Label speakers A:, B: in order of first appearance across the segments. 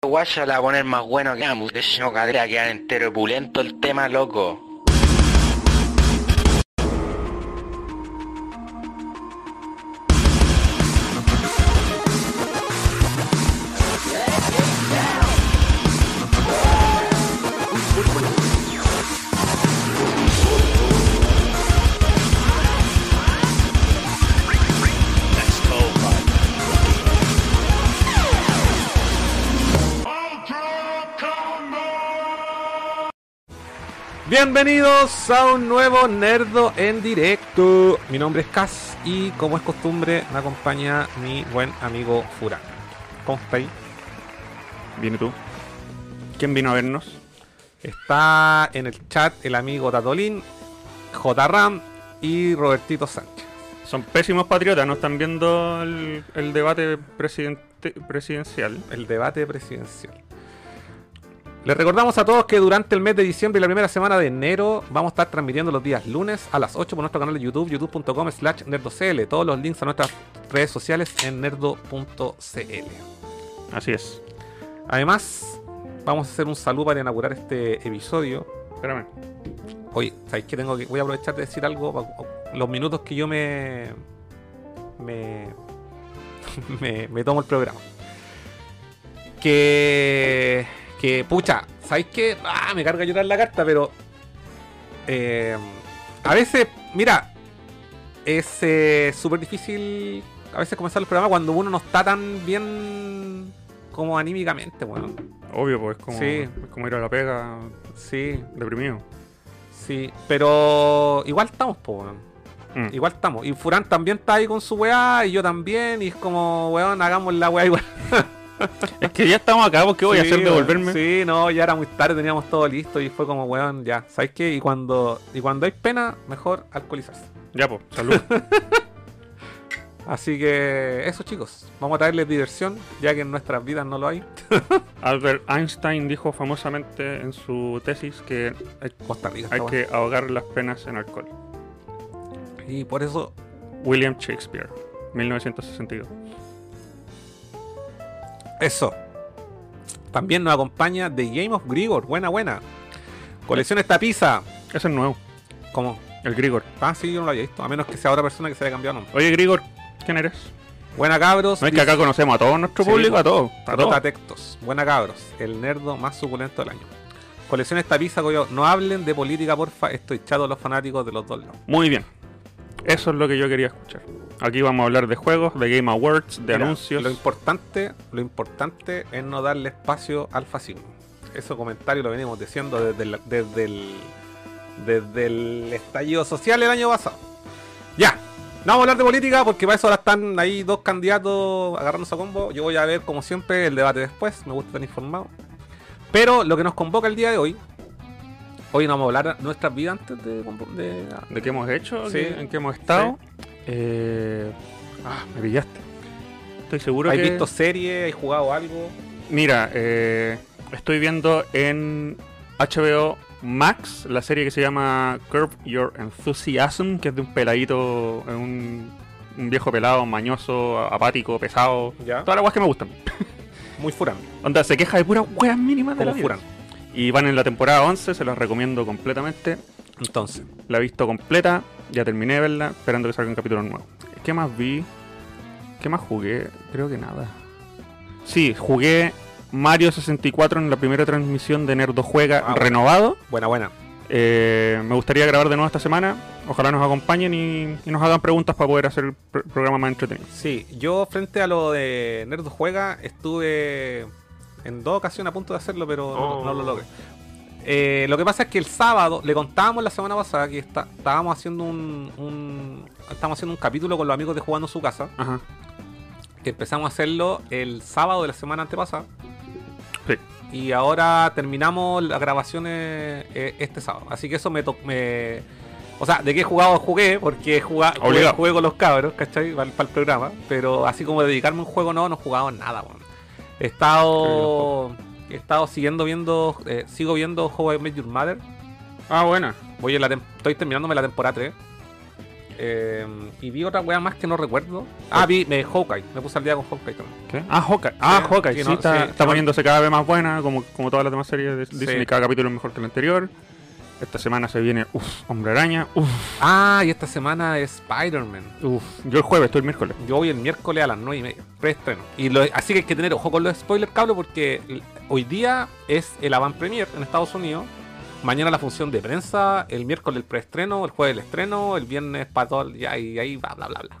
A: guaya la va a poner más bueno que ambos. De señor Cadera quedar entero y pulento el tema, loco.
B: Bienvenidos a un nuevo Nerdo en directo. Mi nombre es Cas y como es costumbre me acompaña mi buen amigo Furán. ¿Cómo está ahí?
C: Viene tú. ¿Quién vino a vernos?
B: Está en el chat el amigo Tatolín, JRAM y Robertito Sánchez.
C: Son pésimos patriotas, no están viendo el, el debate presidente- presidencial.
B: El debate presidencial. Les recordamos a todos que durante el mes de diciembre y la primera semana de enero vamos a estar transmitiendo los días lunes a las 8 por nuestro canal de YouTube, youtube.com slash nerdocl. Todos los links a nuestras redes sociales en nerdo.cl.
C: Así es.
B: Además, vamos a hacer un saludo para inaugurar este episodio.
C: Espérame.
B: Oye, ¿sabéis que tengo que.? Voy a aprovechar de decir algo. pa- Los minutos que yo me. Me. Me, me tomo el programa. Que. Que, pucha, ¿sabéis qué? Ah, me carga llorar la carta, pero. eh, a veces, mira. Es eh, súper difícil. A veces comenzar los programas cuando uno no está tan bien. Como anímicamente, bueno.
C: Obvio, pues es como,
B: Sí.
C: es como ir a la pega
B: Sí,
C: deprimido.
B: Sí, pero igual estamos, po, weón.
C: Mm.
B: Igual estamos. Y Furán también está ahí con su weá, y yo también, y es como, weón, hagamos la weá igual.
C: Es que ya estamos acá, ¿por ¿qué voy a
B: Sí,
C: hacer
B: weón.
C: devolverme?
B: Sí, no, ya era muy tarde, teníamos todo listo, y fue como, weón, ya. ¿Sabes qué? Y cuando, y cuando hay pena, mejor alcoholizarse.
C: Ya, pues, salud.
B: Así que, eso chicos, vamos a traerles diversión, ya que en nuestras vidas no lo hay.
C: Albert Einstein dijo famosamente en su tesis que hay,
B: Costa Rica,
C: hay
B: esta weá.
C: que ahogar las penas en alcohol.
B: Y por eso,
C: William Shakespeare, 1962.
B: eso. También nos acompaña The Game of Grigor, buena, buena. Colecciones tapiza.
C: Ese es nuevo,
B: Como
C: el Grigor.
B: Ah, sí, yo no lo había visto. A menos que sea otra persona que se haya cambiado nombre.
C: Oye, Grigor, ¿quién eres?
B: Buena cabros.
C: No es que acá conocemos a todo nuestro
B: Sí,
C: público,
B: pues.
C: a todos. A todos.
B: Rotatectos. Buena cabros. El nerdo más suculento del año. Colecciones tapiza, Goyo. No hablen de política, porfa. Estoy chato de los fanáticos de los dos lados.
C: Muy bien. Eso es lo que yo quería escuchar. Aquí vamos a hablar de juegos, de Game Awards, de
B: Mira,
C: anuncios.
B: Lo importante, lo importante es no darle espacio al fascismo. Ese comentario lo venimos diciendo desde el, desde el, desde el estallido social el año pasado. Ya, no vamos a hablar de política porque para eso ahora están ahí dos candidatos agarrándose a combo. Yo voy a ver, como siempre, el debate después. Me gusta estar informado. Pero lo que nos convoca el día de hoy, hoy nos vamos a hablar de nuestras vidas antes de. de-
C: ¿De qué hemos hecho?
B: Sí.
C: ¿En qué hemos estado? Eh, Ah, me pillaste. Estoy seguro
B: ¿Has
C: que...
B: visto series? ¿Has jugado algo?
C: Mira, eh, estoy viendo en HBO Max la serie que se llama Curb Your Enthusiasm, que es de un peladito, eh, un, un viejo pelado, mañoso, apático, pesado.
B: Ya.
C: Todas las weas que me gustan.
B: Muy furán,
C: Onda, se queja de puras weas mínimas de la
B: como
C: vida.
B: furán.
C: Y van en la temporada 11, se las recomiendo completamente.
B: Entonces.
C: La he visto completa, ya terminé de verla, esperando que salga un capítulo nuevo. ¿Qué más vi? ¿Qué más jugué? Creo que nada. Sí, jugué Mario 64 en la primera transmisión de Nerdo Juega
B: Ah, bueno.
C: renovado.
B: Buena, buena.
C: Eh, me gustaría grabar de nuevo esta semana. Ojalá nos acompañen y, y nos hagan preguntas para poder hacer el pr- programa más entretenido.
B: Sí, yo frente a lo de Nerdo Juega estuve en dos ocasiones a punto de hacerlo, pero no-
C: Oh.
B: no, lo logré. Eh, lo que pasa es que el sábado, le contábamos la semana pasada que está- estábamos haciendo un, un- estábamos haciendo un capítulo con los amigos de Jugando Su Casa,
C: Ajá.
B: que empezamos a hacerlo el sábado de la semana antepasada.
C: Sí.
B: Y ahora terminamos las grabaciones eh, este sábado. Así que eso me, to- me- O sea, de qué he jugado jugué, porque jugá- jugué,
C: Obligado.
B: jugué con los cabros, ¿cachai? Para el programa. Pero así como dedicarme a un juego no, no he jugado nada, weón. He estado. He estado siguiendo viendo. eh, sigo viendo How I Met Your Mother.
C: Ah, buena.
B: Voy en la tem- estoy terminándome la temporada 3. Eh, y vi otra weá más que no recuerdo. Ah, vi eh, Hawkeye. Me puse al día con Hawkeye también.
C: ¿Qué? Ah, Hawkeye. Ah,
B: Sí,
C: Hawkeye.
B: sí,
C: Sí,
B: no,
C: está,
B: sí,
C: está
B: no.
C: poniéndose cada vez más buena, como, como todas las demás series de Disney.
B: Sí.
C: Cada capítulo es mejor que el anterior. Esta semana se viene, uff, Hombre Araña. Uff,
B: Ah, y esta semana es Spider-Man.
C: uff. Yo el jueves, tú el miércoles.
B: Yo voy el miércoles a las 9 y media, preestreno. Y lo- así que hay que tener ojo con los spoilers, cabrón, porque l- hoy día es el avant premier en Estados Unidos. Mañana la función de prensa, el miércoles el preestreno, el jueves el estreno, el viernes para todo, el- ya, y ahí va, bla, bla, bla.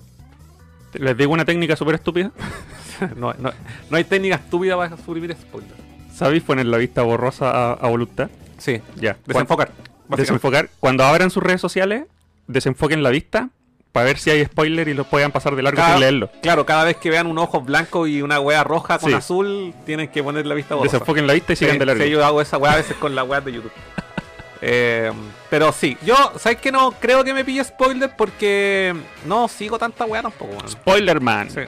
C: Les digo una técnica súper estúpida.
B: No, no- no hay técnica estúpida para suprimir spoilers.
C: ¿Sabéis poner la vista borrosa a, a voluntad?
B: Sí,
C: Ya.
B: desenfocar.
C: Cuan-
B: básicamente.
C: Desenfocar. Cuando abran sus redes sociales, desenfoquen la vista para ver si hay spoiler y los puedan pasar de largo
B: Cada-
C: sin leerlo.
B: Claro, cada vez que vean un ojo blanco y una wea roja con
C: Sí.
B: azul, tienen que poner la vista borrosa.
C: Desenfoquen la vista y
B: Sí,
C: sigan de largo.
B: sí, yo hago esa weá a veces con la weá de YouTube. Eh, pero sí, yo, ¿sabes que No creo que me pille spoiler porque no sigo tanta weá tampoco, weón.
C: Spoiler man.
B: Sí.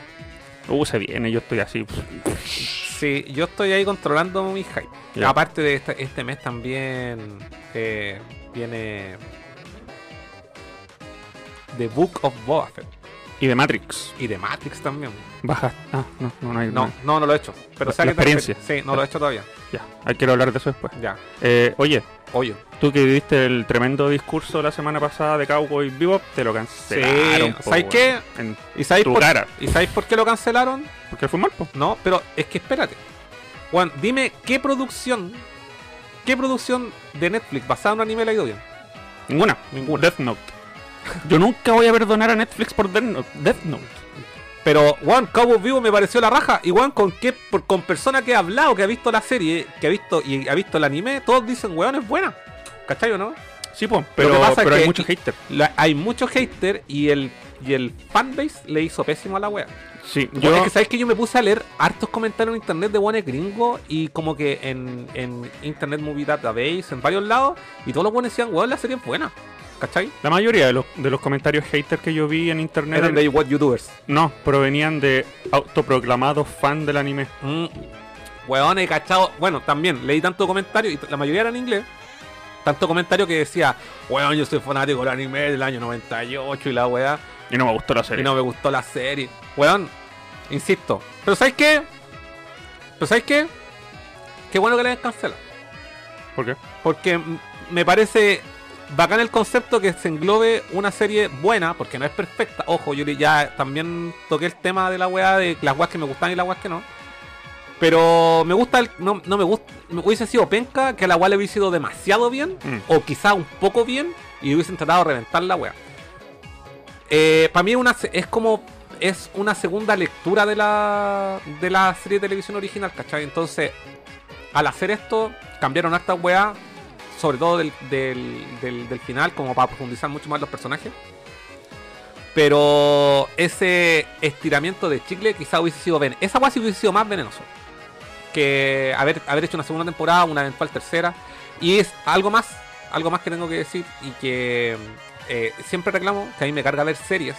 C: Uh, se viene, yo estoy así. pff.
B: Sí, yo estoy ahí controlando mi hype.
C: Ya.
B: Aparte de esta- este mes también eh, viene The Book of Boba Fett
C: Y de Matrix.
B: y The Matrix también.
C: Baja. Ah, no, no, no hay.
B: No, no, no lo he hecho. Pero
C: La-
B: sé a
C: la
B: qué te refieres.
C: experiencia.
B: Sí, no lo he hecho todavía.
C: Ya, hay que hablar de eso después.
B: Ya,
C: Eh, oye,
B: hoyo.
C: tú que diste el tremendo discurso la semana pasada de Cowboy Bebop, te lo cancelaron.
B: Sí,
C: po,
B: ¿sabes
C: weón.
B: qué?
C: En
B: ¿Y sabéis
C: tu
B: por-
C: cara.
B: ¿Y sabéis por qué lo cancelaron?
C: Porque fue mal, po.
B: No, pero es que espérate. Juan, dime qué producción, qué producción de Netflix basada en un anime le ha ido bien.
C: Ninguna.
B: Ninguna.
C: Death Note. Yo nunca voy a perdonar a Netflix por Death Note. Death Note.
B: Pero Juan, Cowboy Vivo me pareció la raja. Y Juan, con qué, por- con persona que ha hablado, que ha visto la serie, que ha visto y ha visto el anime, todos dicen, weón, es buena. ¿Cachai o no?
C: Sí, po, pero,
B: pasa es
C: pero
B: que-
C: hay muchos haters.
B: La- hay muchos haters y el y el fanbase le hizo pésimo a la wea.
C: Sí,
B: Yo...
C: yo.
B: es que sabes que yo me puse a leer hartos comentarios en internet de guanes gringos y como que en, en Internet Movie Database, en varios lados, y todos los guanes decían, weón, la serie es buena. ¿Cachai?
C: La mayoría de los, de los comentarios haters que yo vi en internet
B: Eran de what youtubers.
C: no provenían de autoproclamados fan del anime.
B: Mm. Weón, he cachado. Bueno, también leí tanto comentario, y t- la mayoría era en inglés. Tanto comentario que decía, weón, yo soy fanático del anime del año 98 y la weá.
C: Y no me gustó la
B: Y
C: serie.
B: no me gustó la serie. Weón, insisto. Pero ¿sabes qué? Pero ¿sabes qué? Qué bueno que la hayan cancelado.
C: ¿Por qué?
B: Porque mm, me parece bacán el concepto que se englobe una serie buena, porque no es perfecta. Ojo, yo le- ya también toqué el tema de la weá de las weas que me gustan y las weas que no. Pero me gusta el- no, no me gusta. me hubiese sido penca que a la weá le hubiese ido demasiado bien,
C: Mm.
B: o quizá un poco bien, y hubiesen tratado de reventar la weá. Eh, Para mí es una, se- es como. Es una segunda lectura de la, de la serie de televisión original, ¿cachai? Entonces, al hacer esto, cambiaron hartas weas, sobre todo del, del, del- del final, como para profundizar mucho más los personajes. Pero ese estiramiento de chicle quizá hubiese sido venenoso. Esa wea sí hubiese sido más venenoso. Que haber, haber hecho una segunda temporada, una eventual tercera. Y es algo más, algo más que tengo que decir y que eh, siempre reclamo que a mí me carga ver series,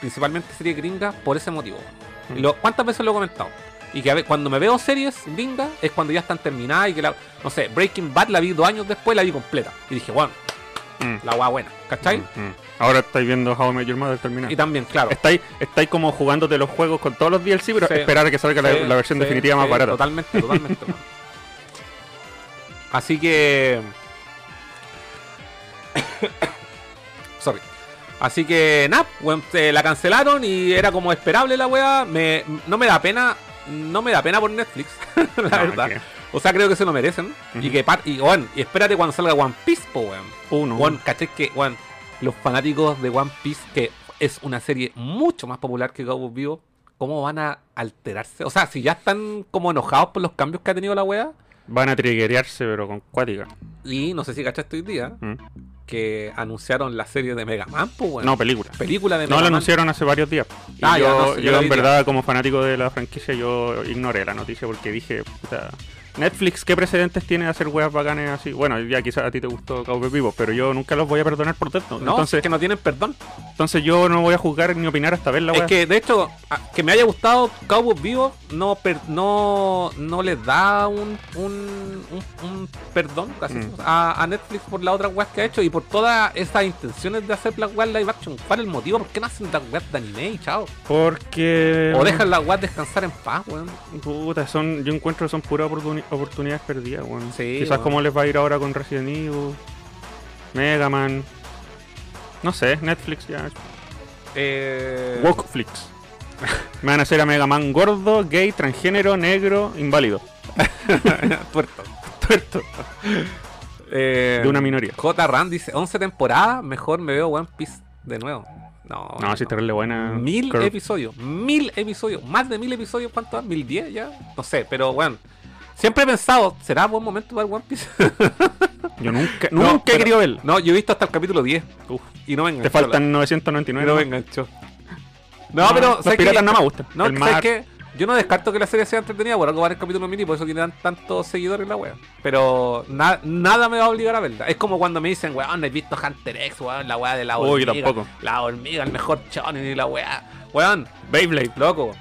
B: principalmente series gringas, por ese motivo.
C: Mm.
B: Lo- ¿Cuántas veces lo he comentado? Y que a ve- cuando me veo series gringas es cuando ya están terminadas y que la, no sé, Breaking Bad la vi dos años después, la vi completa. Y dije, bueno,
C: Mm.
B: la guay buena, ¿cachai?
C: Mm, mm. Ahora estáis viendo How I Met Your Mother terminada.
B: Y también, claro.
C: Estáis, estáis como jugándote los juegos con todos los DLC, pero
B: Sí.
C: esperar a que salga la,
B: Sí,
C: la versión
B: sí,
C: definitiva
B: sí,
C: más barata.
B: Totalmente, totalmente. weón. Así que. Sorry. Así que, nada, weón, se la cancelaron y era como esperable la weá. Me, no me da pena. No me da pena por Netflix, la
C: No,
B: verdad.
C: mentira.
B: O sea, creo que se lo merecen. Y
C: Ujú. Uh,
B: que par- y, weón, y espérate cuando salga One Piece, po, weón.
C: Uno.
B: Weón, caché que, weón, los fanáticos de One Piece, que es una serie mucho más popular que Cowboy Vivo, ¿cómo van a alterarse? O sea, si ya están como enojados por los cambios que ha tenido la wea,
C: Van a triggerearse, pero con cuática.
B: y no sé si cachaste hoy día,
C: Mm.
B: que anunciaron la serie de Mega Man, pues, weón.
C: No, película.
B: película de
C: No
B: Mega
C: la
B: Man.
C: anunciaron hace varios días. Y
B: Ah, ya,
C: yo,
B: no sé, yo
C: yo
B: la vi
C: en verdad, como fanático de la franquicia, yo ignoré la noticia porque dije, puta, Netflix, ¿qué precedentes tiene de hacer weas bacanes así? Bueno, ya quizás a ti te gustó Cowboy Vivo, pero yo nunca los voy a perdonar por Death Note.
B: No,
C: entonces,
B: es que no tienen perdón.
C: entonces yo no voy a juzgar ni opinar hasta ver la wea.
B: Es que, de hecho, a- que me haya gustado Cowboys Vivo no, per- no, no les da un, un, un- un perdón casi,
C: Mm.
B: a, a Netflix por las otras weas que ha hecho y por todas esas intenciones de hacer las weas live action. ¿Cuál es el motivo? ¿Por qué no hacen las weas de anime y chao?
C: Porque.
B: O dejan las weas descansar en paz, weón.
C: Puta, son, yo encuentro que son puras oportuni- oportunidades perdidas, weón.
B: Sí,
C: Quizás
B: weón.
C: cómo les va a ir ahora con Resident Evil, Mega Man. No sé, Netflix ya.
B: Eh,
C: Wokeflix. Me van a hacer a Mega Man gordo, gay, transgénero, negro, inválido.
B: tuerto.
C: Tuerto.
B: Eh,
C: De una minoría.
B: J. Rand dice: 11 temporadas, mejor me veo One Piece de nuevo. Oh, No,
C: No, así terrible buena.
B: Mil
C: Curve.
B: episodios, mil episodios, más de mil episodios, ¿cuánto? ¿Mil diez ya? No sé, pero bueno. Siempre he pensado, ¿será buen momento para One Piece?
C: Yo nunca,
B: No,
C: nunca
B: pero-
C: he querido verla.
B: no, yo he visto hasta el capítulo 10
C: Uf,
B: y no me enganchó.
C: te faltan 999.
B: No me enganchó. No, pero.
C: Los
B: ¿sabes qué?
C: piratas no me gustan.
B: No,
C: El
B: ¿sabes
C: mar.
B: qué? Yo no descarto que la serie sea entretenida, por algo vale el capítulo mini, por eso tiene tan- tantos seguidores la wea. Pero na- nada me va a obligar a verla. Es como cuando me dicen, weón, he visto Hunter X, weón, la wea de la
C: Uy,
B: hormiga.
C: tampoco.
B: La hormiga, el mejor chonen y la wea. Weón,
C: Beyblade.
B: loco.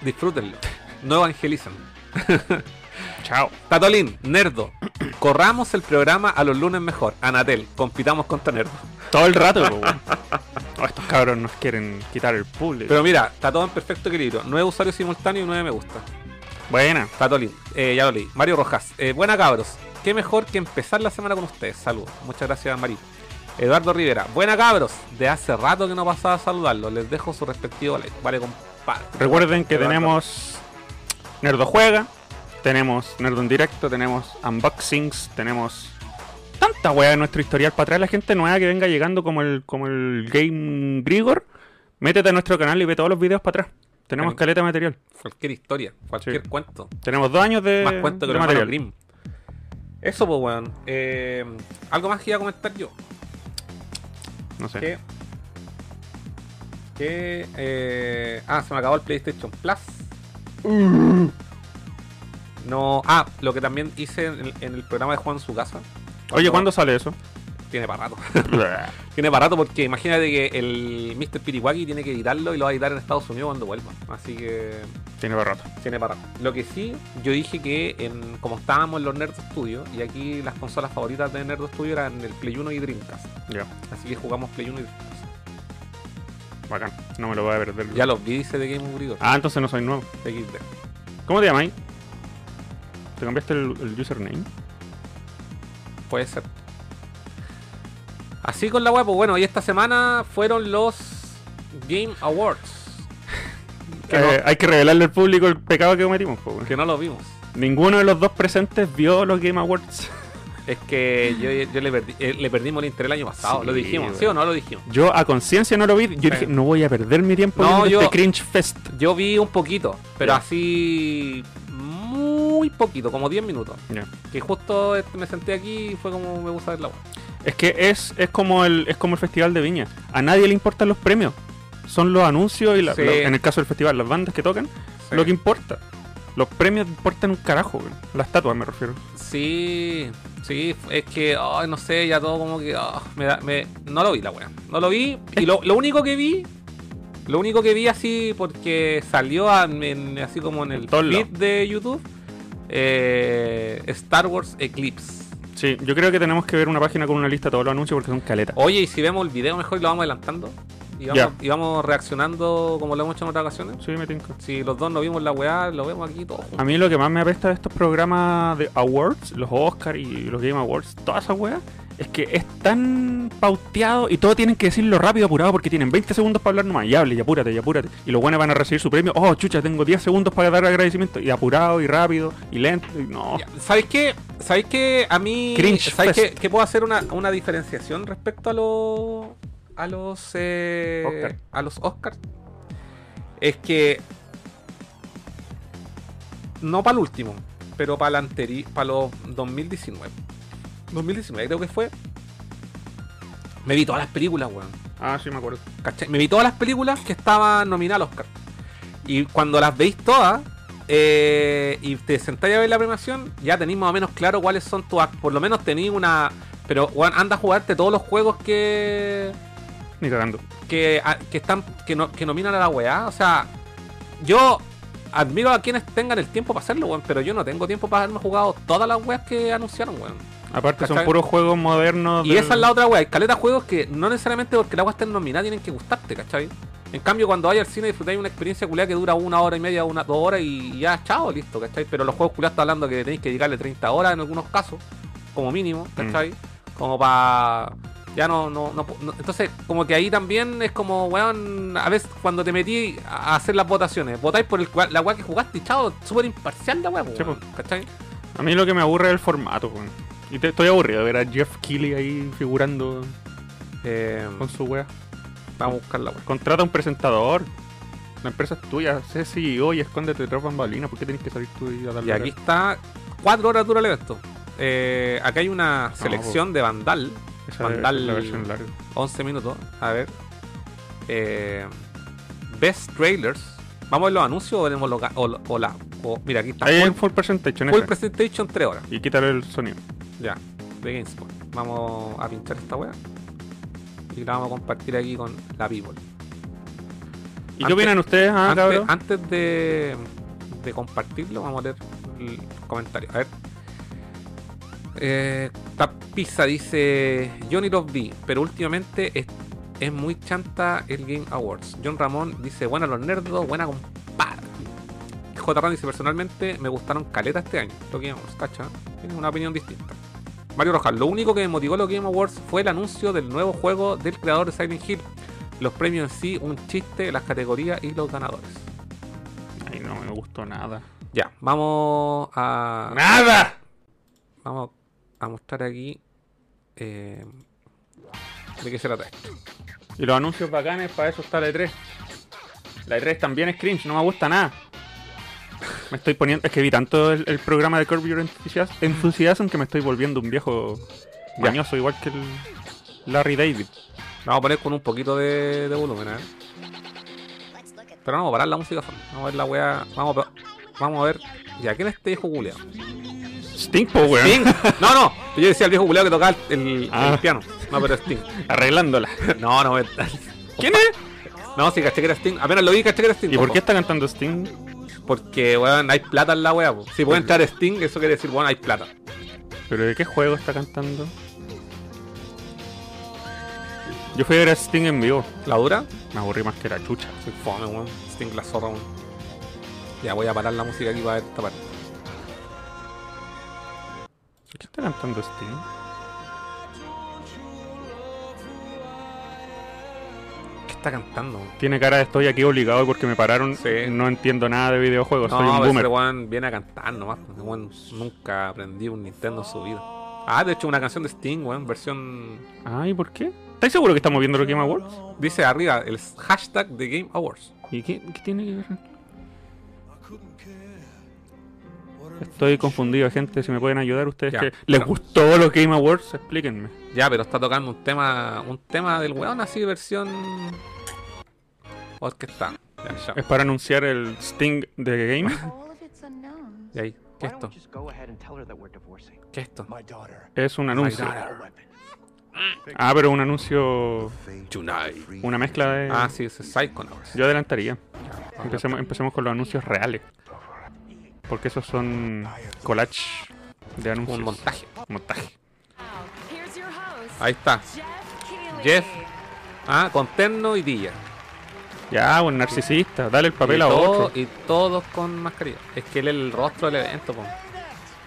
B: Disfrútenlo. No evangelizan.
C: Chao.
B: Tatolín, Nerdo. Corramos el programa a los lunes mejor. Anatel, compitamos contra Nerdo.
C: Todo el rato, po, weón. Oh, estos cabros nos quieren quitar el público.
B: Pero mira, está todo en perfecto equilibrio. Nueve usuarios simultáneos y nueve me gusta.
C: Buena.
B: Tatolín, eh, ya lo leí. Mario Rojas, eh, buena cabros. Qué mejor que empezar la semana con ustedes. Saludos. Muchas gracias, Mario. Eduardo Rivera, buena cabros. De hace rato que no pasaba a saludarlos. Les dejo su respectivo like. Vale, compadre.
C: Recuerden que
B: Eduardo.
C: tenemos Nerdo Juega, tenemos Nerdo en Directo, tenemos Unboxings, tenemos tanta weá en nuestro historial para traer a la gente nueva que venga llegando como el, como el Game Grigor. Métete a nuestro canal y ve todos los videos para atrás. Tenemos
B: Claro.
C: caleta de material.
B: Cualquier historia, cualquier
C: Sí.
B: cuento.
C: Tenemos dos años de,
B: Más cuento que
C: de
B: los hermanos
C: material.
B: Grimm. Eso, pues, weón. Eh, algo más que iba a comentar yo.
C: No sé.
B: Que. que, eh, ah, se me acabó el PlayStation Plus.
C: Uh.
B: No. Ah, lo que también hice en el, en el programa de Juan en su casa.
C: Oye, ¿cuándo sale eso?
B: Tiene para rato. tiene para rato porque imagínate que el Mr. Piriwaki tiene que editarlo y lo va a editar en Estados Unidos cuando vuelva. Así que
C: Tiene para rato.
B: tiene para rato. Lo que sí, yo dije que en, como estábamos en los Nerd Studio y aquí las consolas favoritas de Nerd Studio eran el Play 1 y Dreamcast.
C: Ya,
B: Así que jugamos Play 1 y Dreamcast.
C: bacán. No me lo voy a perder.
B: Ya los vi, dice de Game Over
C: Ah, entonces no soy nuevo.
B: XD.
C: ¿Cómo te llamáis? ¿Te cambiaste el, el username?
B: Puede ser. Así con la web, pues bueno, y esta semana fueron los Game Awards. Que,
C: Eh, Hay que revelarle al público el pecado que cometimos. po, weón.
B: no, que no los vimos.
C: Ninguno de los dos presentes vio los Game Awards.
B: Es que yo, yo le, perdí, eh, le perdimos el interés el año pasado,
C: Sí,
B: lo dijimos,
C: güey.
B: ¿sí o no? Lo dijimos.
C: Yo a conciencia no lo vi. Yo dije, no voy a perder mi tiempo
B: No,
C: viendo
B: yo-
C: este cringe fest.
B: Yo vi un poquito, pero
C: Ya.
B: así muy poquito, como 10 minutos.
C: Ya.
B: Que justo este, me senté aquí y fue como me gusta ver la web.
C: Es que es, es como el es como el festival de viña. A nadie le importan los premios. Son los anuncios y la-
B: Sí.
C: la- en el caso del festival, las bandas que tocan, lo que importa. Los premios importan un carajo, güey. Las estatuas me refiero.
B: Sí, sí, es que, ay, no sé, ya todo como que, ah, me da- me- no lo vi la wea, no lo vi, y lo, lo único que vi, lo único que vi así, porque salió a- en- así como en el
C: En todos
B: feed de YouTube, eh, Star Wars Eclipse.
C: Sí, yo creo que tenemos que ver una página con una lista de todos los anuncios porque son caletas.
B: Oye, y si vemos el video mejor y lo vamos adelantando, y vamos,
C: Ya.
B: y vamos reaccionando como lo hemos hecho en otras ocasiones,
C: Sí, me tinca.
B: si los dos no vimos la weá, lo vemos aquí todos juntos.
C: A mí lo que más me apesta de estos programas de awards, los Oscar y los Game Awards, todas esas weas, es que es tan pauteado y todo tienen que decirlo rápido, apurado, porque tienen 20 segundos para hablar nomás. Y hable, y apúrate, y apúrate. Y los buenos van a recibir su premio. Oh, chucha, tengo 10 segundos para dar agradecimiento. Y apurado, y rápido, y lento. Y no.
B: Ya, ¿Sabéis qué? ¿Sabéis qué? A mí.
C: Cringe
B: ¿Sabéis qué?
C: fest.
B: que puedo hacer una, una diferenciación respecto a los. a los. eh,
C: Oscar.
B: a los Oscars? Es que. No para el último, pero para el anterior. para los 2019. 2019 creo que fue. Me vi todas las películas, weón.
C: Ah, sí, me acuerdo.
B: ¿Cachai? Me vi todas las películas que estaban nominadas al Oscar. Y cuando las veis todas, eh, y te sentáis a ver la premiación, ya tenéis más o menos claro cuáles son tus act- Por lo menos tenéis una. Pero weón, anda a jugarte todos los juegos que.
C: Ni cagando.
B: que, a- que están. Que, no, que nominan a la weá. O sea, yo admiro a quienes tengan el tiempo para hacerlo, weón, pero yo no tengo tiempo para haberme jugado todas las weas que anunciaron, weón.
C: Aparte son
B: ¿Cachai?
C: puros juegos modernos.
B: Y
C: del-
B: esa es la otra wea, hay caleta de juegos que no necesariamente porque la wea esté nominada tienen que gustarte, ¿cachai? En cambio, cuando vayas al cine disfrutáis una experiencia culiada que dura una hora y media, una, dos horas y ya, chao, listo, ¿cachai? Pero los juegos culiados está hablando que tenéis que dedicarle 30 horas en algunos casos, como
C: Mm.
B: mínimo, ¿cachai? Como para... Ya no, no, no, no- Entonces, como que ahí también es como, weón, a veces cuando te metí a hacer las votaciones, votáis por el, cua- la wea que jugaste y chao, súper imparcial la wea, po,
C: Sí, po.
B: weón, ¿cachai?
C: A mí lo que me aburre es el formato, weón. Y te- estoy aburrido de ver a Jeff Keighley ahí figurando
B: Eh,
C: con su wea.
B: vamos a buscar la wea.
C: Contrata un presentador. La empresa es tuya. Sé CEO y escóndete tras bambalinas. ¿Por qué tenés que salir tú y a darle
B: Y aquí está, cuatro horas dura el evento. Eh, acá hay una selección de Vandal,
C: la- esa-
B: mandale-
C: la versión larga?
B: 11 minutos. A ver. Eh, best trailers. Vamos a ver los anuncios o veremos los ga- o, lo- o la. o- mira, aquí está.
C: Ahí
B: full,
C: en full presentation.
B: full
C: ese.
B: presentation 3 horas.
C: y quítale el sonido.
B: Ya, de GameSpot. Vamos a pinchar esta wea. Y la vamos a compartir aquí con la people.
C: ¿Y qué
B: Antes-
C: opinan ustedes, ah,
B: antes,
C: cabrón?
B: antes de, de compartirlo, vamos a leer el comentario. A ver. Eh, esta pizza dice Johnny Love D, pero últimamente es, es muy chanta el Game Awards. John Ramón dice, buena los nerdos, buena compadre. J. Ram dice, personalmente me gustaron caleta este año. Los Game Awards, cacha. Tienes una opinión distinta. Mario Rojas, lo único que me motivó los Game Awards fue el anuncio del nuevo juego del creador de Silent Hill. Los premios en sí, un chiste, las categorías y los ganadores.
C: Ay, no me gustó nada.
B: Ya, vamos a.
C: ¡Nada!
B: Vamos a mostrar aquí. eh, ¿De qué se trata esto?
C: Y los anuncios bacanes, para eso está la E3. La E3 también es cringe, no me gusta nada. Me estoy poniendo. Es que vi tanto el, el programa de Curb Your Enthusiasm, Enthusiasm que me estoy volviendo un viejo
B: Ya.
C: mañoso, igual que el Larry David.
B: La vamos a poner con un poquito de, de volumen, ¿eh? Pero no vamos a parar la música a fondo. Vamos a ver la weá. Vamos a, vamos a ver. ¿Ya quién es este viejo culeado?
C: ¿Eh? Stink, po, weón.
B: Sting. No, no. Yo decía el viejo culeado que tocaba el, el
C: Ah.
B: piano. No, pero Sting.
C: Arreglándola.
B: No, no. es-
C: ¿Quién es?
B: No, sí, caché que era Sting. Apenas lo vi, caché que era Sting.
C: ¿Y por
B: po.
C: qué está cantando Sting?
B: Porque, weón, hay plata en la wea, po. Si puede entrar Sting, eso quiere decir, bueno, hay plata.
C: ¿Pero de qué juego está cantando? Yo fui a ver a Sting en vivo.
B: ¿La dura?
C: Me aburrí más que la chucha.
B: Soy fome, weón. Sting la zorra, weón. Ya voy a parar la música aquí para ver esta parte.
C: ¿Por qué está cantando Sting?
B: ¿Qué está cantando? weón?
C: Tiene cara de estoy aquí obligado porque me pararon.
B: Sí.
C: No entiendo nada de videojuegos, soy
B: No,
C: un
B: pero ese
C: boomer.
B: weón viene a cantar nomás. porque, weón, nunca aprendió un Nintendo en su vida. Ah, de hecho, una canción de Sting, weón, versión.
C: Ay, ¿por qué? ¿Estáis seguro que estamos viendo los Game Awards?
B: Dice arriba el hashtag de Game Awards.
C: ¿Y qué, qué tiene que ver? Estoy confundido, gente. Si me pueden ayudar ustedes
B: Ya,
C: que les
B: no.
C: gustó los Game Awards, explíquenme.
B: Ya, pero está tocando un tema un tema del weón así, versión. Orquesta. Ya, ya.
C: Es para anunciar el Sting de Game.
D: All of its unknowns.
B: Y ahí,
E: Why
B: ¿qué
E: don't
B: es esto?
E: we just go ahead and tell her that we're divorcing?
B: ¿Qué es esto?
E: My daughter.
C: Es un anuncio.
B: Oh God.
E: A weapon.
C: Ah, pero un anuncio.
B: Tonight.
C: Una mezcla de.
B: Ah, sí, ese es Psychonauts.
C: Eh, Yo adelantaría. Empecemos, empecemos con los anuncios reales. Porque esos son collage de anuncios.
B: Un montaje.
C: Montaje.
F: Here's your host,
B: Ahí está.
F: Jeff Keighley.
B: Jeff. Ah, con terno y dilla.
C: Ya, un narcisista. Dale el papel
B: y,
C: a
B: todo-
C: otro.
B: y todos con mascarilla. Es que él es el rostro del evento. po.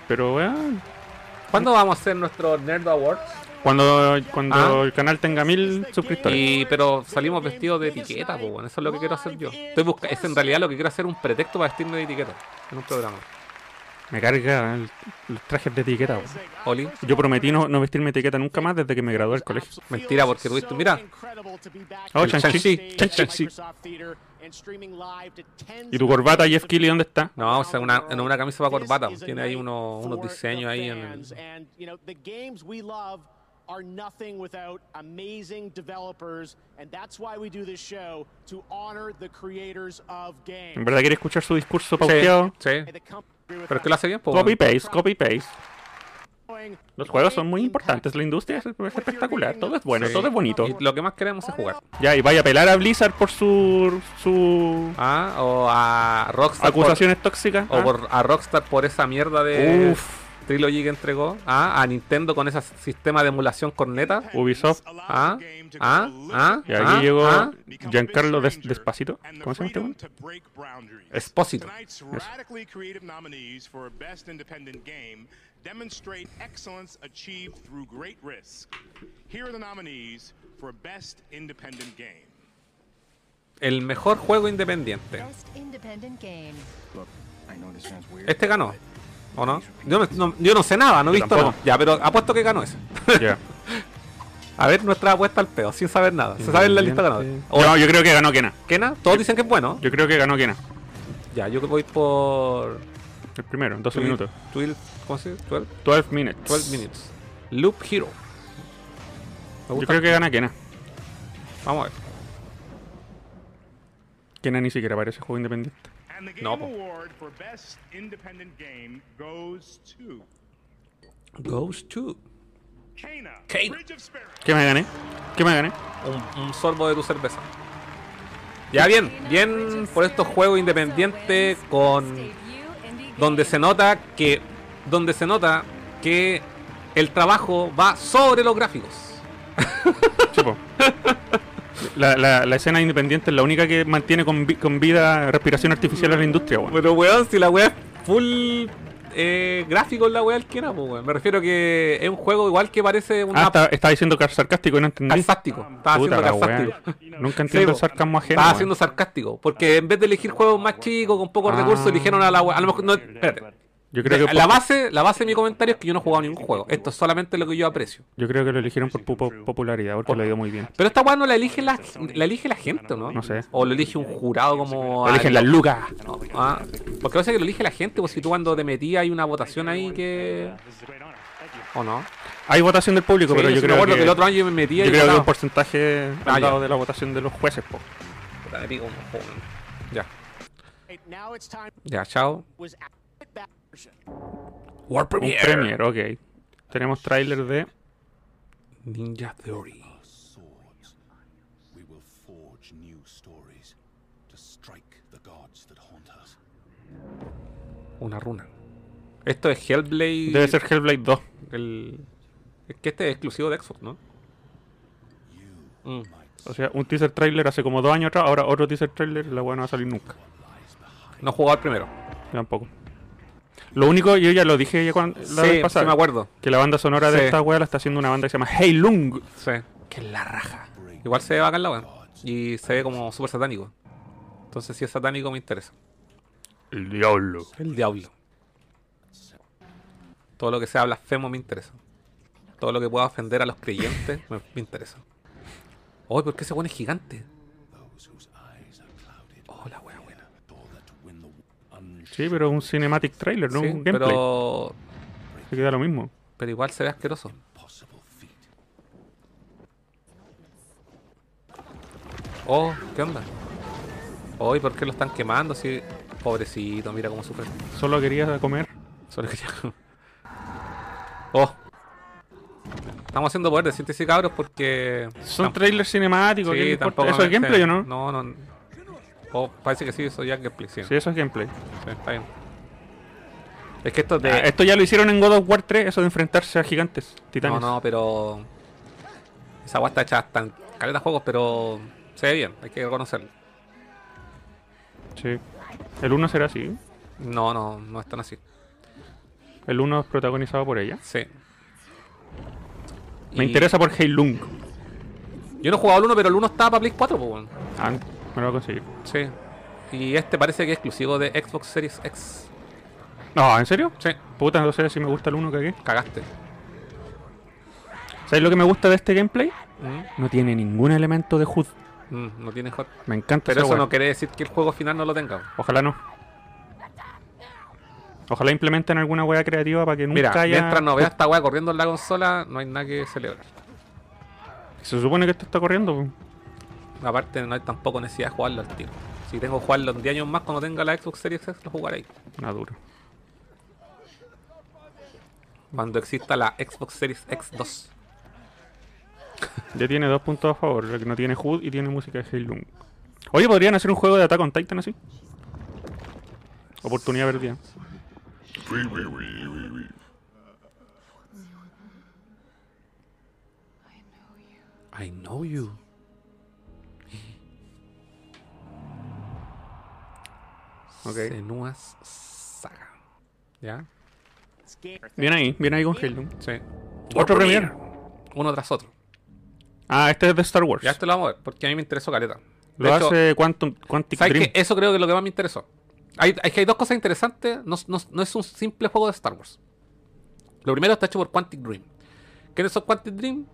C: Pero weón.
B: ¿Cuándo vamos a hacer nuestro Nerd Awards?
C: Cuando, cuando
B: Ah.
C: el canal tenga mil suscriptores.
B: Y, pero salimos vestidos de etiqueta, po, weón. eso es lo que quiero hacer yo. Estoy busca es en realidad lo que quiero hacer un pretexto para vestirme de etiqueta en un programa.
C: Me carga el- los trajes de etiqueta. weón.
B: Oli,
C: Yo prometí no, no vestirme de etiqueta nunca más desde que me gradué del colegio.
B: mentira porque tuviste, mira,
C: Oh,
B: El
C: Shang-Chi.
B: Shang-Chi.
C: Shang-Chi. ¿Y tu corbata, Jeff Keighley, dónde está?
E: No, o sea, una, en una camisa para corbata.
B: pues,
E: Tiene ahí uno- unos diseños ahí en
B: el-
E: el...
D: are nothing without amazing developers, and that's why we do this show to honor the creators of
C: ¿En
D: games.
C: verdad quiere escuchar su discurso
B: Sí,
C: pauteado?
B: sí.
D: The company agree
B: Pero
D: with
B: es que
D: us
B: lo hace bien, po,
C: Copy
B: weón.
C: paste, copy paste.
D: going
C: Los juegos son muy importantes, la industria es es espectacular, todo es bueno,
B: Sí.
C: todo es bonito.
B: Y lo que más queremos es jugar.
C: Ya, y vaya a apelar a Blizzard por su, su
B: Ah, o a Rockstar. por-
C: acusaciones tóxicas.
B: o
C: ah.
B: por, a Rockstar por esa mierda de
C: Uf.
B: Trilogy que entregó. Ah, a Nintendo con ese sistema de emulación corneta.
C: Ubisoft.
B: Ah, ah, ah.
C: Y aquí
B: ah,
C: llegó
B: ah.
C: Giancarlo Des- Despacito. ¿Cómo se llama este weón?
B: Espósito.
G: Tonight's radically creative nominees for Best Independent Game demonstrate excellence achieved through great risk. Here are the nominees for Best Independent Game.
B: El mejor juego independiente.
F: Best independent game.
B: Este ganó. ¿O no? Yo no, no- yo no sé nada, no he
C: Yo
B: visto
C: tampoco.
B: nada. Ya, pero apuesto que ganó ese.
C: Ya.
B: A ver, nuestra apuesta al pedo, sin saber nada. Se sabe en la lista ganadora. O-
C: No, yo creo que ganó Kena.
B: Kena, todos dicen que es bueno.
C: Yo creo que ganó Kena.
B: Ya, yo voy por.
C: El primero, 12 minutos.
B: 12, ¿Cómo se dice? 12,
C: 12 minutes.
B: 12 minutes. Loop Hero. Me
C: Yo
B: gusta.
C: creo que gana Kena.
B: Vamos a ver.
C: Kena ni siquiera parece juego independiente.
G: And the Game
B: No, po.
G: Award for Best Independent Game goes to
B: Goes to.
G: Kana,
B: Kena.
G: Bridge of Spirits.
C: ¿Qué me gané? ¿Qué me gané?
B: Un, un sorbo de tu cerveza. Ya, bien, bien por estos juegos independientes con. Donde se nota que. Donde se nota que el trabajo va sobre los gráficos.
C: Chupo. La, la, la escena independiente es la única que mantiene con, vi- con vida respiración artificial a la industria, weón.
B: Pero weón, si la weá es full eh, gráfico en la weá alquera, pues weón. Me refiero que es un juego igual que parece un
C: Ah, está- estaba diciendo car- sarcástico y no entendí.
B: sarcástico. Estaba
C: Puta
B: haciendo
C: la weá.
B: sarcástico.
C: Nunca entiendo
B: Sí,
C: el sarcasmo ajeno.
B: Estaba
C: weón.
B: haciendo sarcástico. Porque en vez de elegir juegos más chicos, con pocos
C: Ah.
B: recursos, eligieron a la weá. A lo mejor no. Espérate.
C: Yo creo que
B: la,
C: po-
B: base, la base de mi comentario es que yo no he jugado ningún juego. Esto es solamente lo que yo aprecio.
C: yo creo que lo eligieron por popo- popularidad, porque
B: Por-
C: le ha ido muy bien.
B: Pero esta weá no la elige la, la elige la gente, ¿o ¿no?
C: No sé.
B: O lo elige un jurado como.
C: Lo eligen las lucas.
B: No, ah, porque pasa que lo elige la gente, pues si tú cuando te metías hay una votación ahí que. ¿O no?
C: Hay votación del público, pero
B: Sí,
C: yo
B: sí, me
C: creo
B: acuerdo
C: que,
B: que el otro año yo me metía
C: yo
B: y
C: creo que
B: votaba.
C: un porcentaje
B: Ah,
C: al
B: ya.
C: lado de la votación de los jueces, po.
B: Puta, me pico un mojón. Ya,
D: it. Now it's time
B: ya, chao.
D: was accurate that version.
B: War
C: Un
B: Premier.
C: premier, ok. Tenemos tráiler de
B: Ninja Theory.
H: swords, we will forge new stories to strike the gods that haunt us.
B: Una runa. Esto es Hellblade.
C: Debe ser Hellblade 2.
B: El... Es que este es exclusivo de Xbox, ¿no? Mm.
C: O sea, un teaser trailer hace como dos años atrás, ahora otro teaser trailer, la weá no va a salir nunca.
B: No he jugado el primero.
C: Yo tampoco. Lo único, yo ya lo dije ya cuando, la
B: sí,
C: vez pasada,
B: sí me acuerdo.
C: que la banda sonora
B: Sí.
C: de esta weá la está haciendo una banda que se llama Hey Lung.
B: Sí. Que la raja. Igual se ve bacán la weá. Y se ve como súper satánico. Entonces, si es satánico, me interesa.
C: El diablo.
B: El diablo. Todo lo que sea blasfemo me interesa. Todo lo que pueda ofender a los creyentes me, me interesa. Oye, ¿por qué ese weón es gigante?
H: Those whose eyes are clouded
B: Oh, la wea buena.
H: all that win the war
C: Sí, pero es un cinematic trailer, no
B: Sí,
C: un gameplay.
B: pero,
C: Se queda lo mismo.
B: pero igual se ve asqueroso.
H: impossible feat.
B: Oh, ¿qué onda? Oye, ¿por qué lo están quemando? Sí, pobrecito, mira cómo sufre.
C: Solo quería comer.
B: Solo quería- Oh. Estamos haciendo poder de síntesis, cabros, porque...
C: Son
B: Tamp-
C: trailers cinemáticos. ¿qué le
B: Sí,
C: importa?
B: tampoco
C: ¿Eso
B: me-
C: es gameplay
B: sí.
C: o no?
B: No, no. Oh, parece que sí, eso ya es gameplay. Sí,
C: Sí, eso es gameplay.
B: sí, está bien. Es que esto es de.
C: Ah, esto ya lo hicieron en God of War 3, eso de enfrentarse a gigantes,
B: no,
C: titanes.
B: no, pero. Esa guasta está hecha hasta en caleta de juegos, pero. Se ve bien, hay que reconocerlo.
C: Sí. El 1 será así.
B: No, no, no están así.
C: El 1 es protagonizado por ella.
B: Sí.
C: Me
B: Y-
C: interesa por Hey Lung.
B: Yo no he jugado al 1, pero el 1 está para Play 4, pues, weón.
C: Ah, me lo voy a conseguir.
B: Sí. Y este parece que es exclusivo de Xbox Series X.
C: No, ¿en serio?
B: Sí,
C: Puta, no sé si me gusta el 1 que aquí.
B: cagaste.
C: ¿Sabes lo que me gusta de este gameplay?
B: Mm,
C: No tiene ningún elemento de HUD.
B: mm, no tiene hot.
C: Me encanta
B: Pero
C: esa
B: eso
C: weá.
B: no quiere decir que el juego final no lo tenga.
C: Ojalá no. Ojalá implementen alguna wea creativa para que nunca
B: Mira,
C: haya...
B: mientras no veas esta weá corriendo en la consola, no hay nada que celebrar.
C: Se supone que esto está corriendo. pues. po.
B: Aparte, no hay tampoco necesidad de jugarlo al tiro. Si tengo que jugarlo en 10 años más, cuando tenga la Xbox Series X, lo jugaré.
C: Una dura.
B: Cuando exista la Xbox Series X2.
C: Ya tiene dos puntos a favor, ya que no tiene HUD y tiene música de Heilung. Oye, ¿podrían hacer un juego de Attack on Titan así? Oportunidad perdida.
B: I know you.
C: Ok.
B: Senua's Saga. ¿Ya?
C: Bien ahí, bien ahí con Heilung.
B: Sí.
C: Otro premier.
B: Uno tras otro.
C: Ah, este es de Star Wars.
B: Ya esto lo vamos a ver, porque a mí me interesó caleta.
C: Lo
B: De hecho,
C: hace Quantum, Quantic
B: ¿Sabes
C: Dream.
B: qué? Eso creo que es lo que más me interesó. Hay, hay, que hay dos cosas interesantes. No, no- no es un simple juego de Star Wars. Lo primero está hecho por Quantic Dream. ¿Quiénes son Quantic Dream?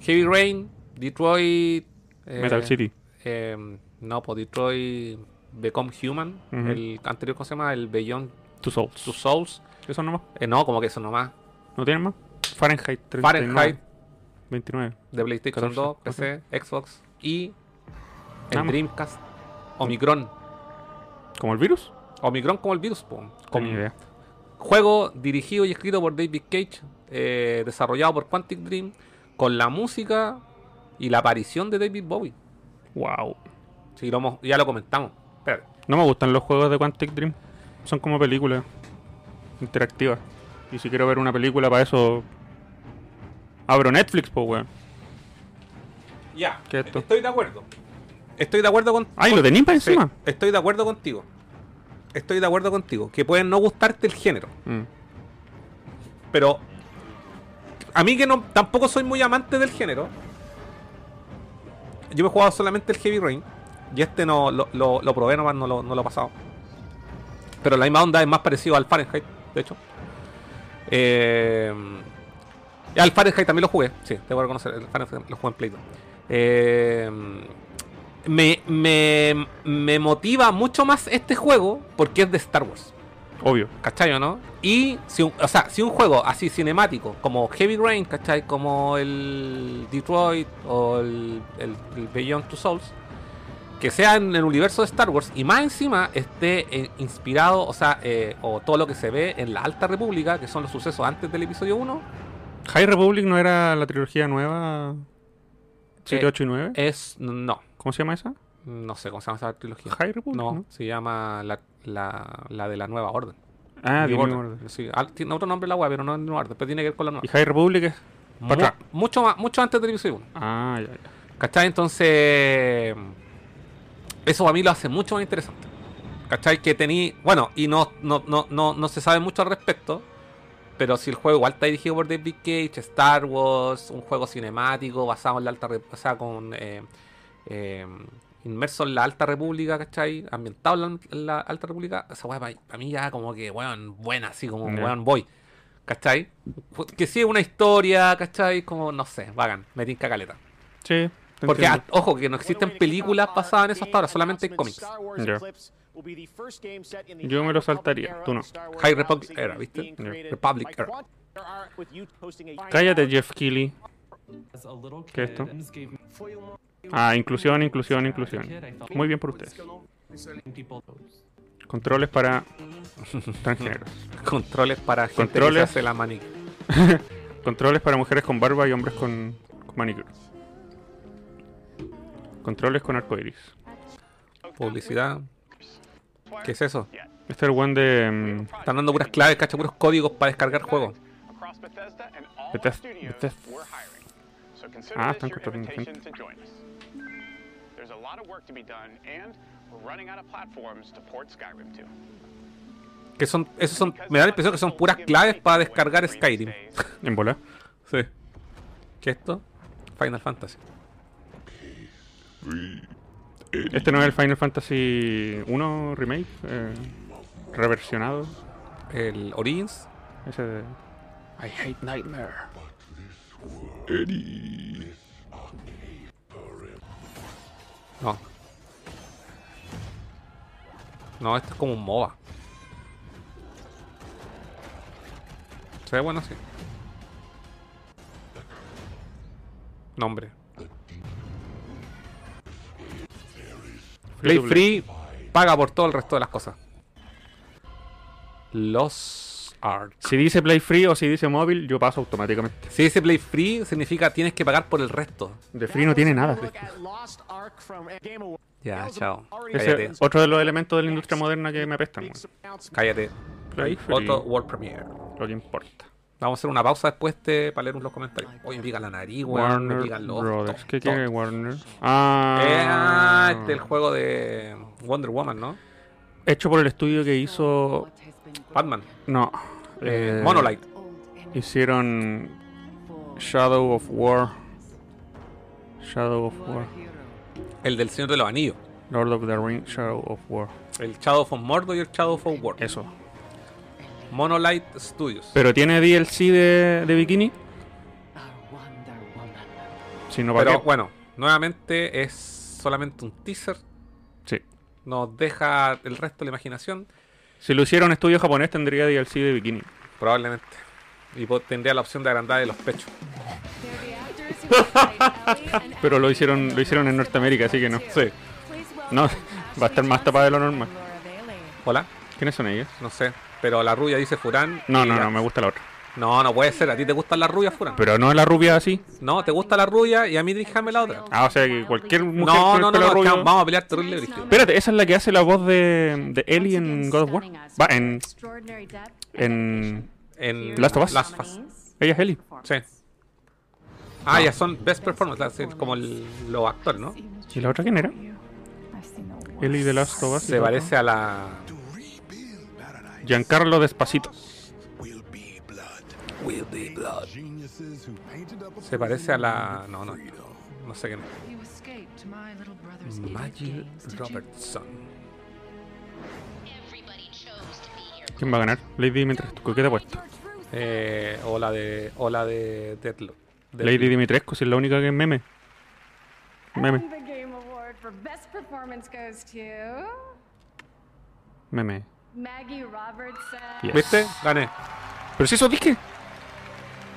B: Heavy Rain, Detroit. eh,
C: Metal City.
B: eh, no, pues Detroit Become Human.
C: Ujú.
B: El anterior, ¿cómo se llama? El Beyond
C: Two Souls.
B: Two Souls.
C: ¿Eso nomás?
B: Eh, no, como que eso nomás.
C: ¿No tienen más? Fahrenheit 39.
B: Fahrenheit
C: 29.
B: de PlayStation
C: 14,
B: 2, PC, Xbox y el
C: Vamos.
B: Dreamcast. Omicron.
C: ¿Como el virus?
B: Omicron como el virus, po.
C: Con
B: Como-
C: mi idea.
B: Juego dirigido y escrito por David Cage, eh, desarrollado por Quantic Dream, con la música y la aparición de David Bowie.
C: Wow.
B: Sí, lo hemos- ya lo comentamos. Espérate.
C: No me gustan los juegos de Quantic Dream. Son como películas interactivas. Y si quiero ver una película para eso. Abro Netflix, pues, weón.
B: Ya,
C: ¿Qué es esto?
B: estoy de acuerdo. Estoy de acuerdo con.
C: ¡Ay, lo tenéis para
B: Sí,
C: encima!
B: estoy de acuerdo contigo. Estoy de acuerdo contigo. Que pueden no gustarte el género.
C: Mm.
B: Pero. A mí que no tampoco soy muy amante del género. Yo me he jugado solamente el Heavy Rain. Y este no lo, lo, lo probé nomás, no lo, no lo he pasado. Pero la misma onda es más parecido al Fahrenheit, de hecho. Eh, al Fahrenheit también lo jugué, sí, te voy a reconocer. El Fahrenheit lo jugué en Play 2. Eh, me, me, me motiva mucho más este juego porque es de Star Wars.
C: Obvio.
B: ¿cachai o no? Y si un, o sea, si un juego así cinemático, como Heavy Rain, ¿cachai? Como el Detroit o el, el, el Beyond Two Souls, que sea en el universo de Star Wars y más encima esté eh, inspirado, o sea, eh, o todo lo que se ve en la Alta República, que son los sucesos antes del episodio 1,
C: ¿High Republic no era la trilogía nueva? 7, 8 y 9.
B: es. No,
C: ¿Cómo se llama esa?
B: no sé cómo se llama esa trilogía.
C: High Republic. No.
B: No, se llama la, la, la de la nueva orden.
C: Ah,
B: New
C: New
B: Order.
C: Order.
B: Sí, al- tiene otro nombre la web, pero no es New Order, pero tiene que ver con la nueva.
C: ¿Y High Republic es?
B: Mu-
C: atrás.
B: mucho, más, mucho antes del episodio 1.
C: Ah, ya, ya.
B: ¿Cachai? Entonces. Eso a mí lo hace mucho más interesante. ¿Cachai? Que tení. Bueno, y no, no, no, no, no se sabe mucho al respecto. Pero si el juego igual está dirigido por David Cage, Star Wars, un juego cinemático basado en la alta. Re- O sea, con. eh, eh, inmerso en la Alta República, ¿cachai? Ambientado en la, en la Alta República. Esa weá para mí ya como que, weón, buena, así como,
C: Ya.
B: weón, voy. ¿Cachai? Que sí es una historia, ¿cachai? Como, no sé, vagan, me tinca caleta.
C: Sí. te
B: Porque,
C: entiendo.
B: ah, ojo, que no existen películas basadas en eso hasta ahora, solamente en cómics.
C: Ya.
D: Yo me lo saltaría, tú no.
B: High Republic era, ¿viste? Republic era.
C: Cállate, Jeff Keighley.
I: ¿Qué es esto?
C: Ah, inclusión, inclusión, inclusión. Muy bien por ustedes. Controles para transgéneros.
B: Controles para gente que se
C: Controles.
B: hace la manica.
C: Controles para mujeres con barba y hombres con, con manicure. Controles con arcoiris.
B: Publicidad. ¿Qué es eso?
C: Este es el one de mm,
B: Están dando puras claves, cacha, puros códigos para descargar juegos.
C: Bethesda- Bethesda- Ah, están contratando gente.
J: There's a lot of work to be done, and we're running out of platforms to port Skyrim to.
B: Que son, esos son, me da la impresión que son puras claves para descargar Skyrim.
C: en bola.
B: Sí. ¿Qué es esto? Final Fantasy.
C: Este no es el Final Fantasy 1 remake, eh, reversionado.
B: El Origins.
C: Ese de-
B: I hate Nightmare. No. No, esto es como un MOBA. Se ve bueno, sí. Nombre. Play Free paga por todo el resto de las cosas. Los Ark.
C: Si dice Play Free o si dice móvil, yo paso automáticamente.
B: Si dice Play Free, significa tienes que pagar por el resto.
C: De Free no tiene nada.
B: Ya, chao.
C: Ese
B: Cállate.
C: es otro de los elementos de la industria moderna que me apestan, weón.
B: Cállate.
C: Play Free.
B: Otto World Premiere.
C: Lo que importa.
B: Vamos a hacer una pausa después de, para leer los comentarios. Oye, me pica la nariz, weón. Me
C: Warner
B: pican los.
C: Brothers.
B: tos,
C: ¿Qué
B: tos.
C: quiere Warner?
B: Eh, ah,
C: Ah,
B: este es el juego de Wonder Woman, ¿no? Eh.
C: Hecho por el estudio que hizo.
B: Batman.
C: No.
B: Eh,
C: eh,
B: Monolite.
C: Hicieron Shadow of War. Shadow of War.
B: El del Señor de los Anillos.
C: Lord of the Rings, Shadow of War.
B: El Shadow of Mordor y el Shadow of War.
C: Eso.
B: Monolite Studios.
C: Eh. Pero tiene DLC de, de bikini. Si no, ¿para
B: Pero
C: qué?
B: bueno, nuevamente es solamente un teaser.
C: Sí.
B: Nos deja el resto de la imaginación.
C: Si lo hiciera un estudio japonés, tendría DLC de bikini.
B: Probablemente. Y po- tendría la opción de agrandar de los pechos.
C: Pero lo hicieron, lo hicieron en Norteamérica, así que no.
B: Sí.
C: No, va a estar más tapada de lo normal.
B: Hola.
C: ¿Quiénes son ellos?
B: No sé. Pero la rubia dice Furán.
C: No,
B: y
C: no,
B: ya.
C: no, me gusta la otra.
B: No, no puede ser. ¿A ti te gustan las rubias, Furán?
C: Pero no es la rubia así.
B: No, te gusta la rubia y a mí déjame la otra.
C: Ah, o sea que cualquier mujer
B: No,
C: con el
B: no, no,
C: pelo
B: no,
C: rubio-
B: chao, vamos a pelear terrible brígido.
C: Espérate, esa es la que hace la voz de, de Ellie en God of War. Va, en, en...
B: En
C: Last of Us.
B: Last of Us.
C: Ella es Ellie.
B: Sí. Ah, ya son best performance, las- eh, como el- los actores, ¿no?
C: ¿Y la otra quién era? Ellie de Last of Us.
B: Se parece a la.
C: Giancarlo Despacito.
B: Se parece a la. No, no. No sé quién es. Maggie Robertson.
C: ¿Quién va a ganar? Lady Dimitrescu. ¿Qué te ha puesto?
B: Eh, o la de. O la de Deathloop. De-
C: Lady Dimitrescu, si es la única que es meme. Meme,
F: The Game Award for Best Performance goes to
C: meme.
F: Maggie Robertson.
C: Yes.
B: ¿Viste? Gané.
C: Pero si eso dije.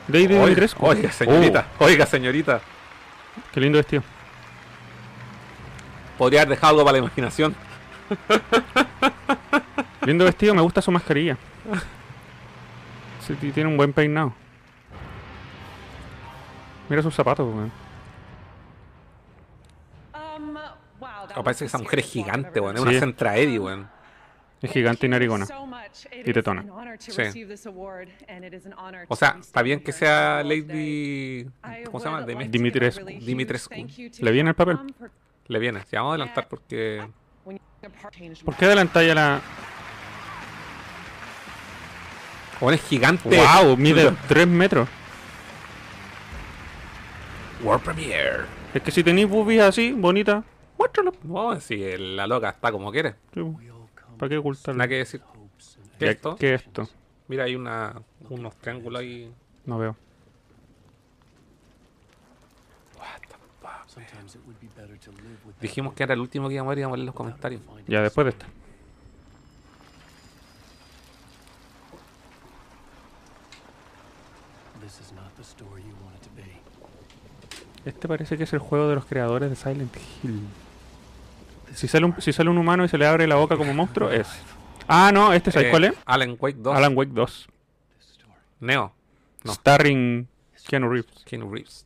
C: Lady
B: Oiga,
C: Dimitrescu.
B: oiga, señorita. Oiga, señorita.
C: Oh, qué lindo vestido.
B: Podría haber dejado algo para la imaginación.
C: Lindo vestido, me gusta su mascarilla. Sí, ti- tiene un buen peinado. Mira sus zapatos, weón.
F: Um,
B: O parece que esa mujer es gigante, weón. Es
C: Sí.
B: una centra Eddie, weón.
C: Es gigante y narigona. Y tetona.
B: Sí. O sea, está bien que sea Lady. ¿Cómo se llama? Demes-
C: Dimitrescu.
B: Dimitrescu.
C: ¿Le viene el papel?
B: Le viene. Si vamos a adelantar porque.
C: ¿Por qué adelantáis a la.
B: Weón es gigante.
C: ¡Wow! Mide 3 metros.
B: World Premiere.
C: Es que si tenéis boobies así, bonitas, muéstralo.
B: No, si la loca está como quiere.
C: Sí, ¿Para qué ocultarlo?
B: Nada que decir. ¿Qué
C: Ya-
B: es esto?
C: ¿Qué es esto?
B: Mira, hay una, unos triángulos ahí.
C: No veo.
B: Dijimos que era el último que íbamos a ver y íbamos a leer los comentarios.
C: Ya después de esta. Este parece que es el juego de los creadores de Silent Hill. Si sale un, si sale un humano y se le abre la boca como monstruo, es. Ah, no, este, ¿sabes
B: Eh,
C: cuál es?
B: Alan Wake 2.
C: Alan Wake 2.
B: Neo. No.
C: Starring Keanu Reeves.
B: Keanu Reeves.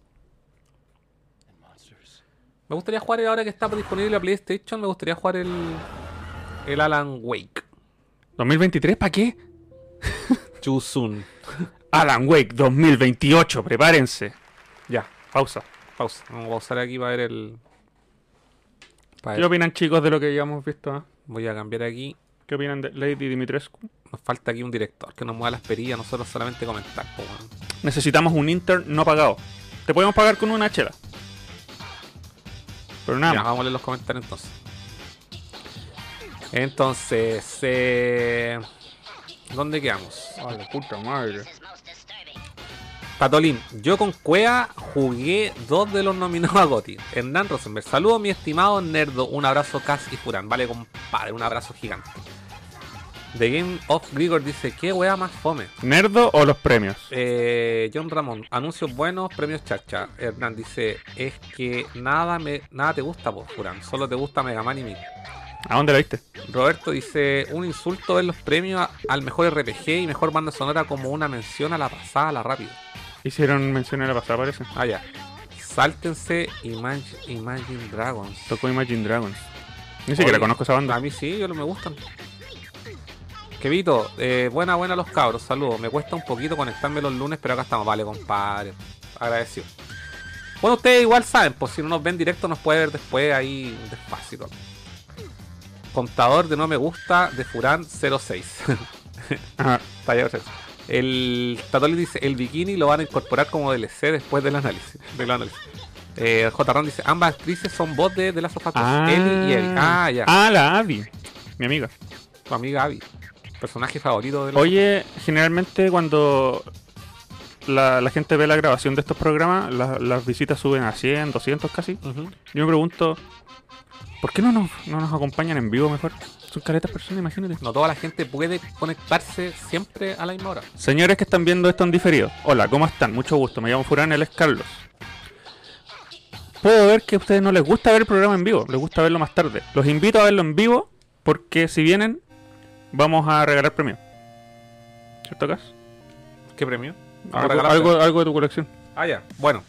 B: Me gustaría jugar el- ahora que está disponible la PlayStation. Me gustaría jugar el. El Alan Wake.
C: ¿2023? ¿Para qué?
B: Too soon.
C: Alan Wake 2028, prepárense.
B: Ya,
C: Pausa.
B: pausa. Vamos a pausar aquí para ver el. para
C: ¿Qué
B: ver.
C: opinan, chicos, de lo que ya hemos visto? ah?
B: Voy a cambiar aquí.
C: ¿Qué opinan de Lady Dimitrescu?
B: Nos falta aquí un director que nos mueva las perillas. Nosotros solamente comentar. po, weón.
C: Necesitamos un intern no pagado. Te podemos pagar con una chela. Pero nada
B: Ya,
C: más.
B: vamos a leer los comentarios entonces. Entonces, eh, ¿dónde quedamos?
C: A la puta madre.
B: Patolín, yo con Cuea jugué dos de los nominados a Goti. Hernán Rosenberg, saludo mi estimado Nerdo, un abrazo Cas y Furán. Vale, compadre, un abrazo gigante. The Game of Grigor dice, ¿qué wea más fome?
C: ¿Nerdo o los premios?
B: Eh, John Ramón, anuncios buenos, premios chacha. Hernán dice, es que nada me, nada te gusta, por Furán, solo te gusta Mega Man y Mickey.
C: ¿A dónde la viste?
B: Roberto dice, un insulto ver los premios a- al mejor RPG y mejor banda sonora como una mención a la pasada, a la rápida.
C: Hicieron mención en la pasada, parece.
B: Ah, ya. Sáltense Imagine, Imagine Dragons.
C: Tocó Imagine Dragons. Ni siquiera
B: Oye,
C: conozco esa banda.
B: A mí sí, yo lo- me gustan. Kevito, eh, buena, buena los cabros, saludos. Me cuesta un poquito conectarme los lunes, pero acá estamos. Vale, compadre. Agradecido. Bueno, ustedes igual saben, pues si no nos ven directo nos puede ver después ahí despacito. Contador de no me gusta de Furán 06.
C: Ajá.
B: Talla 06. El Tatoli dice, el bikini lo van a incorporar como DLC después del análisis. Del análisis. Eh, J. Ron dice, ambas actrices son voz de, de las sofás. Eli y Eli. Ah, ya.
C: Ah, la Abby, mi amiga.
B: Tu amiga Abby. Personaje favorito de los
C: Oye, generalmente cuando la, la gente ve la grabación de estos programas, la- las visitas suben a 100, 200 casi.
B: Ujú.
C: Yo me pregunto, ¿por qué no nos, no nos acompañan en vivo mejor? Son caretas personas, imagínate.
B: No toda la gente puede conectarse siempre a la misma hora.
C: Señores que están viendo esto en diferido, hola, ¿cómo están? Mucho gusto, me llamo Furán, él es Carlos. Puedo ver que a ustedes no les gusta ver el programa en vivo, les gusta verlo más tarde. Los invito a verlo en vivo porque si vienen, vamos a regalar premio. ¿Cierto, Cas?
B: ¿Qué premio?
C: Algo, algo, algo de tu colección.
B: Ah, ya. Bueno.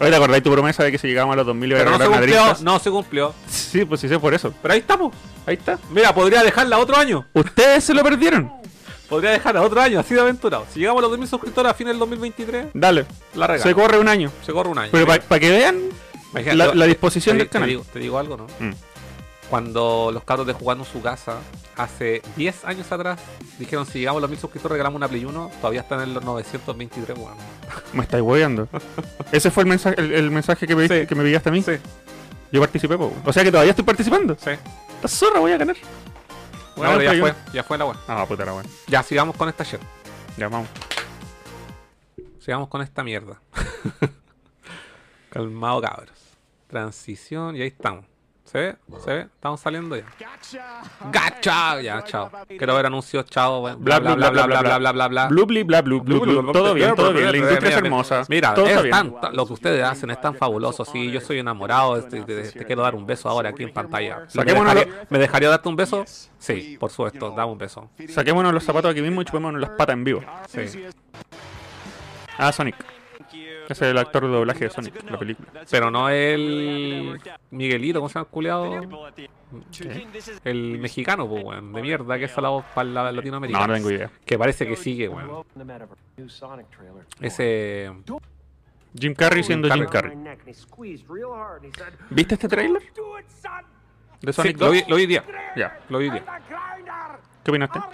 C: Hoy te acordáis tu promesa de que si llegábamos a los 2000 iba a
B: Pero no se
C: regalar una
B: cumplió.
C: Dreamcast?
B: No se cumplió.
C: Sí, pues sí sé por eso.
B: Pero ahí estamos.
C: Ahí está.
B: Mira, podría dejarla otro año.
C: Ustedes se lo perdieron.
B: Podría dejarla otro año. Así de aventurado. Si llegamos a los 2000 suscriptores a fines del 2023,
C: Dale.
B: la regalo.
C: Se corre un año.
B: Se corre un año.
C: Pero para que vean
B: Imagínate,
C: la,
B: te-
C: la
B: te,
C: disposición
B: di-
C: del
B: te
C: canal.
B: digo, te digo algo, ¿no?
C: Mm.
B: Cuando los cabros de Jugando su casa, hace 10 años atrás, dijeron si llegamos a los 1000 suscriptores regalamos una Play 1, todavía están en los 923, weón.
C: Me estáis hueveando. Ese fue el mensaje, el, el mensaje que, me,
B: Sí.
C: que me enviaste a mí. Yo participé, po. O sea que todavía estoy participando.
B: Sí.
C: La zorra voy a ganar.
B: Bueno,
C: Bueno,
B: ya
C: Play
B: fue,
C: uno.
B: ya fue la weón.
C: Ah, puta la weón.
B: Ya sigamos con esta shit.
C: Ya vamos.
B: Sigamos con esta mierda. Calmado, cabros. Transición, y ahí estamos. ¿Se ve? ¿Se ve? Estamos saliendo ya.
D: Gotcha.
B: ¡Gacha! Ya, chao. Quiero ver anuncios, chao. weón.
C: Bla, bla, bla, bla, bla,
B: bla, bla, bla.
C: Blu, bli, bla, blu, blu, blu. Todo bien, todo bien. La industria es hermosa.
B: Mira,
C: todo
B: es
C: está bien.
B: tan- tan- lo que ustedes hacen es tan fabuloso. Sí, yo soy enamorado. este, te, te- te quiero dar un beso ahora aquí en pantalla. ¿Me
C: Saquémonos
B: dejaría, ¿me dejaría darte un beso? Sí, por supuesto, dame un beso.
C: Saquémonos los zapatos aquí mismo y chupémonos las patas en vivo.
B: Sí.
C: Ah, Sonic. Es el actor de doblaje de Sonic, la película.
B: Pero no el Miguelito, ¿cómo se llama el culiao? El mexicano, pues, weón, de mierda que es al lado para la
C: No,
B: Latinoamérica.
C: no tengo idea.
B: Que parece que sigue, weón. Ese.
C: Jim Carrey siendo Jim Carrey. ¿Viste este trailer? De
B: Sí,
C: Sonic
B: lo,
C: 2?
B: vi, lo vi hoy día.
C: Ya.
B: Lo vi hoy día.
C: ¿Qué opinaste?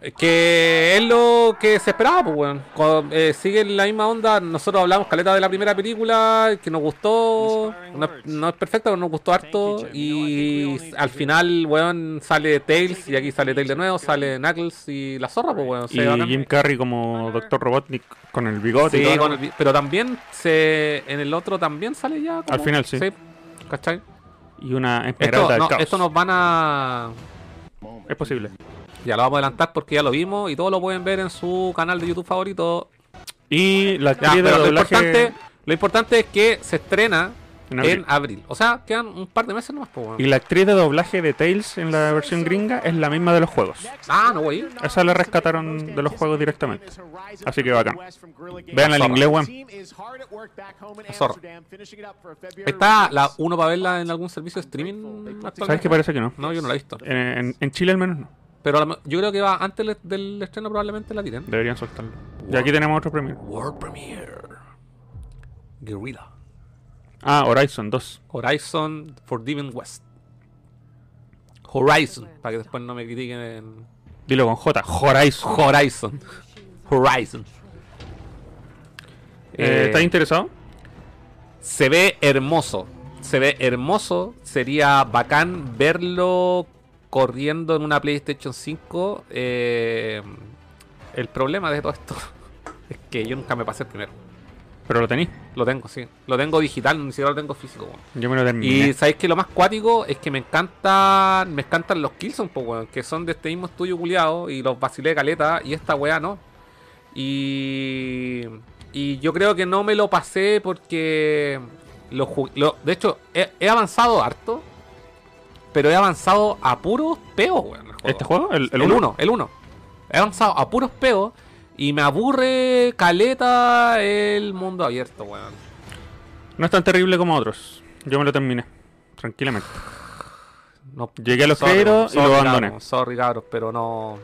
B: Es que es lo que se esperaba, pues, weón. Cuando, eh, sigue la misma onda. Nosotros hablamos caleta de la primera película, que nos gustó. No, es- no es perfecta, pero nos gustó harto. Y al final, weón, sale Tails, y aquí sale Tails de nuevo, sale Knuckles y la zorra, pues, weón. Se
C: Y
B: bacán.
C: Jim Carrey como Dr. Robotnik con el bigote y
B: Sí,
C: todo.
B: con el vi- pero también se, en el otro también sale ya. como-
C: Al final, sí.
B: ¿Cachai?
C: Y una
B: Esto,
C: esmeralda del
B: no,
C: caos.
B: esto nos van a.
C: Es posible.
B: Ya lo vamos a adelantar porque ya lo vimos y todos lo pueden ver en su canal de YouTube favorito.
C: Y la
B: Ya,
C: actriz de
B: Ah, pero lo,
C: doblaje...
B: importante, lo importante es que se estrena
C: en
B: en
C: abril.
B: abril. O sea, quedan un par de meses nomás. Pues, weón.
C: Y la actriz de doblaje de Tails en la versión gringa es la misma de los juegos.
B: Ah, no voy a ir.
C: Esa la rescataron de los juegos directamente. Así que bacán. Vean
D: Vean
C: el
B: Zorra.
C: inglés, weón.
B: Zorra. ¿Está la 1 para verla en algún servicio de streaming actualmente?
C: ¿Sabes qué parece que no?
B: No, yo no la he visto.
C: En, en- en Chile al menos no.
B: Pero a lo me- yo creo que va antes le- del estreno probablemente la tiren.
C: Deberían soltarlo. Y aquí tenemos otro premio.
B: World Premiere. Guerrilla.
C: Ah, Horizon 2.
B: Horizon Forbidden West. Horizon. Para que después no me critiquen en
C: Dilo con J. Horizon.
B: Horizon. Horizon.
C: Eh,
B: Eh,
C: ¿Estás interesado?
B: se ve hermoso. Se ve hermoso. Sería bacán verlo corriendo en una PlayStation 5. Eh, el problema de todo esto es que yo nunca me pasé el primero.
C: Pero lo tenéis.
B: Lo tengo, sí. Lo tengo digital, ni siquiera lo tengo físico, weón.
C: Yo me lo terminé.
B: Y sabéis que lo más cuático es que me encantan, me encantan los Killzone, po, weón, que son de este mismo estudio culiado y los vacilé de caleta y esta weá no. Y, y yo creo que no me lo pasé porque lo, ju- lo- de hecho he, he avanzado harto, pero he avanzado a puros peos, weón. en el
C: ¿Este juego? ¿El, el
B: el
C: uno?
B: 1, el 1. He avanzado a puros peos y me aburre caleta el mundo abierto, weón.
C: No es tan terrible como otros. Yo me lo terminé. Tranquilamente.
B: No,
C: Llegué a los
B: sorry,
C: créditos y
B: weón, sorry,
C: lo abandoné.
B: cabros, sorry, cabros, pero no.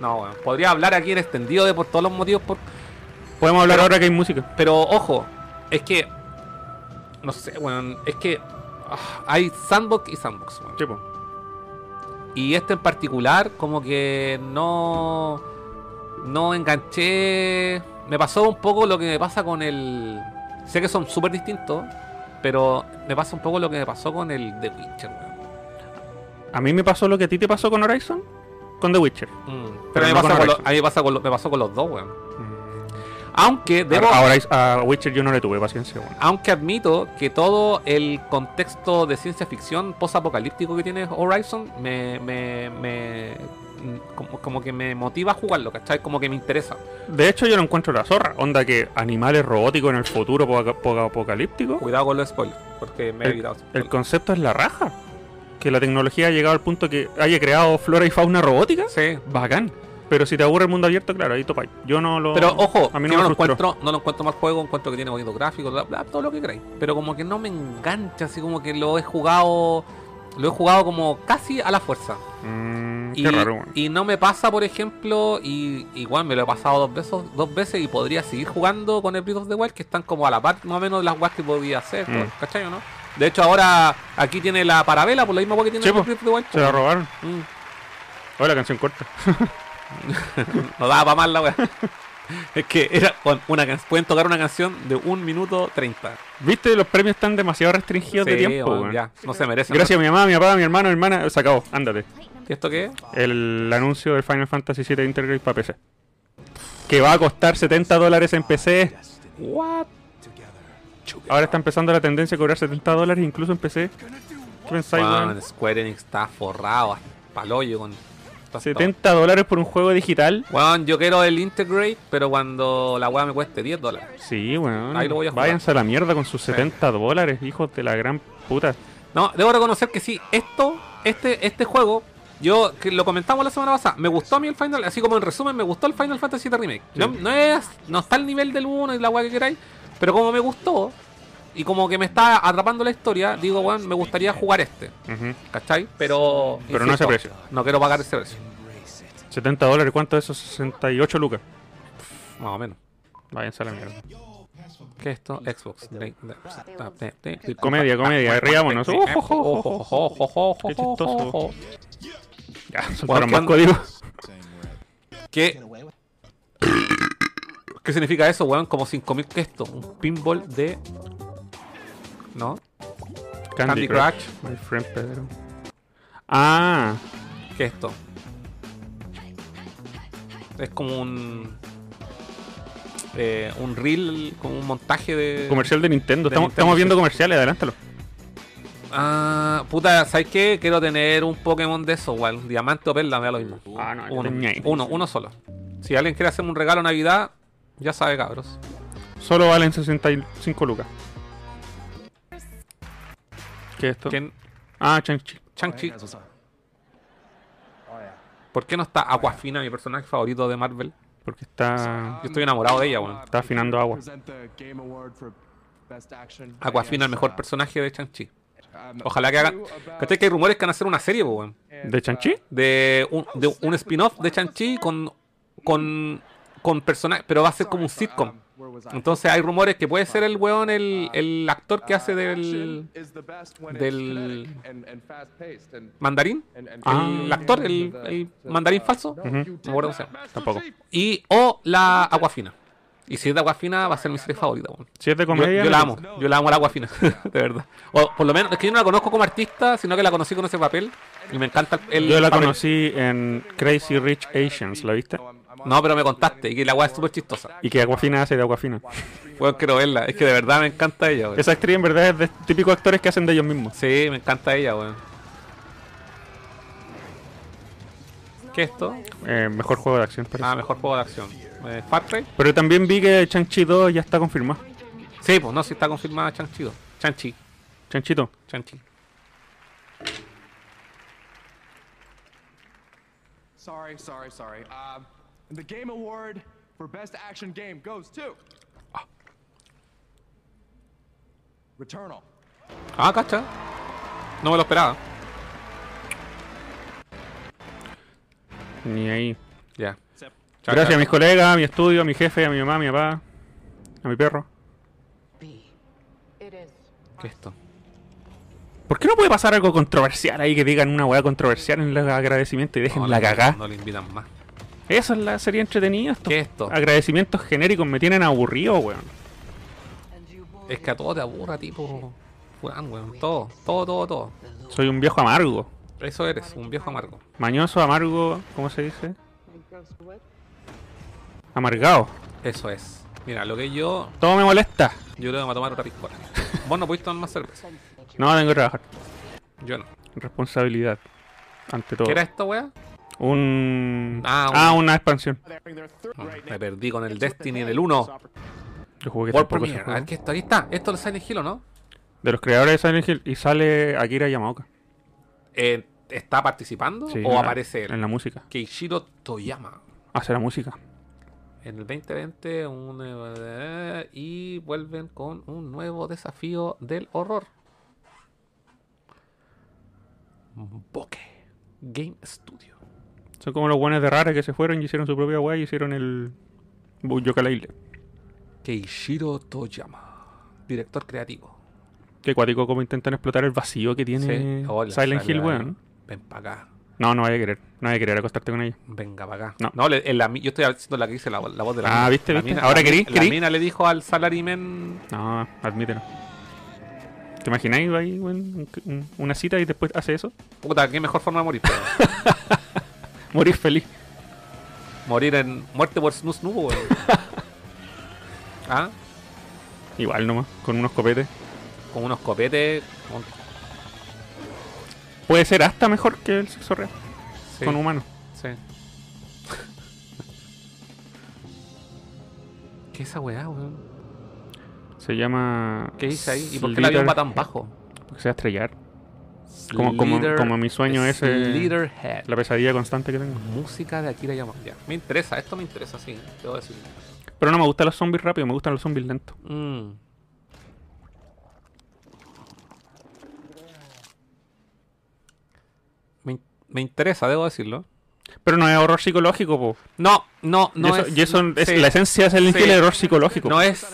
B: No, weón. Podría hablar aquí en extendido de por todos los motivos, por-
C: Podemos hablar ahora que hay música.
B: pero ojo, es que. No sé, weón. Es que. ah, hay sandbox y sandbox, weón.
C: Tipo.
B: Y este en particular, como que no. No enganché. Me pasó un poco lo que me pasa con el. Sé que son súper distintos, pero me pasa un poco lo que me pasó con el The Witcher, weón.
C: A mí me pasó lo que a ti te pasó con Horizon, con The Witcher.
B: Pero, a mí
C: Mm. no Mm.
B: me,
C: con
B: pasa con los-
C: Horizon.
B: a mí me pasa con los- me pasó con los dos, weón. Aunque debo,
C: A, a Horizon- a Witcher yo no le tuve paciencia, weón.
B: aunque admito que todo el contexto de ciencia ficción post-apocalíptico que tiene Horizon me, me, me- mm, como, como que me motiva a jugarlo, ¿cachai? Como que me interesa.
C: De hecho, yo lo encuentro la zorra. Onda que animales robóticos en el futuro poca- poca- apocalíptico.
B: Cuidado con los spoilers, porque me he
C: El,
B: evitado.
C: el concepto es la raja. Que la tecnología ha llegado al punto que haya creado flora y fauna robótica.
B: Sí.
C: Bacán. Pero si te aburre el mundo abierto, claro, ahí topáis. Yo no lo.
B: Pero ojo,
C: a mí
B: yo
C: no
B: no,
C: me
B: lo
C: frustró.
B: encuentro, no lo encuentro mal juego, encuentro que tiene bonito gráfico, bla, bla, todo lo que queráis. Pero como que no me engancha, así como que lo he jugado, lo he jugado como casi a la fuerza.
C: Mm,
B: Y,
C: qué raro, weón.
B: y no me pasa, por ejemplo, y igual me lo he pasado dos veces, dos veces y podría seguir jugando con el Breath of the Wild, que están como a la par más o menos de las guas que podía hacer,
C: Mm.
B: ¿cachai o no? De hecho, ahora aquí tiene la parabela, por la misma gua que tiene
C: Sí,
B: el
C: po.
B: Breath of the Wild.
C: Se la robaron.
B: Mm.
C: Oh, la canción corta.
B: No daba para más la wea. es que era con una can- pueden tocar una canción de 1 minuto 30.
C: ¿Viste? Los premios están demasiado restringidos
B: Sí,
C: de tiempo,
B: weón,
C: weón.
B: ya, no se merece.
C: Gracias a mi mamá, a mi papá, a mi hermano, a mi hermana. Se acabó, ándate.
B: ¿Y esto qué? es?
C: el anuncio del Final Fantasy VII Intergrade para PC. Que va a costar 70 dólares en PC.
B: What?
C: Ahora está empezando la tendencia a cobrar 70 dólares incluso en PC. ¿Qué pensáis,
B: Weón,
C: weón?
B: Square Enix está forrado hasta palollo con. hasta-
C: 70 dólares por un juego digital.
B: Weón, yo quiero el Integrate, pero cuando la weá me cueste 10 dólares.
C: Sí, weón.
B: Ahí lo voy a jugar.
C: Váyanse a la mierda con sus 70 dólares, hijos de la gran puta.
B: No, debo reconocer que sí, esto, este, este juego, yo que lo comentamos la semana pasada, me gustó a mí el Final, así como en resumen, me gustó el Final Fantasy VII Remake. No, no es, no está al nivel del 1 y la weá que queráis, pero como me gustó, y como que me está atrapando la historia, digo, weón, me gustaría jugar este,
C: Ujú.
B: ¿cachai? Pero.
C: Pero no ese precio.
B: No quiero pagar ese precio.
C: 70 dólares, ¿cuánto es eso? 68 lucas.
B: Más o menos.
C: Váyanse a la mierda.
B: ¿Qué es esto? Xbox.
C: Comedia,
B: Ah,
C: comedia, riámonos. Ojo, ojo, ojo. Qué
B: Ojo,
C: chistoso. Ya,
B: Bueno,
C: soltaron
B: ¿qué
C: más
B: on-
C: código.
B: ¿Qué? ¿Qué significa eso, weón? Como 5000 que esto. Un pinball de. ¿No? Candy Crush.
C: My friend Pedro. Ah,
B: ¿Qué es esto? Es como un. eh, un reel, como un montaje de.
C: comercial de Nintendo.
B: De
C: estamos,
B: Nintendo,
C: estamos viendo
B: sí.
C: comerciales, adelántalo.
B: Ah, puta, ¿sabes qué? Quiero tener un Pokémon de esos, weón. Diamante o perla, me da lo mismo.
C: Ah, no,
B: Uno,
C: ñaño.
B: uno, uno solo. Si alguien quiere hacerme un regalo a Navidad, ya sabe, cabros.
C: Solo valen 65 lucas. ¿Qué es esto?
B: ¿Quién?
C: Ah, Chanchi.
B: Chang-Chi. ¿Por qué no está Aquafina, mi personaje favorito de Marvel?
C: Porque está,
B: Yo estoy enamorado de ella, weón.
C: está afinando agua.
B: Aquafina, el mejor personaje de Chang-Chi. Ojalá que hagan. ¿Cachai que hay rumores que van a hacer una serie, po, weón?
C: ¿De Chanchi?
B: De un, de un spin-off de Chang-Chi con. con. con personajes. Pero va a ser como un sitcom. Entonces hay rumores que puede ser el weón, el, el actor que hace del. del- mandarín.
C: Ah.
B: El actor, el, el mandarín falso.
C: Ujú.
B: No me acuerdo cómo se llama.
C: Tampoco.
B: Y o la Aquafina. Y si es de Aquafina, va a ser mi serie favorita, weón.
C: Si es de
B: Yo,
C: comedia.
B: yo la amo, yo la amo al agua fina, de verdad. O por lo menos, es que yo no la conozco como artista, sino que la conocí con ese papel. Y me encanta el.
C: Yo la
B: papel.
C: conocí en Crazy Rich Asians, ¿la viste?
B: No, pero me contaste. Y que la weá es súper chistosa.
C: Y que Aguafina hace de Aguafina.
B: Bueno, quiero verla. Es que de verdad me encanta ella, weón.
C: Esa actriz en verdad es de típicos actores que hacen de ellos mismos.
B: Sí, me encanta ella, weón. ¿Qué es esto?
C: Eh, mejor juego de acción, parece.
B: Ah, mejor juego de acción. Eh, Far Cry.
C: Pero también vi que Chang-Chi 2 ya está confirmado.
B: Sí, pues no, si está confirmada Chanchi. Chanchi.
C: Chanchito.
B: Chanchi.
K: Sorry, sorry, sorry. Um, and the Game Award for Best Action Game goes to. Returnal.
B: Ah, cacha. No me lo esperaba.
C: Ni ahí.
B: Ya. Chao,
C: Gracias
B: chao.
C: a mis colegas, a mi estudio, a mi jefe, a mi mamá, a mi papá, a mi perro.
B: ¿Qué es esto?
C: ¿Por qué no puede pasar algo controversial ahí que digan una weá controversial en los agradecimientos y dejen
B: No,
C: la
B: no,
C: cagá?
B: No le invitan más.
C: Eso es la serie entretenida. Estos
B: ¿Qué es esto?
C: agradecimientos genéricos me tienen aburrido, weón.
B: Es que a todo te aburra, tipo. Weón, weón. Todo, todo, todo, todo.
C: Soy un viejo amargo.
B: Eso eres, un viejo amargo.
C: Mañoso, amargo, ¿cómo se dice? Amargado.
B: Eso es. Mira, lo que yo.
C: Todo me molesta.
B: Yo creo que me voy a tomar otra piscola. Vos no pudiste tomar más cerveza.
C: No, tengo que trabajar.
B: Yo no.
C: Responsabilidad. Ante todo.
B: ¿Qué era esta weá?
C: Un...
B: Ah,
C: Ah,
B: un-
C: una expansión.
B: Ah, Me perdí con el Destiny en el 1.
C: Yo jugué
B: World
C: tampoco ese
B: Premiere. ¿ah? A ver
C: juego.
B: qué esto, aquí está. Esto es Silent Hill, ¿o no?
C: De los creadores de Silent Hill y sale Akira Yamaoka.
B: Eh, ¿Está participando?
C: Sí, en
B: ¿O
C: la-
B: aparece él?
C: En la música.
B: Keishiro Toyama.
C: Hace la música.
B: En el 2020 un, eh, y vuelven con un nuevo desafío del horror. Bokeh Game Studio.
C: Son como los buenos de Rara que se fueron y hicieron su propia web y hicieron el... Yokalaile.
B: Keishiro Toyama, director creativo.
C: Qué cuático como intentan explotar el vacío que tiene
B: Sí. Hola,
C: Silent
B: sale
C: Hill,
B: ahí.
C: weón.
B: Ven para acá.
C: No, no vaya a querer. No vaya a querer acostarte con ella.
B: Venga para acá.
C: No.
B: le- en la mi- yo estoy haciendo la que dice la, vo- la voz de la
C: Ah,
B: mina.
C: ¿viste,
B: La
C: viste?
B: mina-
C: Ahora
B: la mi-
C: querí,
B: La
C: querí.
B: mina le dijo al salaryman.
C: No, admítelo. ¿Te imagináis ahí, weón, un- un- una cita y después hace eso?
B: Puta, qué mejor forma de morir. pero.
C: Morir feliz.
B: morir en muerte por snus nubo, weón. ¿Ah?
C: Igual nomás, con unos copetes.
B: Con unos copetes. con-
C: Puede ser hasta mejor que el sexo real,
B: sí,
C: con humanos.
B: sí. ¿Qué es esa weá, weón?
C: Se llama.
B: ¿Qué dice ahí? ¿Y por qué el avión va tan bajo?
C: Porque se va a estrellar. Como- como-
B: Slither-
C: como mi sueño ese-
B: Slitherhead.
C: La pesadilla constante que tengo.
B: Música de Akira Yamaoka. Ya, Me interesa, esto me interesa, sí. Te voy a decir.
C: Pero no me gustan los zombies rápidos, me gustan los zombies lentos.
B: Mm. Me, in- me interesa, debo decirlo.
C: Pero no es horror psicológico, po.
B: No, no,
C: Y
B: no
C: eso-
B: es.
C: y eso es
B: sí,
C: la esencia de Silent
B: Sí.
C: Hill, el horror psicológico.
B: No es.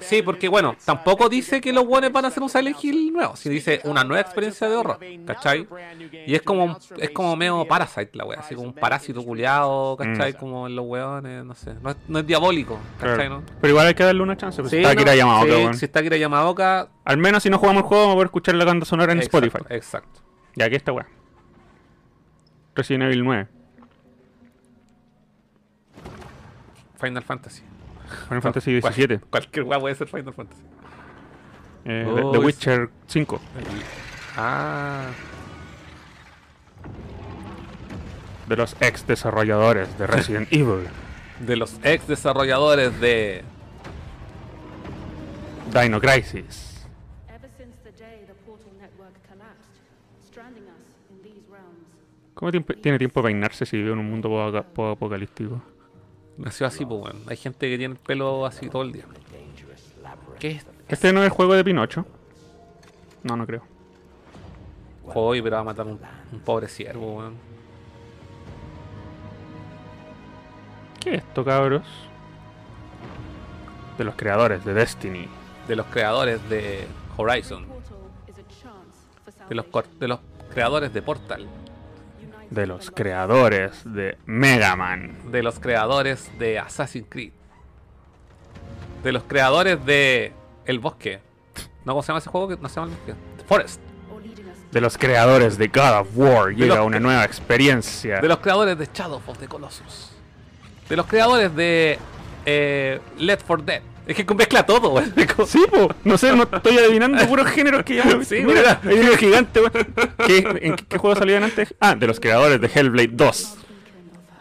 B: Sí, porque bueno, tampoco dice que los buenos van a hacer un Silent Hill nuevo. Si dice una nueva experiencia de horror, ¿cachai? Y es como es como medio Parasite la wea, así como un parásito culiado, ¿cachai?
C: Mm.
B: Como en los weones, no sé. No es, no es diabólico,
C: Claro.
B: ¿cachai? ¿no?
C: Pero igual hay que darle una chance. Pues
B: Sí,
C: está
B: no,
C: Akira Yamaoka,
B: sí,
C: weón.
B: Si está Akira Yamaoka,
C: Al menos si no jugamos el juego, vamos a poder escuchar la banda sonora en
B: exacto,
C: Spotify.
B: Exacto.
C: Ya que esta weá. Resident Evil 9.
B: Final Fantasy.
C: Final Fantasy
B: Cual-
C: XVII.
B: Cualquier weá puede ser Final Fantasy.
C: eh,
B: Oh,
C: The- The
B: es-
C: Witcher 5.
B: Ah,
C: De los ex desarrolladores de Resident Evil.
B: de los ex desarrolladores de
C: Dino Crisis.
L: Ever since the day the portal network collapsed, stranding us in these realms.
C: ¿Cómo tiempo- tiene tiempo de peinarse si vive en un mundo poca- poco apocalíptico?
B: Nació así, pues bueno. Hay gente que tiene el pelo así todo el día. ¿Qué es?
C: Este no es el juego de Pinocho. No, no creo.
B: Hoy, pero va a matar un, un pobre siervo, weón.
C: ¿Qué es esto, cabros? De los creadores de Destiny.
B: De los creadores de Horizon.
L: Portal is a chance for
B: De los, cor- de los creadores de Portal.
C: De los creadores de Mega Man.
B: De los creadores de Assassin's Creed. De los creadores de El Bosque. ¿No cómo se llama ese juego? que No se llama El Bosque. Forest.
L: or leading us
C: De los creadores de God of War. Llega
B: los-
C: una nueva experiencia.
B: De los creadores de Shadow of the Colossus. De los creadores de eh, Left 4 Dead. Es que mezcla todo, güey. Sí,
C: po. No sé, no estoy adivinando puros géneros que ya me
B: Sí,
C: Mira, hay uno gigante, güey. ¿Qué, ¿En qué, qué juego salió antes? Ah, de los creadores de Hellblade 2.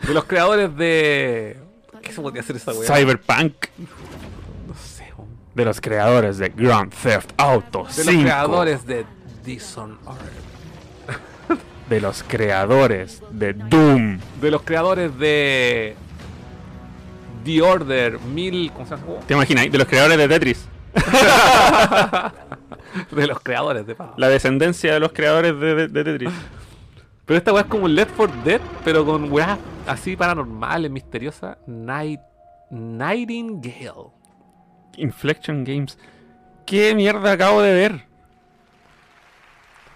B: De los creadores de. ¿Qué se podría hacer esa weá?
C: Cyberpunk.
B: No sé, weón.
C: De los creadores de Grand Theft Auto
B: De los
C: 5.
B: creadores de Dishonored.
C: De los creadores de Doom.
B: De los creadores de. The Order 1000. ¿Cómo se llama? ese juego?
C: ¿Te imaginas? De los creadores de Tetris.
B: de los creadores de. pa.
C: La descendencia de los creadores de, de- de Tetris.
B: Pero esta weá es como un Left 4 Dead, pero con weá así paranormales, misteriosas. Night. Nightingale.
C: Inflection Games. ¿Qué mierda acabo de ver?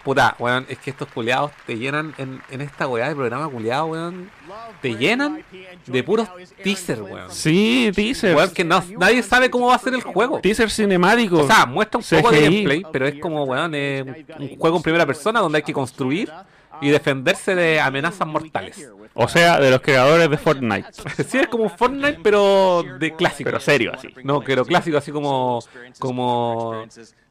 B: Puta, weón, es que estos culeados te llenan en, en esta weá de programa culeado, weón. Te llenan de puros teasers, weón.
C: Sí, teaser.
B: Weón, que no- nadie sabe cómo va a ser el juego.
C: Teaser cinemático.
B: O sea, muestra un poco de
C: CGI.
B: gameplay, pero es como, weón, eh, un juego en primera persona donde hay que construir
M: um,
B: y defenderse de amenazas mortales.
C: O sea, de los creadores de Fortnite.
B: Sí, es como un Fortnite, pero de clásico.
C: Pero serio, así.
B: No, pero clásico, así como. como.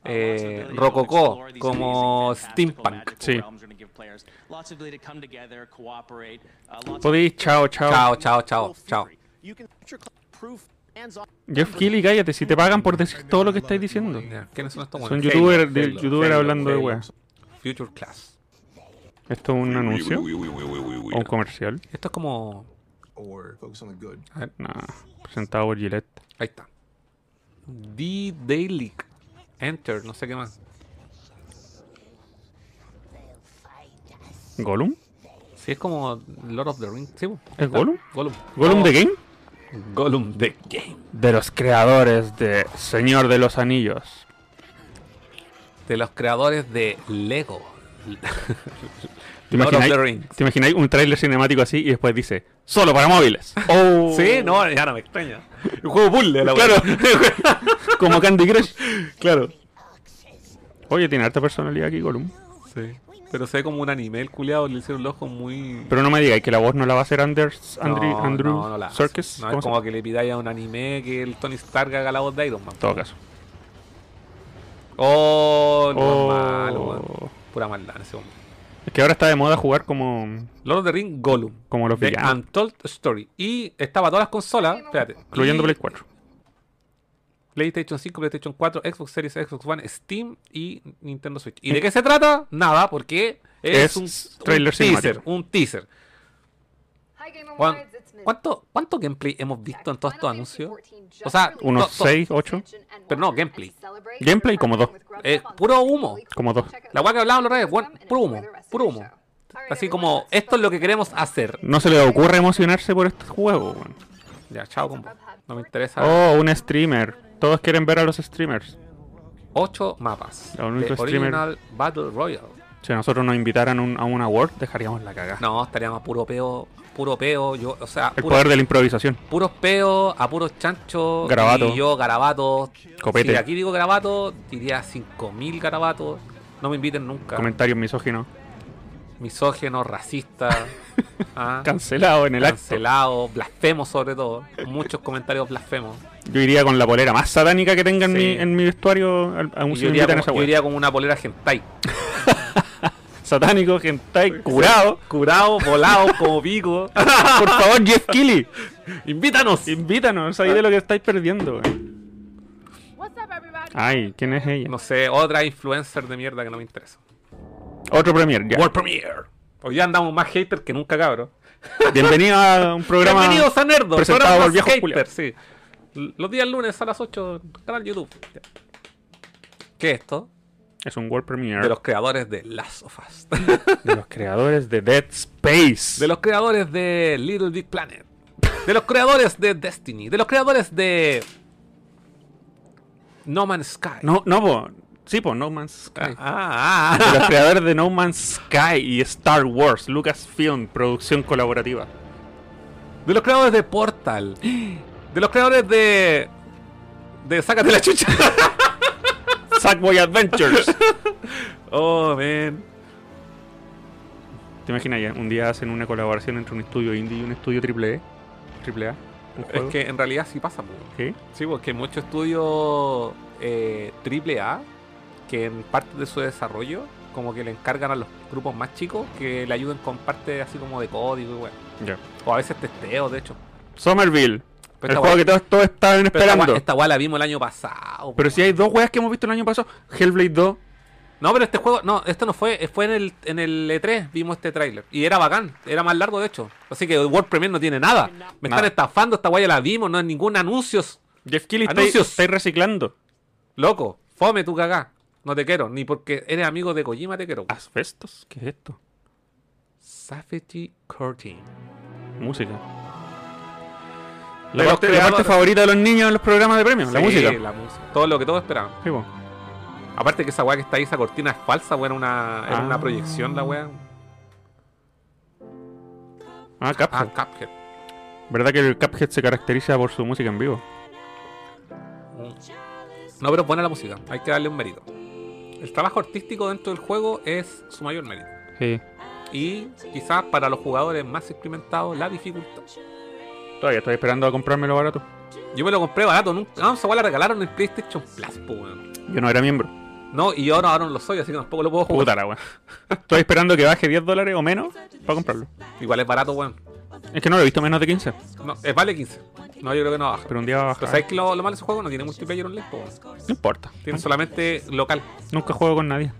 B: eh, Rococó, como Steampunk.
C: Sí.
M: Lots of ability to come together, cooperate. Uh, lots of
C: Podéis, chao, chao.
B: Chao, chao, chao, chao.
D: You can picture proof hands-on
C: Jeff Keighley, cállate, si te pagan por decir todo lo que estáis diciendo.
B: ¿Quiénes son estos
C: Son
B: weones?
C: youtuber,
B: Halo,
C: de-
B: Halo,
C: youtuber
B: Halo,
C: hablando de
B: Halo.
C: weas.
B: Future Class.
C: ¿Esto es un anuncio? ¿O un comercial?
B: Esto es como.
C: A ver, nah, presentado por pues Gillette.
B: Ahí está. The Daily Enter, no sé qué más.
C: ¿Golum?
B: Sí, es como Lord of the Rings. Sí, po.
C: ¿Es Gollum?
B: Gollum.
C: ¿Golum de Game?
B: Gollum the Game.
C: De los creadores de Señor de los Anillos.
B: De los creadores de Lego.
C: ¿Te
B: Lord of
C: imagináis,
B: the Rings.
C: te imagináis un tráiler cinemático así y después dice, solo para móviles? Oh.
B: Sí, no, ya no me extraña. El juego puzzle, la
C: Claro.
B: wea.
C: Como Candy Crush. Claro. Oye, tiene harta personalidad aquí, Golum.
B: Sí. Pero se ve como un anime, el culiado le hicieron los ojos muy.
C: Pero no me digáis que la voz no la va a hacer Anders, Andri-
B: No,
C: Andrew
B: no, no la hace.
C: Serkis.
B: No,
C: ¿Cómo
B: es
C: se
B: como que le pidáis a un anime que el Tony Stark haga la voz de Iron Man.
C: En todo caso.
B: Oh, no,
C: Oh.
B: malo, weón. Pura maldad en ese momento.
C: Es que ahora está de moda jugar como,
B: Lord of the Ring, Gollum.
C: como los
B: The
C: villanos,
B: Untold Story. Y estaba todas las consolas. Espérate.
C: incluyendo
B: y
C: Play 4.
B: PlayStation 5, PlayStation 4, Xbox Series, Xbox One, Steam y Nintendo Switch. ¿Y de qué se trata? Nada, porque es,
C: Eh. Es
B: un,
C: trailer
B: un teaser.
C: cinemático.
B: Un teaser.
F: Hi, Game
B: Juan,
F: Awards. It's Miss
B: ¿Cuánto, ¿Cuánto gameplay hemos visto en todos estos anuncios? O sea,
C: Unos
B: to- to-
C: 6, 8.
B: Pero no, gameplay.
C: Gameplay como 2.
B: Eh, puro humo.
C: Como 2.
B: La weá que hablaba los redes, bueno, puro humo. Puro humo. Así como, esto es lo que queremos hacer.
C: No se le ocurre emocionarse por estos juegos, weón.
B: Ya, chao, compa. No me interesa.
C: Oh, un streamer. Todos quieren ver a los streamers.
B: 8 mapas.
C: El único
B: The
C: streamer-
B: Original Battle Royale.
C: Si a nosotros nos invitaran un- a un award, dejaríamos la cagada.
B: No, estaríamos puro peo, puro peo, yo, o sea,
C: El
B: puro-
C: poder de la improvisación.
B: puros peos, a puros chanchos,
C: Garabato.
B: y yo garabato.
C: Copete.
B: Si aquí digo garabato, diría 5000 garabatos. No me inviten nunca.
C: Comentarios misóginos.
B: Misógeno, racista. ah,
C: Cancelado en el acto.
B: cancelado, blasfemo sobre todo. Muchos comentarios blasfemos.
C: Yo iría con la polera más satánica que tenga en,
B: Sí.
C: mi, en mi vestuario al- a un
B: Y
C: si
B: Yo
C: me
B: iría,
C: invitan
B: como,
C: a esa
B: yo
C: weá.
B: iría como una polera hentai.
C: Satánico, hentai, curado.
B: Curado, volado, como pico.
C: Por favor, Jeff Keighley.
B: Invítanos.
C: Invítanos, ahí de lo que estáis perdiendo. weón.
F: What's up, everybody?
N: Ah.
C: Ay, ¿quién es ella?
B: No sé, otra influencer de mierda que no me interesa.
C: Otro premier, ya.
B: World Premiere. Hoy ya andamos más haters que nunca, cabros.
C: Bienvenido a un programa.
B: Bienvenidos a Nerdo,
C: presentado
B: programa
C: por viejos
B: hater,
C: culiados.
B: sí. L- Los días lunes a las 8, canal YouTube. Ya. ¿Qué es esto?
C: Es un World Premiere
B: De los creadores de Last of Us.
C: creadores de Dead Space.
B: de los creadores de Little Big Planet. De los creadores de Destiny. De los creadores de No Man's Sky.
C: No, no, po. Sí, po, No Man's
B: Ah,
C: Sky.
B: ah, ah.
C: De los creadores de No Man's Sky y Star Wars, Lucasfilm, producción colaborativa.
B: De los creadores de Portal. De los creadores de. De Sácate la chucha.
C: Sackboy Adventures.
B: oh, man.
C: ¿Te imaginas ya? Un día hacen una colaboración entre un estudio indie y un estudio triple E- triple A. un
B: Es
C: juego.
B: que en realidad sí pasa. po.
C: ¿Sí?
B: porque muchos estudios eh, triple A que en parte de su desarrollo como que le encargan a los grupos más chicos que le ayuden con parte así como de código y bueno.
C: Ya.
B: O a veces testeos, de hecho.
C: Somerville.
B: Pero esta
C: el
B: guay-
C: juego que todos, todos estaban
B: Pero esta
C: esperando.
B: gua- Esta guay la vimos el año pasado.
C: Pero si hay dos weas que hemos visto el año pasado, Hellblade 2.
B: No, pero este juego, no, esto no fue, fue en el, en el E3, vimos este tráiler. Y era bacán, era más largo de hecho. Así que World Premiere no tiene nada. Me están
C: Nada.
B: estafando, esta guaya la vimos, no es ningún anuncio.
C: Jeff Keighley está,
B: Anuncios.
C: está ahí reciclando.
B: Loco, fome tu cagá. No te quiero, ni porque eres amigo de Kojima te quiero.
C: Asbestos, ¿qué es esto?
B: Safety Curtain.
C: Música. La
B: Pero
C: parte, la
B: creador-
C: parte favorita de los niños en los programas de premios, la
B: Sí,
C: música.
B: la música. Todo lo que todos esperaban.
C: Sí, po.
B: Aparte que esa weá que está ahí, esa cortina es falsa, weón, una, era
C: Ah.
B: una proyección la weá.
C: Ah, Cuphead.
B: Ah, Cuphead.
C: ¿Verdad que el Cuphead se caracteriza por su música en vivo?
B: No, pero es buena la música, hay que darle un mérito. El trabajo artístico dentro del juego es su mayor mérito.
C: Sí.
B: Y quizás para los jugadores más experimentados, la dificultad.
C: Todavía estoy esperando a comprármelo barato.
B: Yo me lo compré barato, nunca. No, esa weá la regalaron en PlayStation Plus, po, weón.
C: Yo no era miembro.
B: No, y yo ahora, ahora no lo soy, así que tampoco lo puedo jugar.
C: Puta la wea. Estoy esperando que baje 10 dólares o menos para comprarlo.
B: Igual es barato, weón.
C: Es que no lo he visto menos de 15.
B: No, es vale 15. No, yo creo que no baja.
C: Pero un día va a bajar.
B: Pero ¿sabes que lo, lo malo de ese juego? No tiene multiplayer online, po, weón.
C: No importa.
B: Tiene solamente local.
C: Nunca juego con nadie.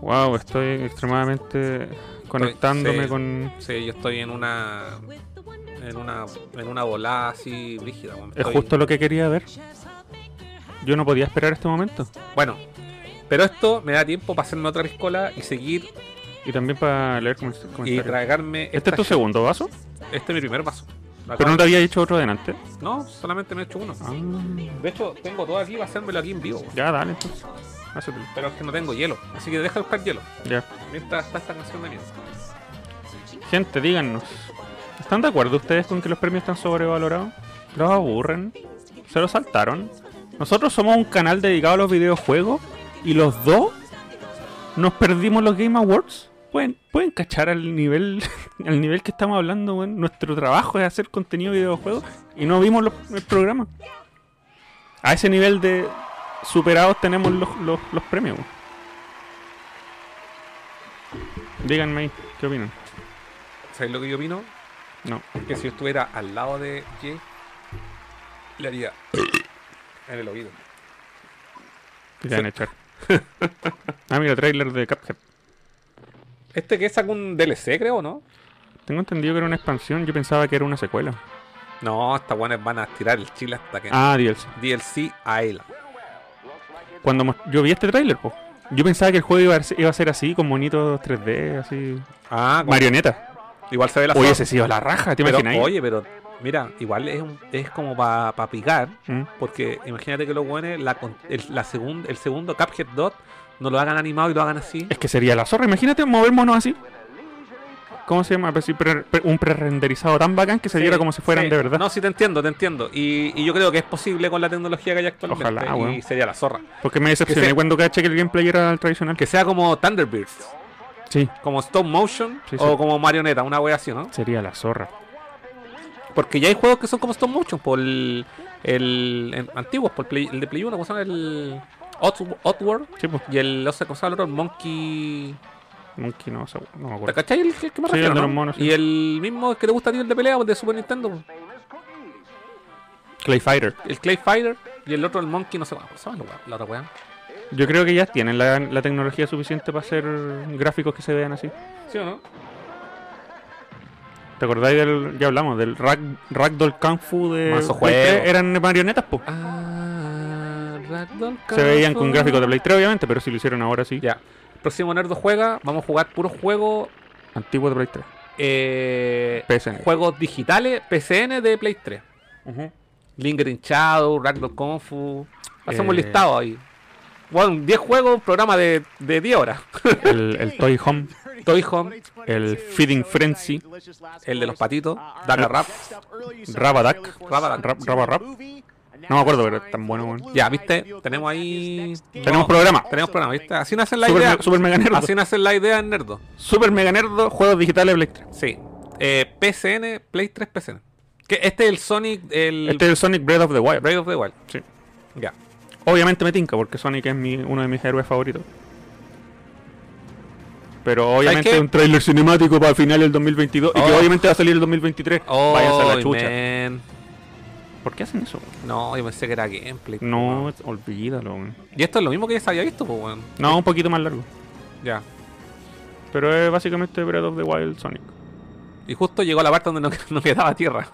C: Wow, estoy extremadamente conectándome
B: Sí,
C: con.
B: Sí, yo estoy en una. En una. En una volada así brígida, weón.
C: Es
B: Estoy-
C: justo lo que quería ver. Yo no podía esperar este momento.
B: Bueno, pero esto me da tiempo para hacerme otra piscola y seguir
C: Y también para leer comen-
B: y
C: comentarios.
B: tragarme.
C: ¿Este
B: esta
C: es tu
B: shit.
C: segundo vaso?
B: Este es mi primer vaso. Lo
C: Pero
B: acabo
C: no te
B: de-
C: había dicho otro delante.
B: No, solamente me he hecho uno.
C: Ah.
B: De hecho, tengo todo aquí para hacérmelo aquí en vivo. weón.
C: Ya, dale entonces. Hácetelo.
B: Pero es que no tengo hielo. Así que deja de buscar hielo.
C: Ya.
B: Mientras está esta canción de mierda.
C: Gente, díganos. ¿Están de acuerdo ustedes con que los premios están sobrevalorados? ¿Los aburren? ¿Se los saltaron? Nosotros somos un canal dedicado a los videojuegos y los dos nos perdimos los Game Awards. ¿Pueden, pueden cachar al nivel, al nivel que estamos hablando? weón? Nuestro trabajo es hacer contenido de videojuegos y no vimos los- el programa. A ese nivel de superados tenemos los, los- los premios. weón. Díganme, ahí, ¿qué opinan?
B: ¿Sabes lo que yo opino?
C: No.
B: Que si yo estuviera al lado de Jay, le haría en el oído.
C: Y te van a echar. ah, mira, trailer de Cuphead.
B: Este que sacó un DLC, creo, ¿no?
C: Tengo entendido que era una expansión, yo pensaba que era una secuela.
B: No, estas guanes van a tirar el chile hasta que.
C: Ah, DLC.
B: DLC a él.
C: Cuando mos- yo vi este trailer, po, yo pensaba que el juego iba a, ser- iba a ser así, con monitos 3D, así.
B: Ah, como-
C: Marioneta.
B: Igual se ve la
C: Oye,
B: zorra.
C: ese sí va a la raja, ¿te
B: Pero,
C: imagináis?
B: Oye, pero mira, igual es, un- es como para picar.
C: Mm.
B: Porque imagínate que los buenos, la, con- el, la segun- el segundo Cuphead Dot, no lo hagan animado y lo hagan así.
C: Es que sería la zorra, imagínate mover monos así. ¿Cómo se llama? Pues sí, pre- pre- un pre-renderizado tan bacán que se viera
B: Sí,
C: como si fueran
B: sí.
C: de verdad.
B: No, sí, te entiendo, te entiendo. Y, y yo creo que es posible con la tecnología que hay actualmente.
C: Ojalá,
B: y
C: weón.
B: sería la zorra.
C: Porque me decepcioné
B: Que se-
C: cuando caché que el gameplay era el tradicional.
B: Que sea como Thunderbirds,
C: Sí,
B: como Stop Motion
C: Sí, sí.
B: o como Marioneta, una wea así, ¿no?
C: sería la zorra.
B: Porque ya hay juegos que son como Stop Motion, por el. el- en- antiguos, por Play- el de Play 1, ¿cómo se llama? El. Out- Outward.
C: Sí, pues.
B: Y el. O sea, ¿cómo se llama el otro? El Monkey.
C: Monkey no, se- no me
B: ¿Te
C: acuerdo.
B: cachai el, el que me
C: Sí,
B: refiero,
C: el de
B: no?
C: los monos, sí.
B: Y el mismo que le gusta a ti, el de pelea, pues, el de Super Nintendo.
C: Clay Fighter.
B: El Clay Fighter y el otro, el Monkey, no sé cómo se llama la wea- la otra wea.
C: Yo creo que ya tienen la, la tecnología suficiente para hacer gráficos que se vean así.
B: ¿Sí o no?
C: ¿Te acordáis del. Ya hablamos, del rack, Ragdoll Kung Fu de.
B: Mazo
C: Play
B: juego.
C: 3? Eran marionetas, po.
B: Ah, Ragdoll
C: Se veían con
B: Cartoon.
C: gráficos de Play 3, obviamente, pero si lo hicieron ahora sí.
B: Ya. Próximo Nerdo juega. Vamos a jugar puro juego.
C: Antiguo de Play 3.
B: eh,
C: PSN.
B: Juegos digitales, PCN de Play 3.
C: Ujú.
B: Lingering Shadow, Ragdoll Kung Fu. Hacemos
C: Eh.
B: listado ahí. Bueno, 10 juegos, un programa de, de 10 horas.
C: Pues El, el Toy Home.
B: Toy Home,
C: El Feeding Frenzy.
M: Uh,
B: el de los patitos, Daga Rap.
C: Rabadak.
B: Rabadak.
C: Rab- Rabarab. No me acuerdo, pero es tan bueno, weón.
B: Ya, viste, tenemos ahí.
C: Tenemos programa.
B: Tenemos programa, viste. Así nacen la
C: Super
B: idea.
C: me- super mega nerdo.
B: Así nacen la idea en Nerdo.
C: Super Mega Nerdo, juegos digitales Play 3.
B: Sí. Eh, PCN, Play 3 PCN. Que este es el Sonic. El...
C: Este es el Sonic Breath of the Wild.
B: Breath of the Wild.
C: Sí.
B: Ya.
C: Obviamente me tinca, porque Sonic es mi- uno de mis héroes favoritos. Pero obviamente
B: qué?
C: un trailer cinemático para el final del 2022 y que
B: Oh.
C: obviamente va a salir el 2023.
B: Oh,
C: Váyanse a la chucha.
B: man.
C: ¿Por qué hacen eso?
B: No, yo pensé que era gameplay.
C: No, es- olvídalo. weón.
B: Y esto es lo mismo que ya se había visto, pues, weón.
C: No, un poquito más largo.
B: Ya.
C: Pero es básicamente Breath of the Wild Sonic.
B: Y justo llegó a la parte donde no, no quedaba tierra.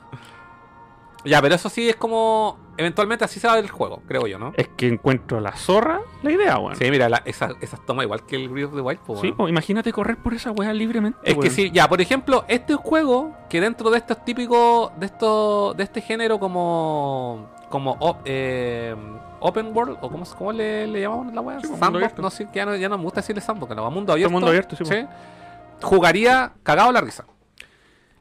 B: Ya, pero eso sí es como. Eventualmente así se va a ver el juego, creo yo, ¿no?
C: Es que encuentro a la zorra la idea, weón.
B: Sí, mira, la- esa- esas tomas igual que el Breath of the Wild, pues,
C: Sí,
B: weón.
C: po, imagínate correr por esa weá libremente.
B: Es que
C: weón.
B: sí, ya, por ejemplo, este juego que dentro de estos típicos, de estos, de este género como, como op- eh, open world, o cómo, cómo le, le llamamos la weá,
C: Sí, pues, mundo
B: sandbox,
C: abierto. Este
B: no sé, ya no, ya no me gusta decirle sandbox, no, mundo abierto.
C: mundo abierto, sí, pues. po.
B: Jugaría cagado la risa.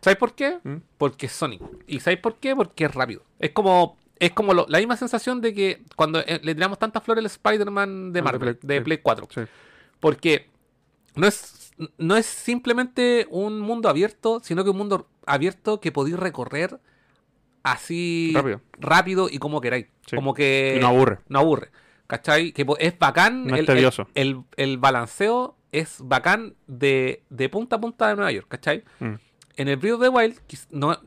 B: ¿Sabes por qué?
C: ¿Mm?
B: Porque es Sonic. ¿Y sabéis por qué? Porque es rápido. Es como, es como lo- la misma sensación de que cuando eh, le tiramos tantas flores al Spider-Man de
C: Al Ah, de
B: Marvel,
C: Play-
B: de
C: sí.
B: Play 4.
C: Sí.
B: Porque no es, no es simplemente un mundo abierto, sino que un mundo abierto que podéis recorrer así
C: Rápido.
B: rápido y como queráis.
C: Sí.
B: Como que
C: Y no aburre.
B: No aburre. ¿Cachai? Que po- es bacán.
C: No es tedioso.
B: El, el balanceo es bacán de, de punta a punta de Nueva York, ¿cachai?
C: Mm.
B: En el Breath of the Wild quiz- no,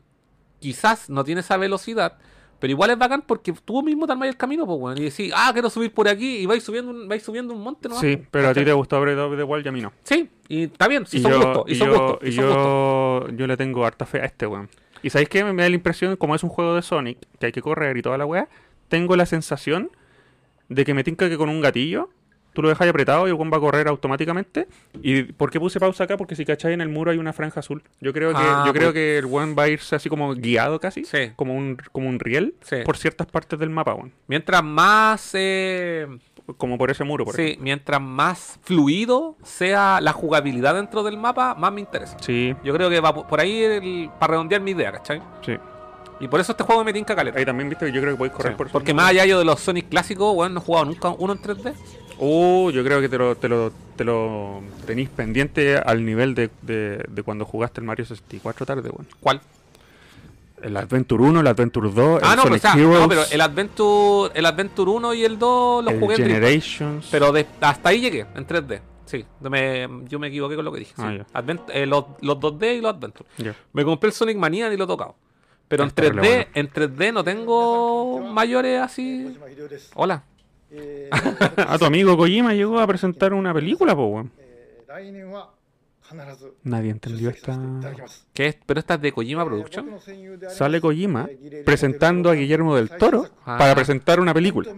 B: quizás no tiene esa velocidad, pero igual es bacán porque tú mismo te armas el camino, pues, weón. Y decís, ah, quiero subir por aquí y vais subiendo un, vais subiendo un monte, ¿no?
C: Sí, pero a ti te gustó Breath of the Wild y a mí no.
B: Sí, y está bien, sí,
C: y
B: son
C: yo,
B: gustos, y
C: y
B: son
C: yo-
B: gustos, y
C: y
B: son gustos.
C: yo, yo le tengo harta fe a este weón. Y sabéis que me da la impresión, como es un juego de Sonic, que hay que correr y toda la weá, tengo la sensación de que me tinca que con un gatillo tú lo dejas apretado y el weón va a correr automáticamente. ¿Y por qué puse pausa acá? Porque si cacháis en el muro hay una franja azul. Yo creo que,
B: Ah,
C: yo creo
B: pues.
C: que el weón va a irse así como guiado casi,
B: Sí.
C: como un, como un riel,
B: Sí.
C: por ciertas partes del mapa, weón.
B: Mientras más eh,
C: Como por ese muro, por
B: sí,
C: ejemplo.
B: mientras más fluido sea la jugabilidad dentro del mapa, más me interesa.
C: Sí,
B: Yo creo que va po- por ahí el- para redondear mi idea, ¿cachai?
C: sí.
B: Y por eso este juego me tinca caleta.
C: Ahí también viste que yo creo que podéis correr
B: Sí,
C: por esos
B: Porque
C: muros.
B: más allá yo de los Sonic clásicos, weón, no he jugado nunca uno en 3D.
C: Uh, yo creo que te lo, te lo, te lo tenéis pendiente al nivel de, de- de cuando jugaste el Mario 64 tarde, weón.
B: ¿Cuál?
C: El Adventure 1, el Adventure 2,
B: ah,
C: el
B: no, pero, o
C: Sonic
B: sea,
C: Heroes,
B: no, pero el Adventure, el Adventure 1 y el 2 los
C: el
B: jugué en 3D.
C: Generations.
B: Pero de- hasta ahí llegué, en 3D. Sí, no me- yo me equivoqué con lo que dije. sí.
C: Ah, ya.
B: Advent- eh, los, los 2D y los Adventure.
C: Ya.
B: Me compré el Sonic Mania y lo he tocado. Pero en
C: Está re
B: 3D,
C: bueno.
B: en 3D no tengo mayores así. Hola.
C: A Ah, tu amigo Kojima llegó a presentar una película, po, weón. Nadie entendió esta...
B: ¿Qué es? ¿Pero esta es de Kojima Production?
C: Sale Kojima presentando a Guillermo del Toro
B: Ah.
C: para presentar una película.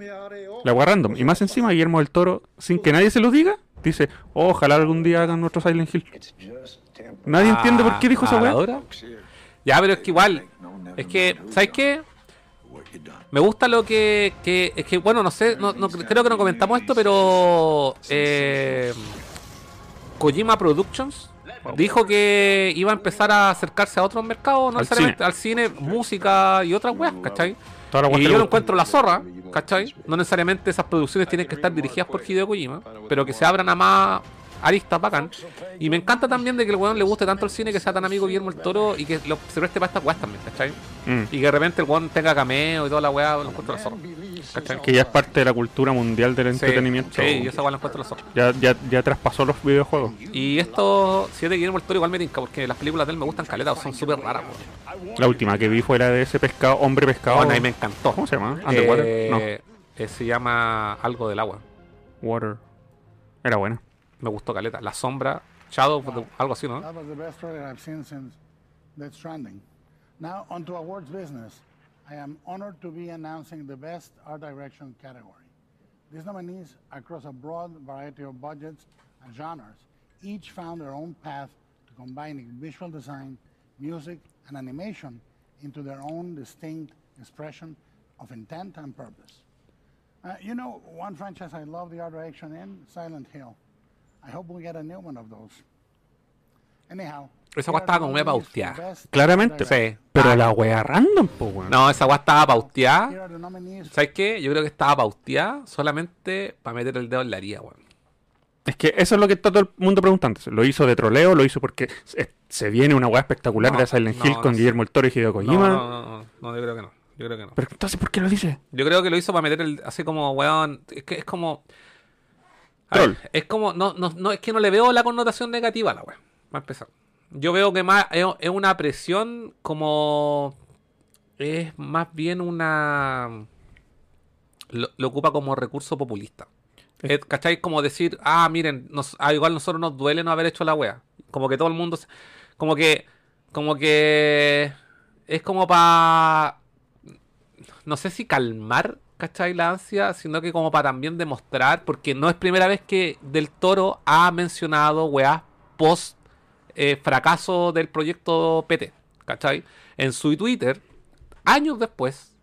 C: La wea random. Y más encima Guillermo del Toro, sin que nadie se lo diga, dice, ojalá algún día hagan nuestro Silent Hill. Nadie entiende por qué dijo esa
B: Ah,
C: weá.
B: ahora. Ya, pero es que igual. Es que, ¿sabes qué? Me gusta lo que, que- Es que, bueno, no sé, no, no- creo que no comentamos esto, pero. eh, Kojima Productions dijo que iba a empezar a acercarse a otros mercados, no
C: Al
B: necesariamente al cine, música y otras weas, ¿cachai?
C: Toda la weá
B: Y
C: que
B: yo
C: le
B: lo
C: gusta.
B: encuentro la zorra, ¿cachai? No necesariamente esas producciones tienen que estar dirigidas por Hideo Kojima, pero que se abran a más aristas bacán. Y me encanta también de que el weón le guste tanto el cine que sea tan amigo Guillermo el Toro y que lo, se preste para estas weas también, ¿cachai?
C: Mm.
B: Y que de repente el weón tenga cameo y toda la wea, lo encuentro la zorra. ¿cachai?
C: Que ya es parte de la cultura mundial del
B: Sí,
C: entretenimiento.
B: Sí, yo esa wea la encuentro la zorra.
C: ya, ya, ya traspasó los videojuegos.
B: Y estos siete de Guillermo el Toro igual me tinca porque las películas de él me gustan caletas, son súper raras, weón.
C: La última que vi fue la de ese pescado, hombre pescado.
B: Bueno, ahí me encantó.
C: ¿Cómo se llama? Underwater.
B: Eh, eh, se llama Algo del Agua.
C: No, Water. Era buena.
B: Me gustó caleta. La sombra, Shadow, algo así, ¿no?
O: That was the best trailer I've seen since Death Stranding. Now, on to awards business. I am honored to be announcing the Best Art Direction category. These nominees, across a broad variety of budgets and genres, each found their own path to combining visual design, music, and animation into their own distinct expression of intent and purpose. Uh, you know, one franchise I love the art direction in, Silent Hill. I hope we get a new one of those. Anyhow,
B: Esa weá estaba como media pausteada.
C: Claramente.
B: Sí.
C: Pero la wea random, po, weón.
B: No, esa weá estaba pausteada. ¿Sabes qué? Yo creo que estaba pausteada solamente para meter el dedo en la herida, weón.
C: Es que eso es lo que está todo el mundo preguntándose. Lo hizo de troleo, lo hizo porque se, eh, se viene una weá espectacular
B: No,
C: de Silent
B: no,
C: Hill
B: no
C: con
B: sé.
C: Guillermo el Toro y Hideo
B: No,
C: Kojima.
B: no, no, no, no, yo creo que no. Yo creo que no.
C: Pero entonces, ¿por qué lo dice?
B: Yo creo que lo hizo para meter el. Así como, weón. Es que es como. a
C: Troll.
B: ver, es como. No, no, no, es que no le veo la connotación negativa a la weón. Va a empezar. Yo veo que más es, es una presión como. Es más bien una. Lo, lo ocupa como recurso populista. Es, ¿Cachai? Como decir, ah, miren, nos, ah, igual nosotros nos duele no haber hecho la wea. Como que todo el mundo. se- Como que. Como que. Es como para no sé si calmar, ¿cachai? La ansia, sino que como para también demostrar, porque no es primera vez que Del Toro ha mencionado weas post eh, fracaso del proyecto PT, ¿cachai? En su Twitter, años después,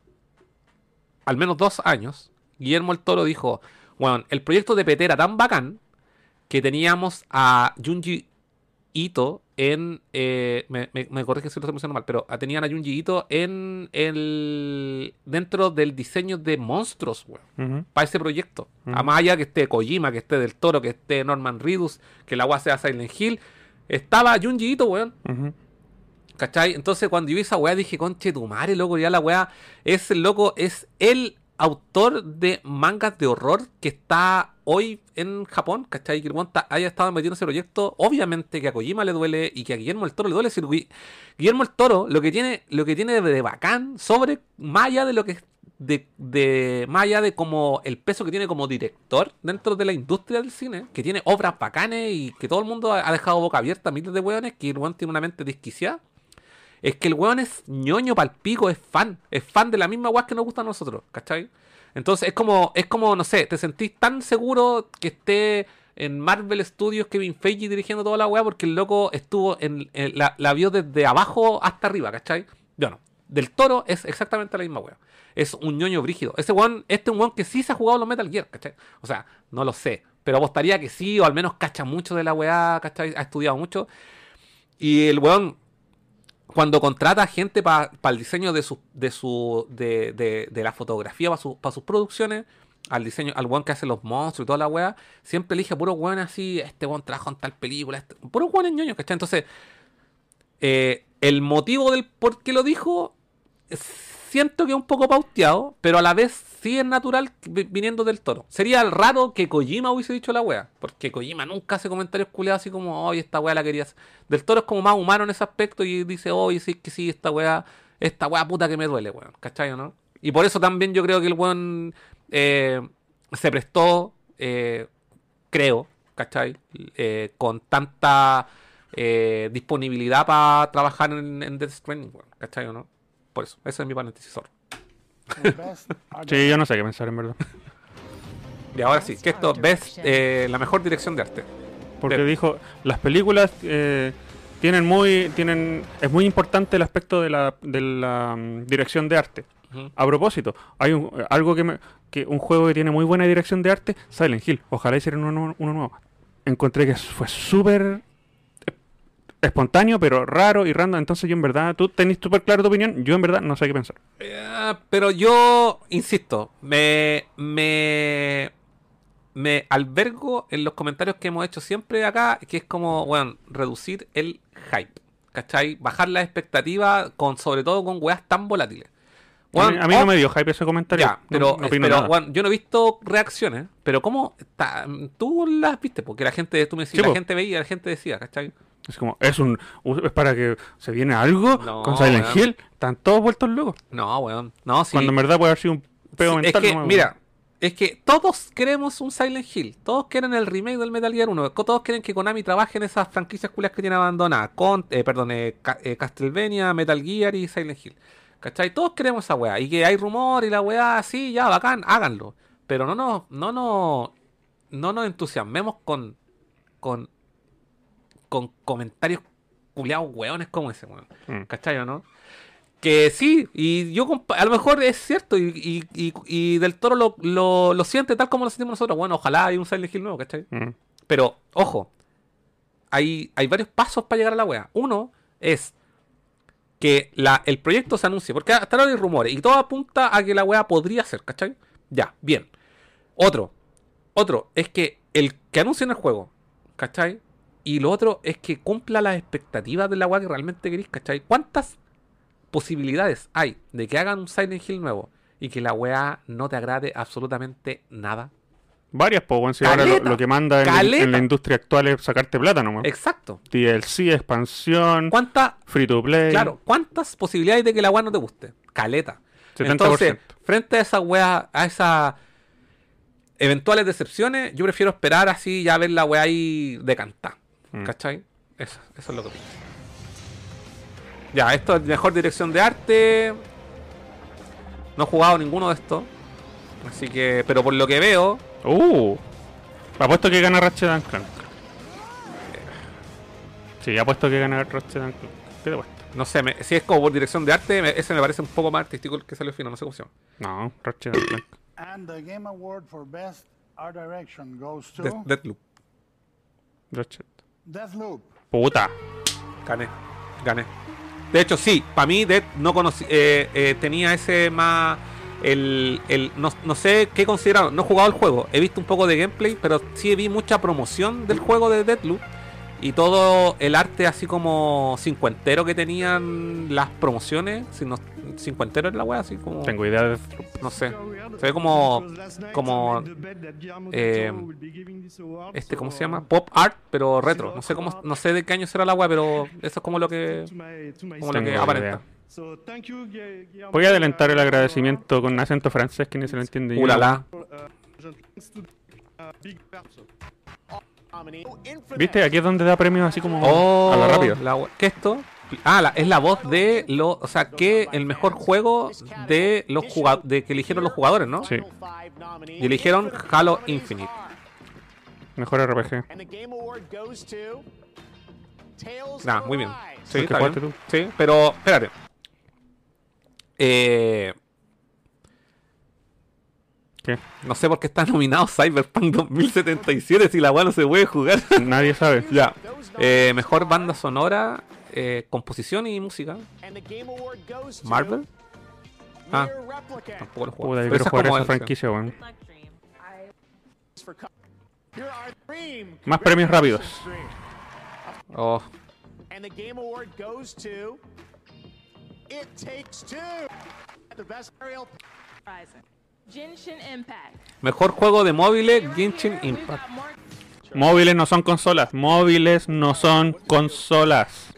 B: al menos dos años, Guillermo el Toro dijo, bueno, el proyecto de PT era tan bacán que teníamos a Junji Ito en. eh, me, me, me corrige si lo estoy pronunciando mal, pero ah, tenían a Junji Ito en el. dentro del diseño de monstruos, weón.
C: Ujú.
B: Para ese proyecto.
C: Ujú.
B: A Maya, que esté Kojima, que esté Del Toro, que esté Norman Reedus, que la agua sea Silent Hill. Estaba Junji Ito, weón.
C: Ujú.
B: ¿Cachai? Entonces cuando yo vi esa weá dije, conche tu madre, loco, ya la weá. Ese loco es el autor de mangas de horror que está hoy en Japón, ¿cachai? Que el weón ta- haya estado metido en ese proyecto. Obviamente que a Kojima le duele y que a Guillermo el Toro le duele. Si Gui- Guillermo el Toro lo que tiene, lo que tiene de bacán sobre Maya de lo que de, de más allá de como el peso que tiene como director dentro de la industria del cine, que tiene obras bacanes y que todo el mundo ha ha dejado boca abierta a miles de weones, que el weón tiene una mente desquiciada. Es que el weón es ñoño palpico, es fan. Es fan de la misma weá que nos gusta a nosotros, ¿cachai? Entonces es como, es como, no sé, te sentís tan seguro que esté en Marvel Studios Kevin Feige dirigiendo toda la weá porque el loco estuvo en, en la, la vio desde abajo hasta arriba, ¿cachai? Yo no. Del toro es exactamente la misma weá. Es un ñoño brígido. Ese weón, este es un weón que sí se ha jugado los Metal Gear, ¿cachai? O sea, no lo sé. Pero apostaría que sí, o al menos cacha mucho de la weá, ¿cachai? Ha estudiado mucho. Y el weón, cuando contrata gente para el diseño de su, de su de, de- de la fotografía para sus producciones al diseño al weón que hace los monstruos y toda la wea siempre elige puro weón así este weón trabaja en tal película este, puro weón en ñoño ¿cachai? entonces eh, el motivo del por qué lo dijo siento que es un poco pausteado, pero a la vez sí es natural vi- viniendo del toro. Sería raro que Kojima hubiese dicho la wea, porque Kojima nunca hace comentarios culeados así como, oye, esta wea la querías. Del toro es como más humano en ese aspecto y dice, oye, sí, que sí, esta wea, esta wea puta que me duele, weón, ¿cachai o no? Y por eso también yo creo que el weón eh, se prestó, eh, creo, ¿cachai? Eh, con tanta eh, disponibilidad para trabajar en, en Death Stranding, weón, ¿cachai o no? Por eso, ese es mi paréntesis, zorro.
C: Sí, yo no sé qué pensar en verdad.
B: Y ahora sí, que esto ves eh, la mejor dirección de arte.
C: Porque
B: Eh,
C: dijo, las películas eh, tienen muy, tienen, es muy importante el aspecto de la, de la mm, dirección de arte.
B: Ujú.
C: A propósito, hay un, eh, algo que, me- que un juego que tiene muy buena dirección de arte, Silent Hill. Ojalá hicieran uno, nu- uno nuevo. Encontré que fue súper eh, espontáneo, pero raro y random. Entonces yo en verdad, tú tenés súper claro tu opinión, yo en verdad no sé qué pensar.
B: Eh, pero yo, insisto, me, me, me albergo en los comentarios que hemos hecho siempre acá, que es como, bueno, reducir el hype, ¿cachai? Bajar las expectativas, con, sobre todo con weas tan volátiles.
C: A mí-
B: Weón,
C: a mí no
B: oh,
C: me dio hype ese comentario.
B: Ya,
C: No-
B: pero,
C: no opino
B: pero,
C: nada.
B: Juan, yo no he visto reacciones, pero ¿cómo? está- tú las viste, porque la gente, tú me decías,
C: Sí,
B: la
C: po.
B: gente veía, la gente decía, ¿cachai?
C: Es como, es un. u- Es para que se viene algo
B: No,
C: con Silent
B: weón.
C: Hill. Están todos vueltos locos.
B: No, weón. No, sí.
C: Cuando en verdad puede haber sido un peo
B: Sí,
C: mental.
B: Es que,
C: nomás, weón.
B: mira, es que todos queremos un Silent Hill. Todos quieren el remake del Metal Gear 1. co- Todos quieren que Konami trabaje en esas franquicias culias que tiene abandonadas. Con, eh, perdón, eh, Ca- eh, Castlevania, Metal Gear y Silent Hill. ¿Cachai? Todos queremos esa weá. Y que hay rumor y la weá, sí, ya, bacán, háganlo. Pero no nos, no nos, no nos entusiasmemos con, con, con comentarios culiados weones como ese, weón.
C: Mm.
B: ¿Cachai o no? Que sí, y yo compa- a lo mejor es cierto, y, y- y- y del toro lo, lo- lo siente tal como lo sentimos nosotros. Bueno, ojalá hay un Silent Hill nuevo, ¿cachai?
C: Mm.
B: Pero, ojo, hay, hay varios pasos para llegar a la wea. Uno es que la, el proyecto se anuncie, porque hasta ahora hay rumores y todo apunta a que la wea podría ser, ¿cachai? Ya, bien. Otro, otro es que el que anuncien el juego, ¿cachai? Y lo otro es que cumpla las expectativas de la wea que realmente queréis, ¿cachai? ¿Cuántas posibilidades hay de que hagan un Silent Hill nuevo y que la wea no te agrade absolutamente nada?
C: Varias, pues, bueno, si ahora lo,
B: Caleta,
C: lo que manda en,
B: caleta.
C: en la industria actual es sacarte plata nomás.
B: Exacto.
C: DLC, expansión,
B: ¿Cuánta,
C: free to play.
B: Claro, ¿cuántas posibilidades de que la weá no te guste? Caleta.
C: 70%.
B: Entonces, frente a esa weá, a esas eventuales decepciones, yo prefiero esperar así ya ver la weá ahí decantar. ¿Cachai? Eso, eso es lo que pienso. Ya, esto es mejor dirección de arte. No he jugado ninguno de estos. Así que, pero por lo que veo,
C: Uh, apuesto que gana Ratchet and Clank. Sí, apuesto que gana Ratchet and Clank. ¿Qué te apuesto?
B: no sé, me- si es como por dirección de arte, me- ese me parece un poco más artístico el que salió al final, no sé cómo se llama.
C: No, Ratchet and Clank.
O: And the Game Award for Best Art Direction goes to
B: Death- Deathloop.
C: Ratchet.
O: Deathloop.
C: Puta.
B: Gané, gané. De hecho, sí, para mí Dead no conocí, eh, eh, tenía ese más. El, el- no, no sé qué consideraron, no he jugado el juego, he visto un poco de gameplay, pero sí vi mucha promoción del juego de Deadloop y todo el arte así como cincuentero que tenían las promociones, si no, cincuentero en la wea, así como...
C: Tengo idea de.
B: No sé, se ve como... como eh, este, ¿cómo se llama? Pop art, pero retro. No sé cómo, no sé de qué año será la wea, pero eso es como lo que, como lo
C: Tengo
B: que
C: idea.
B: aparenta.
C: Voy a adelantar el agradecimiento con acento francés que ni se lo entiende. yo.
B: Ulala.
C: ¿Viste? Aquí es donde da premios así como
B: Oh,
C: a la rápida.
B: la we- ¿Qué es esto? Ah, la- es la voz de lo, o sea, que el mejor juego de los jugado- de que eligieron los jugadores, ¿no?
C: Sí.
B: Y eligieron Halo Infinite.
C: Mejor RPG.
D: And the Game Award goes to Tales
B: Nah,
D: of
B: muy bien.
D: Arise.
B: Sí,
C: ¿Qué
B: está
C: jugaste
B: bien.
C: tú?
B: Sí, pero espérate. Eh,
C: ¿Qué?
B: no sé por qué está nominado Cyberpunk 2077 si la weá no se puede jugar.
C: Nadie sabe.
B: ya. Eh, mejor banda sonora, eh, composición y música.
D: And the Game Award goes to
B: Marvel. Ah,
D: Near Replica.
B: tampoco lo juego.
C: Puta,
B: Pero
C: yo quiero
B: esa es
C: jugar
B: como
C: esa
B: el- sí.
C: franquicia, weón.
D: For co- Here are Dream.
C: Más premios rápidos.
D: Dream.
B: Oh,
D: And the Game Award goes to It Takes Two. The best aerial
N: Horizon. Genshin Impact.
B: mejor juego de móviles, Genshin Impact.
C: Móviles no son consolas. Móviles no son consolas.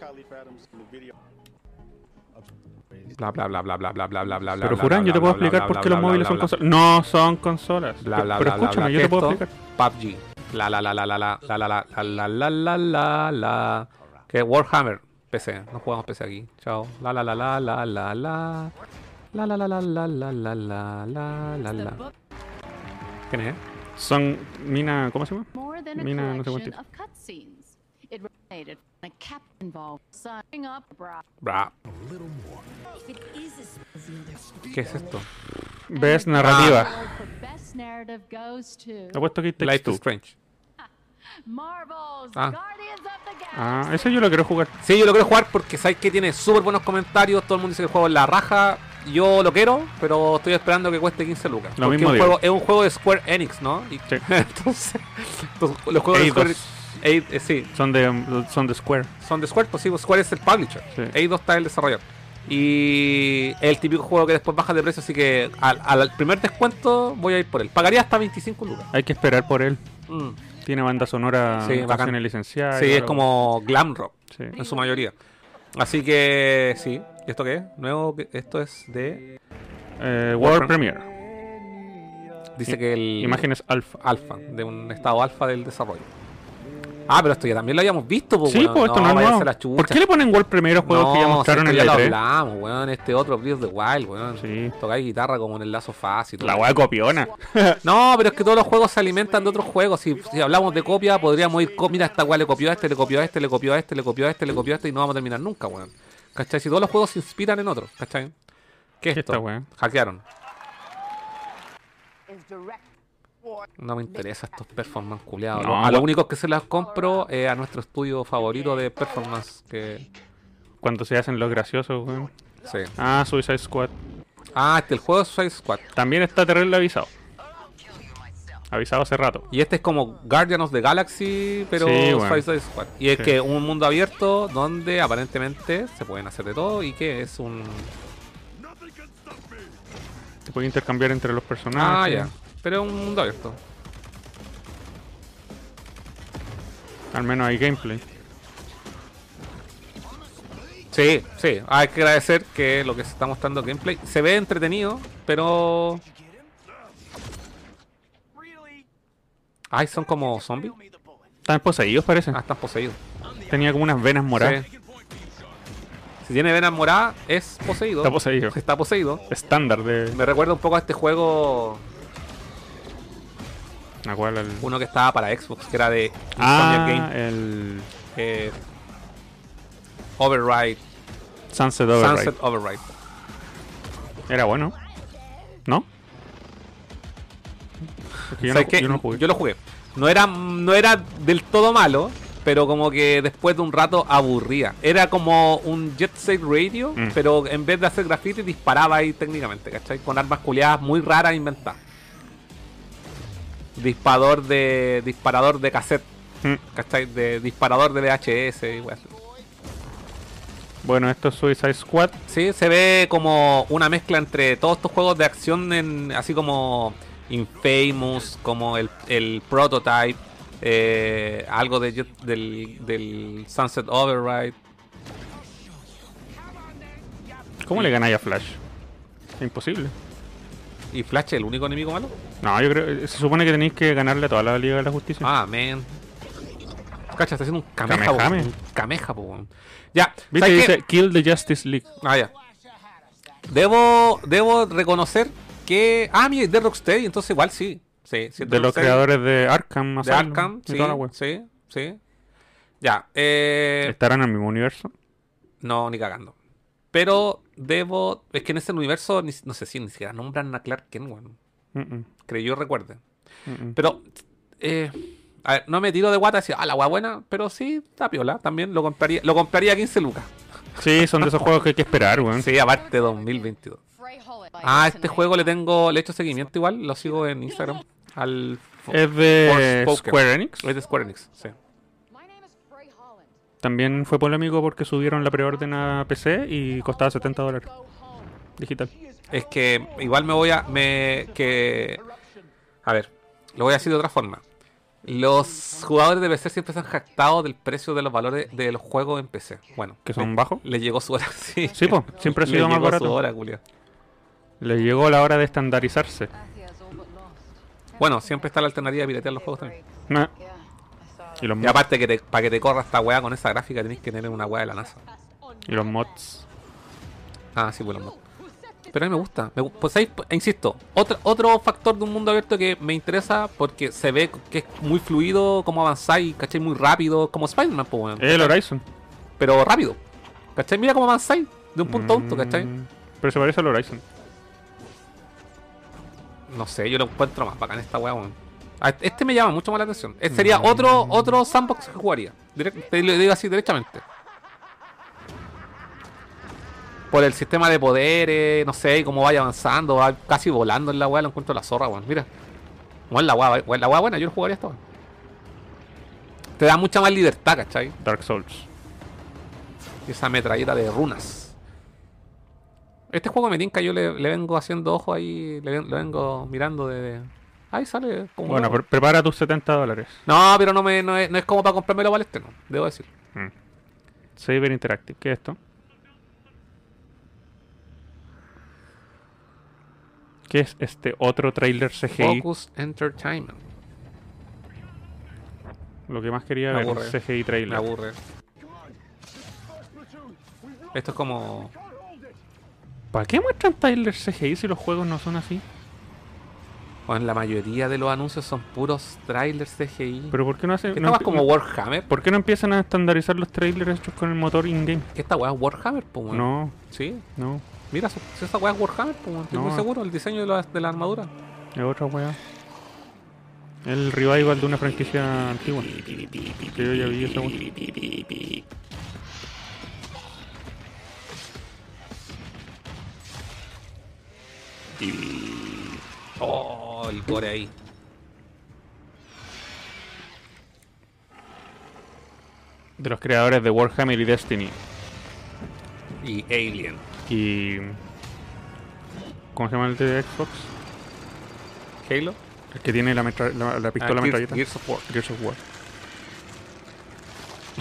B: Bla bla bla bla bla bla bla bla bla.
C: Pero Furán, yo te puedo explicar por qué los móviles son consolas. No son consolas.
B: Bla bla
C: Pero
B: bla bla
C: escúchame,
B: bla.
C: yo te puedo
B: ¿Qué
C: explicar.
B: es esto? PUBG. La la la la la la la la la la la la la la la. Que Warhammer PC. No jugamos PC aquí. Chao. La la la la la la la. La la la la la la la la la la la. ¿Quién es?
C: Son mina, ¿cómo se llama?
N: More than a
C: Mina, no sé
N: collection
C: cuántito.
N: of cutscenes. It originated from a cap involved signing up bra.
B: Bra. ¿Qué es esto? Ah.
C: Ves narrativa.
N: Award for best narrative goes to
C: Apuesto que te
B: Life is Strange.
N: Marvel's
B: Ah.
N: Guardians of the Galaxy.
C: Ah, ese yo lo quiero jugar.
B: Sí, yo lo quiero jugar porque sabes que tiene súper buenos comentarios. Todo el mundo dice que el juego es la raja. Yo lo quiero, pero estoy esperando que cueste 15 lucas.
C: Lo
B: Porque
C: mismo
B: es un
C: digo.
B: juego- es un juego de Square Enix, ¿no? Y- entonces, entonces, los juegos de Square
C: Eidos.
B: Enix. Eid- eh, sí,
C: Son de, son de Square.
B: son de Square, pues sí, Square es el publisher.
C: Sí.
B: Eidos está el desarrollador. Y es el típico juego que después baja de precio, así que al, al primer descuento voy a ir por él. Pagaría hasta 25 lucas.
C: Hay que esperar por él.
B: Mm.
C: Tiene banda sonora,
B: Sí, bacán.
C: canciones licenciadas.
B: Sí,
C: y
B: es
C: todo.
B: como glam rock
C: Sí.
B: en su mayoría. Así que sí. ¿Y esto qué es? Nuevo, que- esto es de.
C: Eh, World Premiere.
B: Dice que el.
C: Imágenes alfa.
B: Alfa, de un estado alfa del desarrollo. Ah, pero esto ya también lo habíamos visto, pues,
C: Sí,
B: weón.
C: pues esto no,
B: vaya
C: es
B: a
C: nuevo.
B: ser la chucha.
C: ¿Por qué le ponen World Premiere a juegos que ya
B: No, si
C: mostraron
B: esto
C: en E
B: ya
C: la
B: lo
C: 3
B: hablamos, weón. Este otro Breath of the Wild, weón. Tocáis guitarra como en el lazo fácil.
C: La weá copiona.
B: No, pero es que todos los juegos se alimentan de otros juegos. Si, si hablamos de copia, podríamos ir. co- Mira, esta weá le copió a este, le copió a este, le copió a este, le copió a este, le copió a este y no vamos a terminar nunca, weón. ¿Cachai? Si todos los juegos se inspiran en otros, ¿cachai? ¿Qué es
C: ¿Qué
B: esto?
C: esta weá?
B: Hackearon. No me interesan estos performance culiados.
C: No,
B: a lo
C: cu-
B: único que se las compro es a nuestro estudio favorito de performance que.
C: Cuando se hacen los graciosos, weón.
B: Sí.
C: Ah, Suicide Squad.
B: Ah, este el juego de Suicide Squad.
C: También está terrible avisado. Avisado hace rato.
B: Y este es como Guardian of the Galaxy, pero
C: Sí, weón.
B: Suicide Squad. Y es
C: Sí.
B: que un mundo abierto donde aparentemente se pueden hacer de todo y que es un.
C: Se puede intercambiar entre los personajes.
B: Ah, ya. Pero es un mundo abierto.
C: Al menos hay gameplay.
B: Sí, sí. Hay que agradecer que lo que se está mostrando en gameplay se ve entretenido, pero. Ay, son como zombies.
C: Están poseídos, parece.
B: Ah, están poseídos.
C: Tenía como unas venas moradas.
B: Sí. Si tiene venas moradas, es poseído.
C: Está poseído.
B: Está poseído.
C: Estándar de.
B: Me recuerda un poco a este juego,
C: ¿A cuál? Al-
B: uno que estaba para Xbox, que era de
C: Ah,
B: Insomniac Game.
C: el
B: Eh, Override.
C: Sunset Override.
B: Sunset Override.
C: Era bueno. ¿No? Es que yo, no,
B: ¿Sabes qué?
C: yo no jugué.
B: Yo lo jugué. No era, no era del todo malo, pero como que después de un rato aburría. Era como un Jet Set Radio,
C: Mm.
B: pero en vez de hacer graffiti disparaba ahí técnicamente, ¿cachai? Con armas culiadas muy raras inventadas. Disparador de. disparador de cassette.
C: Mm.
B: ¿Cachai? De disparador de VHS y weas.
C: Bueno, esto es Suicide Squad.
B: Sí, se ve como una mezcla entre todos estos juegos de acción, en, así como Infamous, como el, el Prototype, eh, algo de, Jet- del, del Sunset Override.
C: ¿Cómo le ganáis a Flash? Es imposible.
B: ¿Y Flash es el único enemigo malo?
C: No, yo creo. Se supone que tenéis que ganarle a toda la Liga de la Justicia.
B: Ah, man. Cacha, está haciendo un cameja, po,
C: Kamehame.
B: un cameja, po, weón. Ya,
C: ¿Viste?
B: ¿sabes qué?
C: Dice Kill the Justice League.
B: Ah, ya. Debo, debo reconocer que. Ah, mira, es de Rocksteady, entonces igual sí. sí, sí es
C: De los
B: Rocksteady.
C: creadores de Arkham
B: De
C: Asylum
B: Arkham,
C: y
B: sí,
C: toda la wea.
B: sí, sí. Ya, eh,
C: ¿Estarán en el mismo universo?
B: no, ni cagando. Pero debo. Es que en este universo, ni- no sé si ni siquiera nombran a Clark Kent, weón.
C: Mm-mm,
B: Que yo recuerde.
C: mm-mm.
B: Pero, eh, a ver, no me tiro de guata a decir, ah, la wea buena, pero sí, está piola. También lo compraría, lo compraría a 15 lucas.
C: Sí, son de esos juegos que hay que esperar, weón.
B: Sí, aparte 2022. Ah, este juego le tengo, le he hecho seguimiento igual, lo sigo en Instagram. Al Fo-
C: Es de
B: Forspoken.
C: Square Enix.
B: Es de Square Enix, sí.
C: También fue polémico porque subieron la preorden a PC y costaba 70 dólares. Digital.
B: Es que igual me voy a. Me, que, a ver, lo voy a decir de otra forma. Los jugadores de PC siempre se han jactado del precio de los valores de los juegos en PC. Bueno,
C: ¿Que son
B: le-
C: bajos?
B: Le llegó su hora, sí.
C: Sí, po, siempre ha
B: Le
C: sido más
B: llegó
C: barato.
B: su hora, culiao.
C: Le llegó la hora de estandarizarse.
B: Bueno, siempre está la alternativa de piratear los juegos también.
C: Nah. Y los,
B: Y
C: mods,
B: aparte, que te- para que te corra esta weá con esa gráfica, tenés que tener una weá de la NASA.
C: y los mods.
B: Ah, sí, bueno, no. Pero a mí me gusta. Me, gu- pues ahí, p- insisto, otro, otro factor de un mundo abierto que me interesa porque se ve que es muy fluido, cómo avanzáis, ¿cachai? Muy rápido, como Spider-Man, pues, weón.
C: El Horizon.
B: Pero rápido, ¿cachai? Mira cómo avanzáis de un punto a otro, ¿cachai?
C: Mm, Pero se parece al Horizon.
B: No sé, yo lo encuentro más bacán esta weá, weón. A- Este me llama mucho más la atención. Este sería otro, otro sandbox que jugaría. Direct- te lo digo así directamente. Por el sistema de poderes, no sé, y cómo vaya avanzando, va casi volando en la weá, lo encuentro la zorra, weón. Mira. Bueno, la weá, weón, la weá buena, yo lo jugaría esta weá. Te da mucha más libertad, ¿cachai?
C: Dark Souls.
B: Y esa metralleta de runas. Este juego me tinca, yo le, le vengo haciendo ojo ahí, le, ven- lo vengo mirando de... Ahí sale como...
C: Bueno,
B: nuevo.
C: pre- prepara tus 70 dólares.
B: No, pero no, me, no, es, no es como para comprármelo para el estreno, debo decir.
C: Mm. Saber Interactive. ¿Qué es esto? ¿Qué es este otro trailer CGI?
B: Focus Entertainment.
C: Lo que más quería
B: Me
C: ver, un
B: aburre.
C: CGI
B: Me
C: trailer.
B: aburre. Esto es como...
C: ¿Para qué muestran trailer CGI si los juegos no son así?
B: Bueno, la mayoría de los anuncios son puros trailers CGI.
C: ¿Pero por qué no hacen...?
B: ¿Qué
C: no
B: estabas
C: empie-
B: como
C: no-
B: Warhammer?
C: ¿Por qué no empiezan a estandarizar los trailers hechos con el motor in-game?
B: ¿Qué esta weá es Warhammer, pues, weón?
C: No,
B: Sí.
C: no.
B: Mira, su- si esa weá es Warhammer, pues, weón, estoy
C: No.
B: muy seguro, el diseño de la, de la armadura.
C: Es otra weá. El revival de una franquicia antigua. Que yo ya vi esa weá.
B: Oh, el gore ahí.
C: De los creadores de Warhammer y Destiny.
B: Y Alien.
C: Y. ¿Cómo se llama el de Xbox?
B: Halo.
C: El que tiene la, metra- la, la pistola
B: Ah, Gears-
C: metralleta.
B: Gears of War.
C: Gears of War.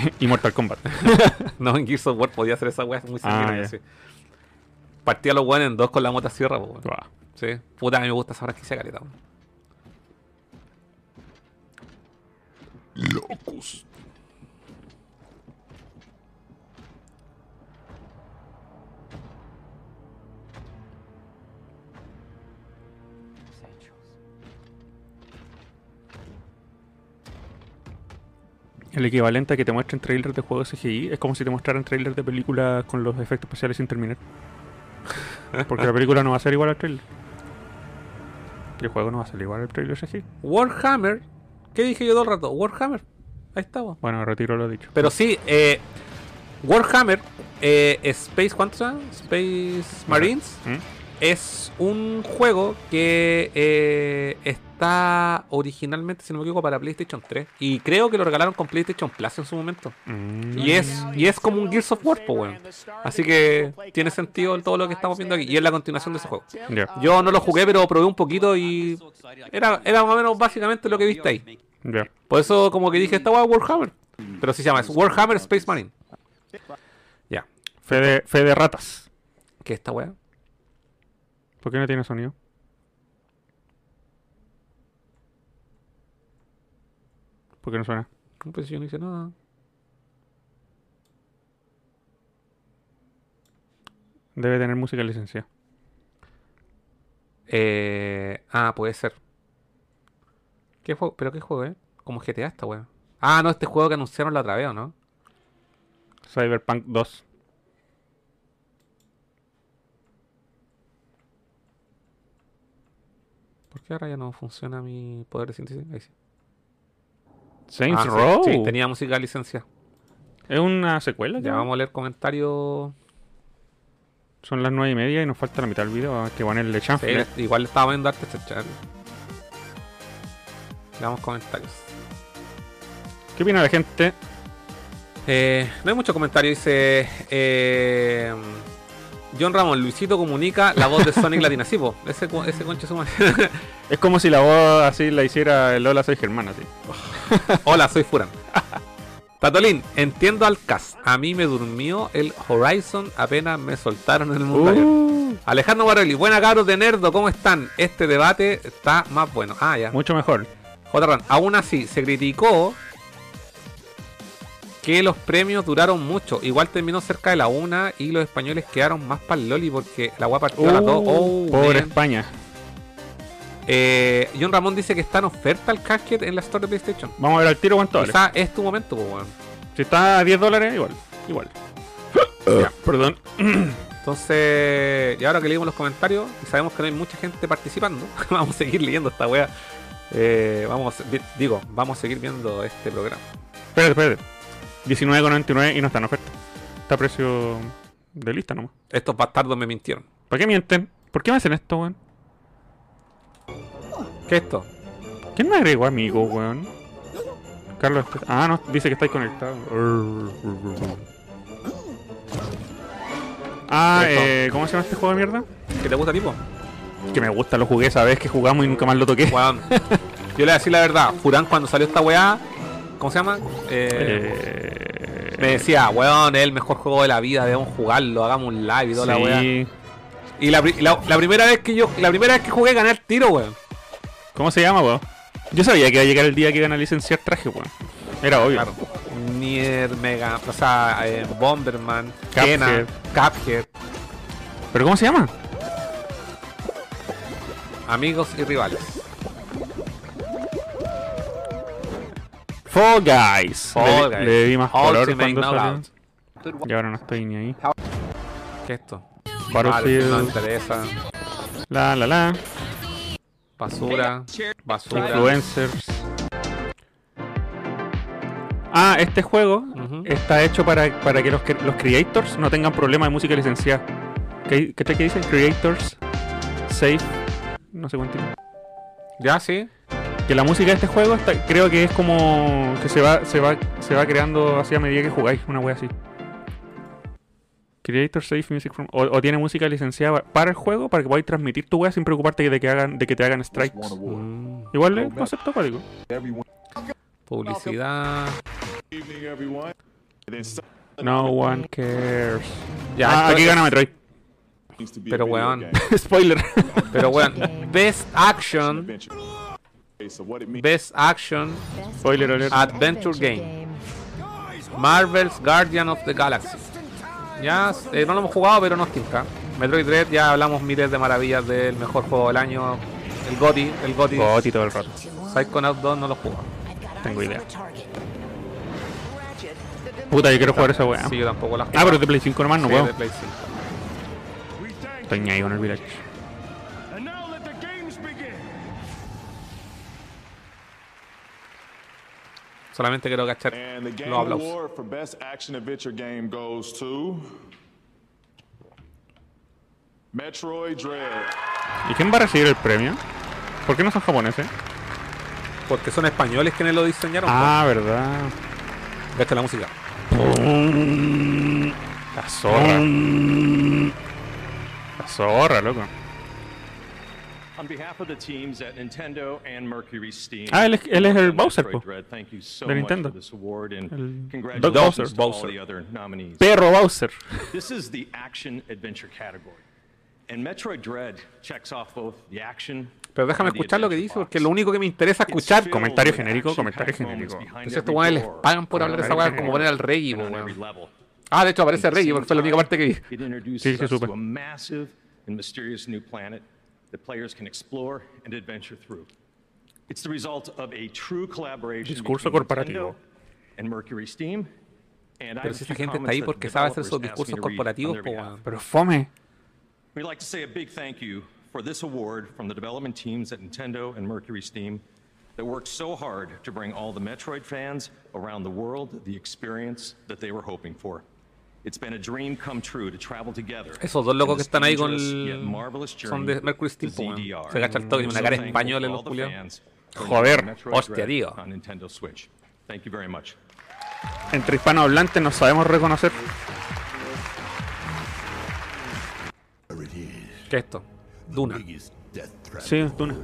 C: y Mortal Kombat.
B: no, en Gears of War podía hacer esa weá muy
C: Ah,
B: sanguinaria.
C: ya.
B: sí. Partía los weones en dos con la motosierra, po, weón.
C: Guau.
B: Sí. Puta, a mí me gusta esa franquicia caleta, weón.
H: Locus.
C: El equivalente a que te muestren trailers de juegos CGI es como si te mostraran trailers de películas con los efectos especiales sin terminar. Porque la película no va a ser igual al trailer. Y el juego no va a ser igual al trailer CGI.
B: Warhammer. ¿Qué dije yo todo el rato? Warhammer. Ahí está, weón.
C: Bueno, retiro lo dicho.
B: Pero sí, eh, Warhammer, eh, Space, ¿cuántos eran? Space Marines,
C: ¿Mm?
B: es un juego que eh, está originalmente, si no me equivoco, para PlayStation 3. Y creo que lo regalaron con PlayStation Plus en su momento.
C: Mm.
B: Y, es, y es como un Gears of War, po, weón. Así que tiene sentido todo lo que estamos viendo aquí. Y es la continuación de ese juego.
C: Ya.
B: Yo no lo jugué, pero probé un poquito y era, era más o menos básicamente lo que viste ahí.
C: Ya.
B: Por eso como que dije, esta hueá es Warhammer. Pero sí se llama, es Warhammer Space Marine. Ya.
C: Fe de, fe de ratas.
B: ¿Qué es esta weá?
C: ¿Por qué no tiene sonido? ¿Por qué no suena?
B: No, pues yo no hice nada.
C: Debe tener música licenciada.
B: Eh, ah, puede ser. ¿Qué juego? ¿Pero qué juego, eh? Como GTA esta weá. Ah, no, este juego que anunciaron la otra vez, ¿o no?
C: Cyberpunk 2.
B: ¿Por qué ahora ya no funciona mi poder de síntesis? Ahí sí.
C: Saints
B: Ah, sí,
C: Row.
B: Sí, tenía música licencia.
C: Es una secuela.
B: Ya vamos a leer comentarios.
C: Son las 9 y media y nos falta la mitad del video. ah, Que van el de
B: Sí,
C: chanfle.
B: igual le estaba poniendo arte a este chat. Leamos comentarios.
C: ¿Qué opina la gente?
B: Eh, no hay mucho comentario, dice eh, John Ramón, Luisito comunica la voz de Sonic Latina. Sí, po, ese, co- ese conche su madre.
C: Es como si la voz así la hiciera el Hola Soy Germán así.
B: Hola, soy Furan. Tatolín, entiendo al cast. A mí me durmió el Horizon apenas me soltaron el mundo. ayer. Alejandro Baroli, buena cabros de Nerdo, ¿cómo están? Este debate está más bueno. Ah, ya.
C: Mucho mejor.
B: J. aún así, se criticó que los premios duraron mucho. Igual terminó cerca de la una y los españoles quedaron más para el loli porque la guapa partió a las dos. Oh,
C: Uh, pobre
B: man.
C: España.
B: Eh, John Ramón dice que está en oferta el casket en la Store de PlayStation.
C: Vamos a ver al tiro cuánto vale.
B: Quizá es tu momento, pues, weón.
C: Si está a 10 dólares, igual. Igual.
B: Uh.
C: Ya, perdón.
B: Entonces, y ahora que leímos los comentarios y sabemos que no hay mucha gente participando, vamos a seguir leyendo esta wea. Eh, vamos, di- digo, vamos a seguir viendo este programa.
C: Espérate, espérate. 19,99 y no está en oferta. Está a precio de lista nomás.
B: Estos bastardos me mintieron.
C: ¿Para qué mienten? ¿Por qué me hacen esto, weón?
B: ¿Qué es esto?
C: ¿Quién me agregó amigo, weón? Carlos. este- Ah, no, dice que estáis conectado. Ah,
B: Esto.
C: eh, ¿cómo se llama este juego de mierda?
B: ¿Qué te gusta, tipo?
C: Que me gusta, lo jugué esa vez que jugamos y nunca más lo toqué.
B: Weón. Yo le voy a decir la verdad, Furán cuando salió esta weá, ¿cómo se llama? Eh,
C: Eh,
B: me decía, weón, es el mejor juego de la vida, debemos jugarlo, hagamos un live y toda la weá.
C: sí.
B: Y la, pri- la- la primera vez que yo, la primera vez que jugué gané el tiro, weón.
C: ¿Cómo se llama, weón? Yo sabía que iba a llegar el día que iban a licenciar traje, weón. Era obvio.
B: Claro. Nier, Mega, o sea, eh, Bomberman,
C: Cuphead.
B: Kena, Cuphead,
C: ¿Pero cómo se llama?
B: amigos y rivales.
C: Fall Guys.
B: Fall
C: le,
B: Guys.
C: le di más color
B: Ultimate
C: cuando salió.
B: Knockout.
C: Y ahora no estoy ni ahí.
B: ¿Qué es esto?
C: Battlefield.
B: no interesa.
C: La la la.
B: Basura, basura.
C: Influencers. Ah, este juego
P: Ujú.
C: está hecho para, para que los, cre- los creators no tengan problema de música licenciada. ¿Qué, qué, qué dice? Creators, safe, no sé cuánto.
B: Ya, sí.
C: Que la música de este juego está, creo que es como que se va, se va, se va creando así a medida que jugáis, una wea así. Creator Safe Music from, o, o tiene música licenciada para el juego para que podáis transmitir tu wea sin preocuparte de que hagan, de que te hagan strikes. Igual es concepto cuático.
B: Publicidad.
C: No one cares.
B: Ya,
C: ah,
B: entonces-
C: aquí gana Metroid.
B: Pero weón.
C: Spoiler.
B: Pero weón. Best Action. Best Action.
C: Spoiler alert.
B: Adventure Game. Marvel's Guardian of the Galaxy. Ya eh, no lo hemos jugado, pero nos tinca. Metroid Dread, ya hablamos miles de maravillas del mejor juego del año. El GOTI, el GOTI.
C: Goti todo el rato.
B: Psychonaut 2 no lo jugó.
C: Tengo idea. Puta, yo quiero jugar esa weá.
B: Sí, yo tampoco la
C: Ah,
B: jugué.
C: pero es de Play 5 nomás, no
B: Sí,
C: puedo.
B: de Play 5.
C: Estoy ahí con el Village.
B: Solamente quiero cachar
Q: And the game
B: los aplausos.
Q: award for best action adventure game goes to Metroid Dread.
C: ¿Y quién va a recibir el premio? ¿Por qué no son japoneses?
B: Porque son españoles quienes lo diseñaron.
C: Ah, verdad.
B: Cacha la música.
C: La zorra. Mm. La zorra, loco.
R: On behalf of the teams at Nintendo and Mercury Steam.
C: Ah, él es- él es el Bowser, po.
R: Metroid Dread, Thank you so
C: De
R: much
C: Nintendo.
R: for this award
C: El
R: and
C: Doug Bowser.
R: congratulations to all the other nominees.
C: Perro Bowser.
R: This is the action adventure category. And Metroid Dread checks off both the action
B: Pero déjame
R: and the
B: escuchar lo que dice, porque lo único que me interesa es escuchar. Comentario genérico, comentario genérico. Entonces estos weones les pagan por hablar de esa weá como poner al Reggie, po, weón. Ah, de hecho aparece el Reggie, porque fue la única parte que vi.
R: It introduces
B: Sí, sí,
R: us
B: supe.
R: to a massive and mysterious new planet that players can explore and adventure through. It's the result of a true collaboration
C: Discurso
R: between
C: corporativo.
R: Nintendo and Mercury Steam. And
B: Pero
R: I have
B: si
R: a
B: esa
R: few
B: gente está
R: comments
B: ahí
R: that
B: porque
R: the
B: sabe hacer sus
R: developers asked
B: discursos
R: me to read on
B: corporativos,
R: their
B: po,
R: behalf.
B: weón.
C: Pero fome.
R: We'd like to say a big thank you for this award from the development teams at Nintendo and Mercury Steam that worked so hard to bring all the Metroid fans around the world the experience that they were hoping for. It's been a dream come true to travel together.
B: Esos dos locos
R: in
B: que
R: this
B: están ahí con
R: dangerous
B: el-
R: yet marvelous
B: son
R: journey,
B: de Mercury
R: the
B: Steam, po, weón.
R: ZDR.
B: Se cacha el toque, tiene una
R: So
B: cara
R: thankful
B: española
R: to
B: los
R: all the
B: culiados.
R: fans for
B: Joder,
R: enjoying Metroid
B: hostia,
R: Dread
B: tío.
R: On Nintendo Switch. Thank you very much.
C: Entre hispanohablantes nos sabemos reconocer.
B: ¿Qué es esto? Duna.
C: Sí, es Duna.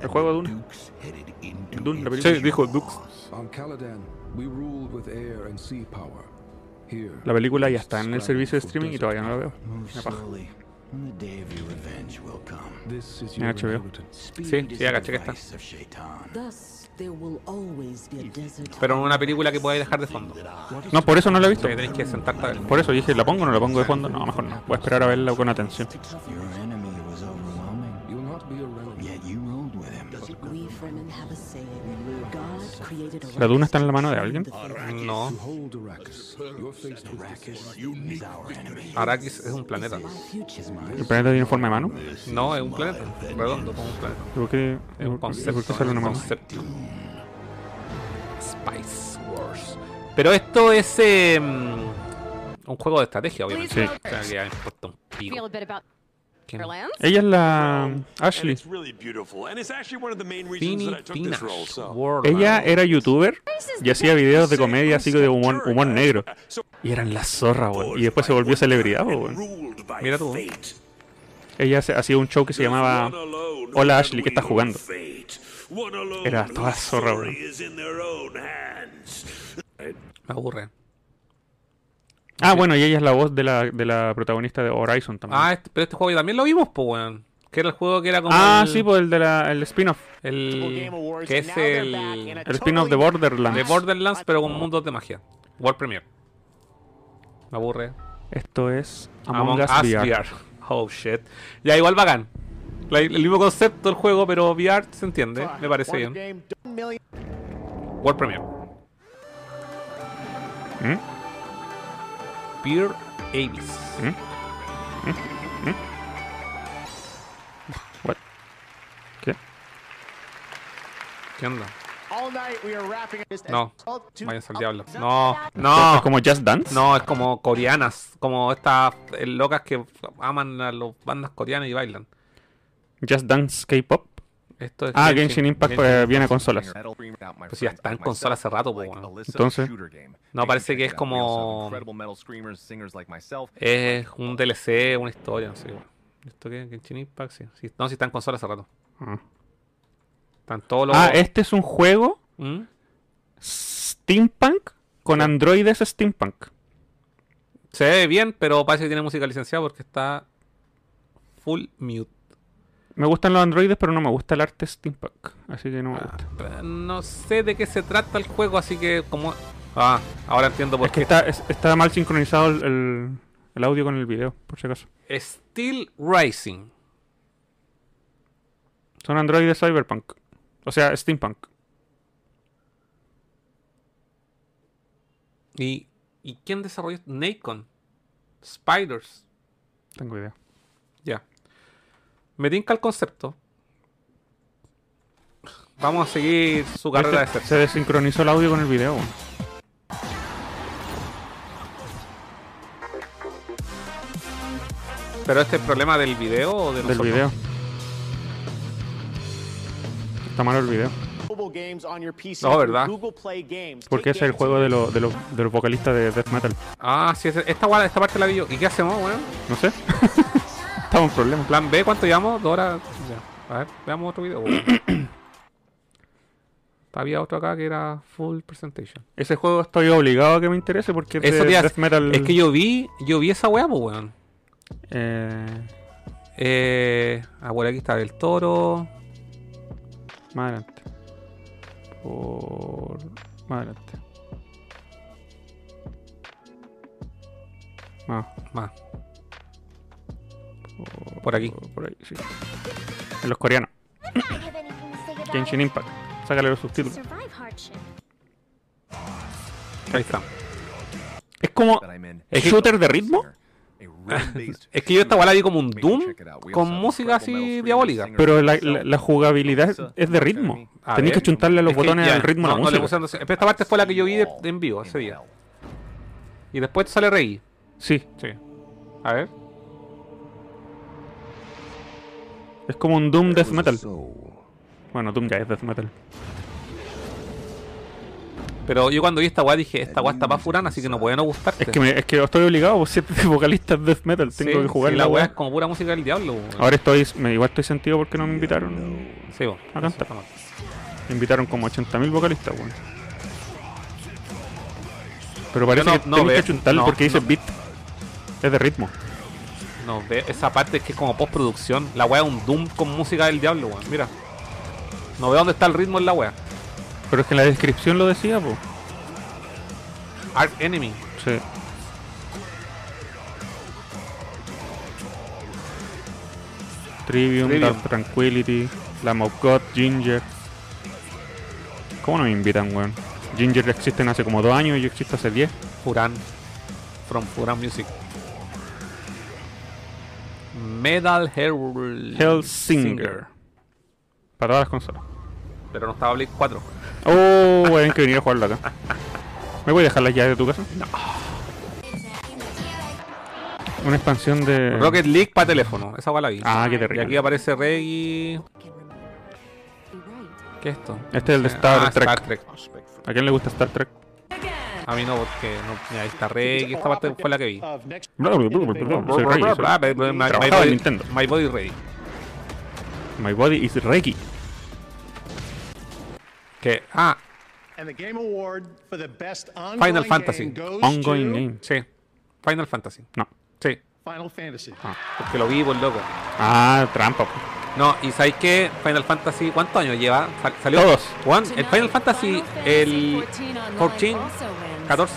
C: El juego de Duna. Duna, la película.
B: Sí, dijo Dux.
S: On Caladan, we ruled with air and sea power. Here,
C: La película ya está en el servicio de streaming y todavía no la veo. Una paja.
S: this is
C: En
S: your
C: HBO.
S: inheritance.
B: Sí, sí, ya caché que está.
T: Thus, there will always be a desert.
B: Pero una película que podáis dejar de fondo.
C: No, por eso no la he visto.
B: Sí, tenéis que sentarte a ver.
C: Por eso dije, ¿la pongo o no la pongo de fondo? No, mejor no. Voy a esperar a verla con atención.
T: Your enemy was overwhelming. You'll not be around. Yet you ruled with him. We Fremen have a saying. God created a
C: ¿La duna está en la mano de alguien?
B: No. Arrakis es un planeta.
C: ¿El planeta tiene forma de mano?
B: No, es un planeta. Redondo como un planeta.
C: ¿Y por qué,
B: Es un
C: por- y
B: concepto.
C: por qué sale
B: es
C: una
B: un
C: mano?
B: concepto. Spice Wars. Pero esto es eh, mm, un juego de estrategia, obviamente.
N: Sí.
B: O sea, que ya me importa un
N: Feel
B: pico.
N: a bit about
B: ¿Quién?
N: Borderlands?
C: Ella es la Ashley.
U: really beautiful, and it's actually one of the main reasons that I took
B: Finitina
U: this role. So,
C: Ella era youtuber y hacía videos de comedia así que de humor, humor negro. Y eran la zorra, weón. Y después se volvió celebridad, weón.
B: Mira tú.
C: Ella se- hacía un show que se llamaba Hola Ashley, ¿qué estás jugando? Era toda la zorra, weón.
B: Me aburre.
C: Ah, bueno, y ella es la voz de la, de la protagonista de Horizon también.
B: Ah, este- pero este juego también lo vimos, pues, weón. Que era el juego que era como.
C: Ah,
B: el-
C: sí, pues el de la, el spin-off.
B: El, que es el.
C: El spin-off de Borderlands.
B: De Borderlands, pero con mundos de magia. World Premiere. Me aburre.
C: Esto es
B: Among,
C: Among, Us VR.
B: Oh shit. Ya, igual bacán. La- el mismo concepto del juego, pero VR se entiende. Me parece bien. World Premiere.
C: ¿Mm?
B: Pierre Avis.
C: ¿Mm? What? ¿Qué?
B: ¿Qué onda?
D: All
B: No, vayas al diablo. No, no.
C: ¿Es como Just Dance?
B: Ah. No, es como coreanas. Como estas eh, locas que aman a las bandas coreanas y bailan.
C: Just Dance K-Pop.
B: Esto es
C: ah, Genshin Impact
B: Genshin
C: eh,
B: Impact.
C: viene a consolas.
B: Pues si ya está en consola hace rato, pues, bueno.
C: Entonces.
B: No, parece que es como. Es un DLC, una historia, no sé. bueno. ¿Esto qué? Genshin Impact, sí. Sí, No, si está en consola hace rato.
C: Ah.
B: Están todos los.
C: Ah, este es un juego
B: ¿Mm?
C: steampunk con androides steampunk.
B: Se ve bien, pero parece que tiene música licenciada porque está full mute.
C: Me gustan los androides, pero no me gusta el arte steampunk. Así que no
B: Ah,
C: me gusta.
B: No sé de qué se trata el juego, así que como... Ah, ahora entiendo por
C: Es que está, es- está mal sincronizado el, el- el audio con el video, por si acaso.
B: Steel Rising.
C: Son androides cyberpunk. O sea, steampunk.
B: ¿Y, ¿y quién desarrolló esto? Nacon? Spiders.
C: Tengo idea.
B: Ya. Me tinca el concepto. Vamos a seguir su carrera de Ah,
C: Se,
B: ser.
C: Este se desincronizó el audio con el video. weón.
B: ¿Pero este es problema del video o de
C: Del
B: nosotros?
C: video. Está malo el video.
D: Mobile games on your PC.
B: No, ¿verdad?
D: Google Play Games.
C: Porque es el juego de, lo- de los- de los vocalistas de death metal.
B: Ah, sí, ese- esta, guada- esta parte la vi yo. ¿Y qué hacemos, weón?
C: No sé. Estaba un problema.
B: Plan B, ¿cuánto llevamos? Dos horas. Ya. A ver, veamos otro video. weón. Había otro acá que era full presentation.
C: Ese juego estoy obligado a que me interese porque es
B: Eso
C: de
B: te iba a-
C: death metal.
B: Es que yo vi, yo vi esa weá, pues weón.
C: Eh,
B: Eh, ah, por aquí está del toro.
C: más adelante. Por. Más adelante. Más.
B: Más.
C: Por,
B: Por aquí.
C: Por ahí, sí. En los coreanos. Genshin Impact. Sácale los subtítulos.
B: Ahí está.
C: Es como
B: Es que-
C: shooter de ritmo,
B: es que yo esta weá la vi como un Doom con música así diabólica.
C: pero la, la- la jugabilidad es- es de ritmo.
B: A
C: Tenéis que
B: ver.
C: chuntarle a los
B: Es que
C: botones
B: ya,
C: al ritmo
B: no,
C: a la
B: no le
C: música.
B: puse atención. Pero esta parte fue la que yo vi de,
S: Oh,
B: de en vivo ese día. Y después sale Rey.
C: Sí,
B: Sí. A ver.
C: es como un Doom Death Metal.
S: Soul.
C: Bueno, Doom ya es Death Metal.
B: Pero yo cuando vi esta weá dije, esta weá está pa' furana, así que no puede no gustarte.
C: Mm, Es que, me- es que estoy obligado, vos siempre vocalistas Death Metal, tengo
B: Sí,
C: que jugar
B: sí,
C: la
B: weá es
C: weá. Ah,
B: como pura música del diablo. weón.
C: Ahora estoy, me, igual estoy sentido porque no me invitaron.
B: Sí, vos.
C: A cantar. Me invitaron como 80.000 vocalistas, weón. Pero parece
B: no-
C: que
B: no
C: tenés
B: veo-
C: que chuntarle
B: no,
C: porque dice
B: no.
C: beat. Es de ritmo.
B: No, ve, esa parte es que es como postproducción. La weá es un Doom con música del diablo, weón. Mira. No veo dónde está el ritmo en la weá.
C: Pero es que en la descripción lo decía, po.
B: Arc Enemy.
C: Sí. Trivium,
B: Trivium.
C: Dark Tranquility, Lamb of God, Ginger. ¿Cómo no me invitan, weón? Ginger existen hace como dos años y yo existo hace 10.
B: Furan. From Furan Music. Metal Hell...
C: Hellsinger. Para todas las consolas.
B: Pero no estaba Blade 4.
C: Oh, weón, que venir a jugarlo acá. ¿Me voy a dejar las llaves de tu casa? No. Una expansión de.
B: Rocket League para teléfono. Esa weá la vi.
C: Ah, qué
B: y
C: terrible.
B: aquí aparece Reggie. ¿Qué es esto?
C: Este es el de
B: Ah,
C: Star, Trek.
B: Star Trek.
C: ¿A quién le gusta Star Trek?
B: A mí no, porque no, mira, ahí está Reggie. Esta parte fue la que vi.
C: Bla, bla, bla, bla, bla, bla, soy rey, soy-
B: Bla, bla, bla, my- my
C: Trabajaba en
B: body-
C: Nintendo.
B: My Body Ready.
C: My body is Reiki.
B: Que, ah,
P: And the game award for the best ongoing
B: Final Fantasy.
P: game goes
C: Ongoing
P: to
C: game.
B: Sí. Final Fantasy.
C: No.
B: Sí.
P: Final Fantasy.
B: Ah, Porque lo vi por loco.
C: Ah, trampa. po.
B: No, y ¿sabéis qué? Final Fantasy, ¿cuántos años lleva? Sal- salió.
C: Todos.
B: Juan, el Final Fantasy, el 14, 14,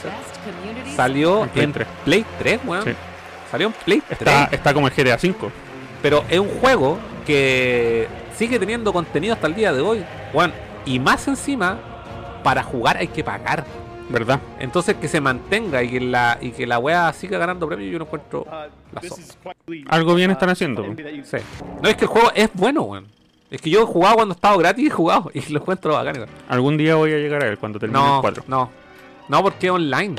B: salió
C: En Play
B: en
C: tres.
B: Play 3, weón.
C: Sí.
B: Salió en Play 3.
C: Está, está como el GTA V.
B: Pero es un juego que sigue teniendo contenido hasta el día de hoy. Juan, y más encima, para jugar hay que pagar.
C: ¿Verdad?
B: Entonces que se mantenga y que la, y que la wea siga ganando premios, yo no
D: Ah,
P: Uh,
B: encuentro la zorra.
C: Algo bien están haciendo. po.
B: Sí. No, es que el juego es bueno, weón. Es que yo he jugado cuando he estado gratis, he jugado y lo encuentro bacán. igual.
C: Algún día voy a llegar a él cuando termine
B: No,
C: el 4.
B: No, no, porque es online.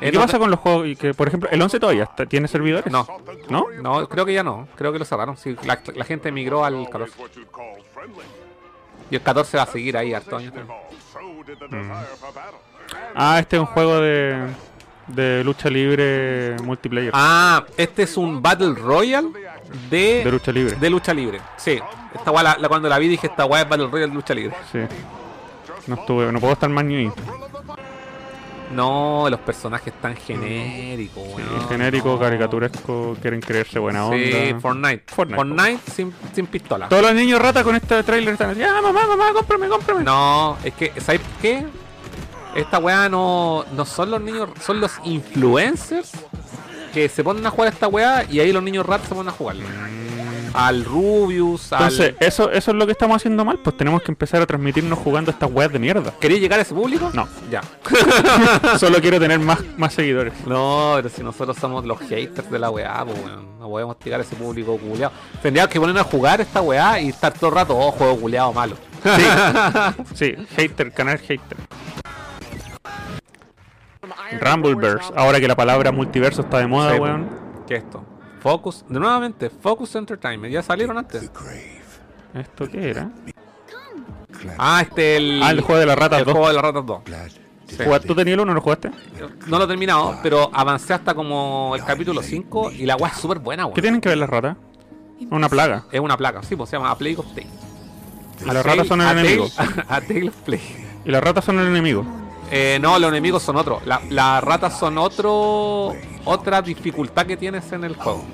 C: ¿Y
B: Eh,
C: ¿Qué
B: no-
C: pasa con los juegos? y que, por ejemplo, el 11 todavía está- tiene servidores?
B: No.
C: ¿No?
B: No, creo que ya no. Creo que lo cerraron. Sí, la, la gente migró al 14. Y el 14 va a seguir ahí harto Mm. año.
C: Ah, este es un juego de, de lucha libre multiplayer.
B: Ah, este es un Battle Royale de,
C: De lucha libre.
B: De lucha libre. Sí. Esta guay, la, la- cuando la vi dije, esta guay es Battle Royale de lucha libre.
C: Sí. No estuve, no puedo estar más ni
B: No, los personajes tan genéricos, weón.
C: Mm. genérico, caricaturesco, quieren creerse buena onda.
B: Sí, Fortnite. Fortnite,
C: Fortnite.
B: sin, sin pistola.
C: Todos los niños ratas con este trailer están así, ah, mamá, mamá, cómprame, cómprame.
B: No, es que, ¿sabes qué? Esta weá no, no son los niños, son los influencers que se ponen a jugar a esta weá y ahí los niños ratos se ponen a jugarlo. Al Rubius, al.
C: Mm. Entonces, eso, eso es lo que estamos haciendo mal, pues tenemos que empezar a transmitirnos jugando estas weas de mierda.
B: ¿Querías llegar a ese público?
C: No.
B: Ya.
C: Solo quiero tener más, más seguidores.
B: No, pero si nosotros somos los haters de la weá, pues weón. No podemos llegar a ese público culeado. Tendríamos que poner a jugar esta weá y estar todo el rato, oh, juego culeado malo.
C: Sí, sí, hater, canal hater. Rumbleverse, ahora que la palabra multiverso está de moda,
B: Sí,
C: Ah, weón.
B: ¿Qué es esto? Focus, de nuevamente, Focus Entertainment. Ya salieron antes. pues.
C: ¿Esto qué era?
B: Ah, este el.
C: Ah, el juego de las ratas
B: el
C: 2.
B: juego de las ratas 2. Sí.
C: Juega- ¿Tú tenías el uno, no lo jugaste?
B: No lo he terminado, pero avancé hasta como el capítulo 5 y la weá es súper buena,
C: ¿Qué
B: weón.
C: tienen que ver las ratas? Una plaga.
B: Es una placa, sí, pues se llama A Plague of Tale.
C: A las ratas son
B: A Tale-
C: enemigos.
B: A Tale of Plague.
C: Y las ratas son el enemigo.
B: Eh, no, los enemigos son otros. La- Las ratas son otro. Otra dificultad que tienes en el juego.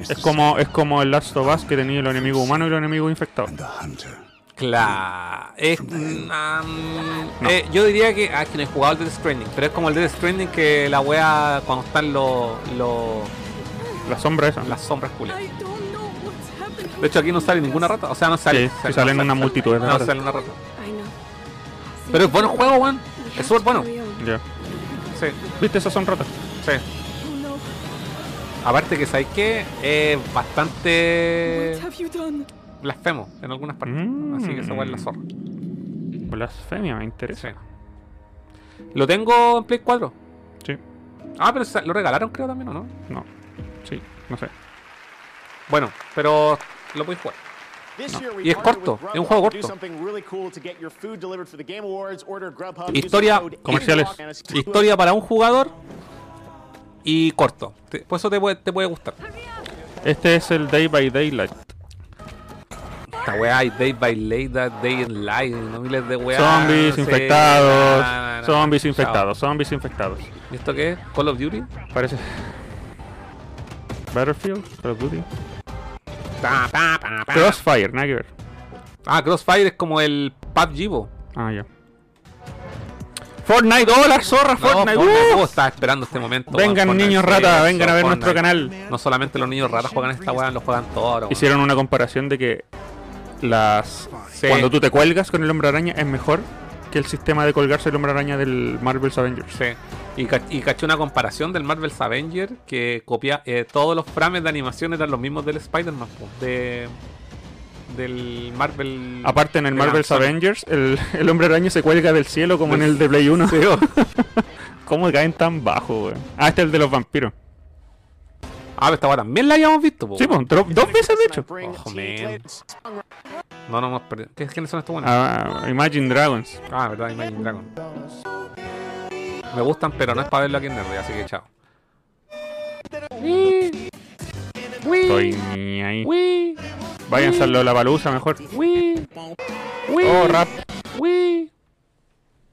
C: Es como, es como el Last of Us que tenía los enemigos humanos y los enemigos infectados.
B: Claro. Es, mm, am, eh, yo diría que. Ah, es que no he jugado al Death Stranding, pero es como el Death Stranding que la wea cuando están los. los-
C: La sombra esa.
B: las sombras culias. De hecho, aquí no sale ninguna rata. O sea, no sale.
C: Sí, sí salen una multitud de
B: no
C: ratas.
B: sale una rata. Pero es buen juego, weón. Es súper bueno.
C: Ya.
B: Sí.
C: ¿Viste? Esas son ratas.
B: Sí. Aparte que sabéis que es bastante blasfemo en algunas partes.
C: Mm.
B: Así que eso es la zorra.
C: Blasfemia, me interesa.
B: Lo tengo en Play 4.
C: Sí.
B: Ah, pero se- lo regalaron creo también, ¿o no?
C: No. Sí, no sé.
B: Bueno, pero lo podéis jugar.
D: This
B: No.
D: year we
B: Y es
D: partnered
B: corto,
D: with
B: es un juego
D: Grubhub to do
B: corto.
D: something really cool to get your food delivered for the Game Awards. Order Grubhub, use the
B: Historia
D: code Xbox.
B: Historia para un jugador y corto. Te- Por eso te puede, te puede gustar.
C: Este es el Day by Daylight.
B: Esta weá hay Day by Late, Day in Light, no miles de weá.
C: zombies
B: sí,
C: infectados.
B: na, na, na.
C: Zombies
B: Chao.
C: infectados. Zombies infectados.
B: ¿Y esto qué es? ¿Call of Duty?
C: Parece. Battlefield, Call of Duty.
B: Pa, pa, pa, pa.
C: Crossfire, nada que ver.
B: Ah, Crossfire es como el PUBG, po.
C: Ah, ya. Fortnite, oh, la zorra,
B: No,
C: Fortnite.
B: Fortnite,
C: uh.
B: oh, estaba esperando este momento. weón,
C: Vengan,
B: Fortnite,
C: niños
B: sí,
C: rata,
B: eso,
C: vengan a ver
B: Fortnite.
C: nuestro canal.
B: No solamente los niños ratas juegan esta weá, lo juegan todos. weón.
C: Hicieron una comparación de que las
B: Sí.
C: cuando tú te cuelgas con el hombre araña es mejor que el sistema de colgarse el hombre araña del Marvel's Avengers.
B: Sí. Y, ca- y caché una comparación del Marvel's Avenger que copia eh, todos los frames de animación eran los mismos del Spider-Man, po, de, del Marvel.
C: Aparte en el
B: de
C: Marvel's
B: Amazon.
C: Avengers el, el hombre araña se cuelga del cielo como en el de Play 1. ¿Cómo caen tan bajo, weón? Ah, este es el de los vampiros.
B: Ah, pero esta weá también la habíamos visto, po.
C: Sí, pues, dro- dos veces de hecho.
B: Ojo, man. No, no hemos perdido. ¿Qué- ¿Quiénes son estos buenos?
C: Ah, Imagine Dragons.
B: Ah, verdad, Imagine Dragon. Me gustan, pero no es para verlo aquí en Nerd, así que chao.
C: Estoy ni ahí. Vayan a la baluza mejor. Oh, rap.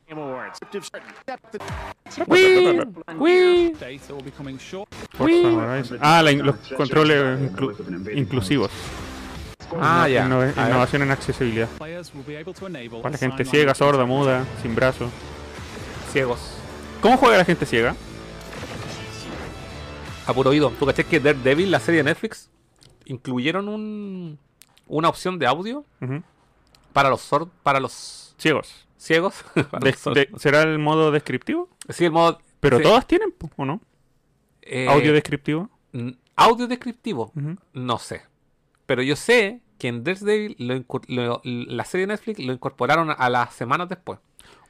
D: Game Awards.
C: Ah,
I: Dates that will be coming short.
C: Forza Horizon. Ah, la in- los controles inclu- inclusivos.
B: Ah, ya.
C: Innova-
B: A ver.
C: innovación en accesibilidad.
I: Players will be able to enable
C: Para la gente
I: sign
C: ciega,
I: language
C: sorda, muda, sin brazos.
B: Ciegos.
C: ¿Cómo juega la gente ciega?
B: A puro oído. ¿Tú caché que Daredevil, la serie de Netflix, incluyeron un, una opción de audio
C: Ujú.
B: para los sor- para los
C: Ciegos.
B: ciegos? Para
C: De-
B: los sor-
C: de- ¿Será el modo descriptivo?
B: sí, el modo.
C: Pero
B: sí.
C: todas tienen, po, ¿o no?
B: Eh,
C: Audio descriptivo.
B: n- Audio descriptivo.
C: Ujú.
B: No sé. Pero yo sé que en Daredevil lo incu- lo- la serie de Netflix lo incorporaron a las semanas después.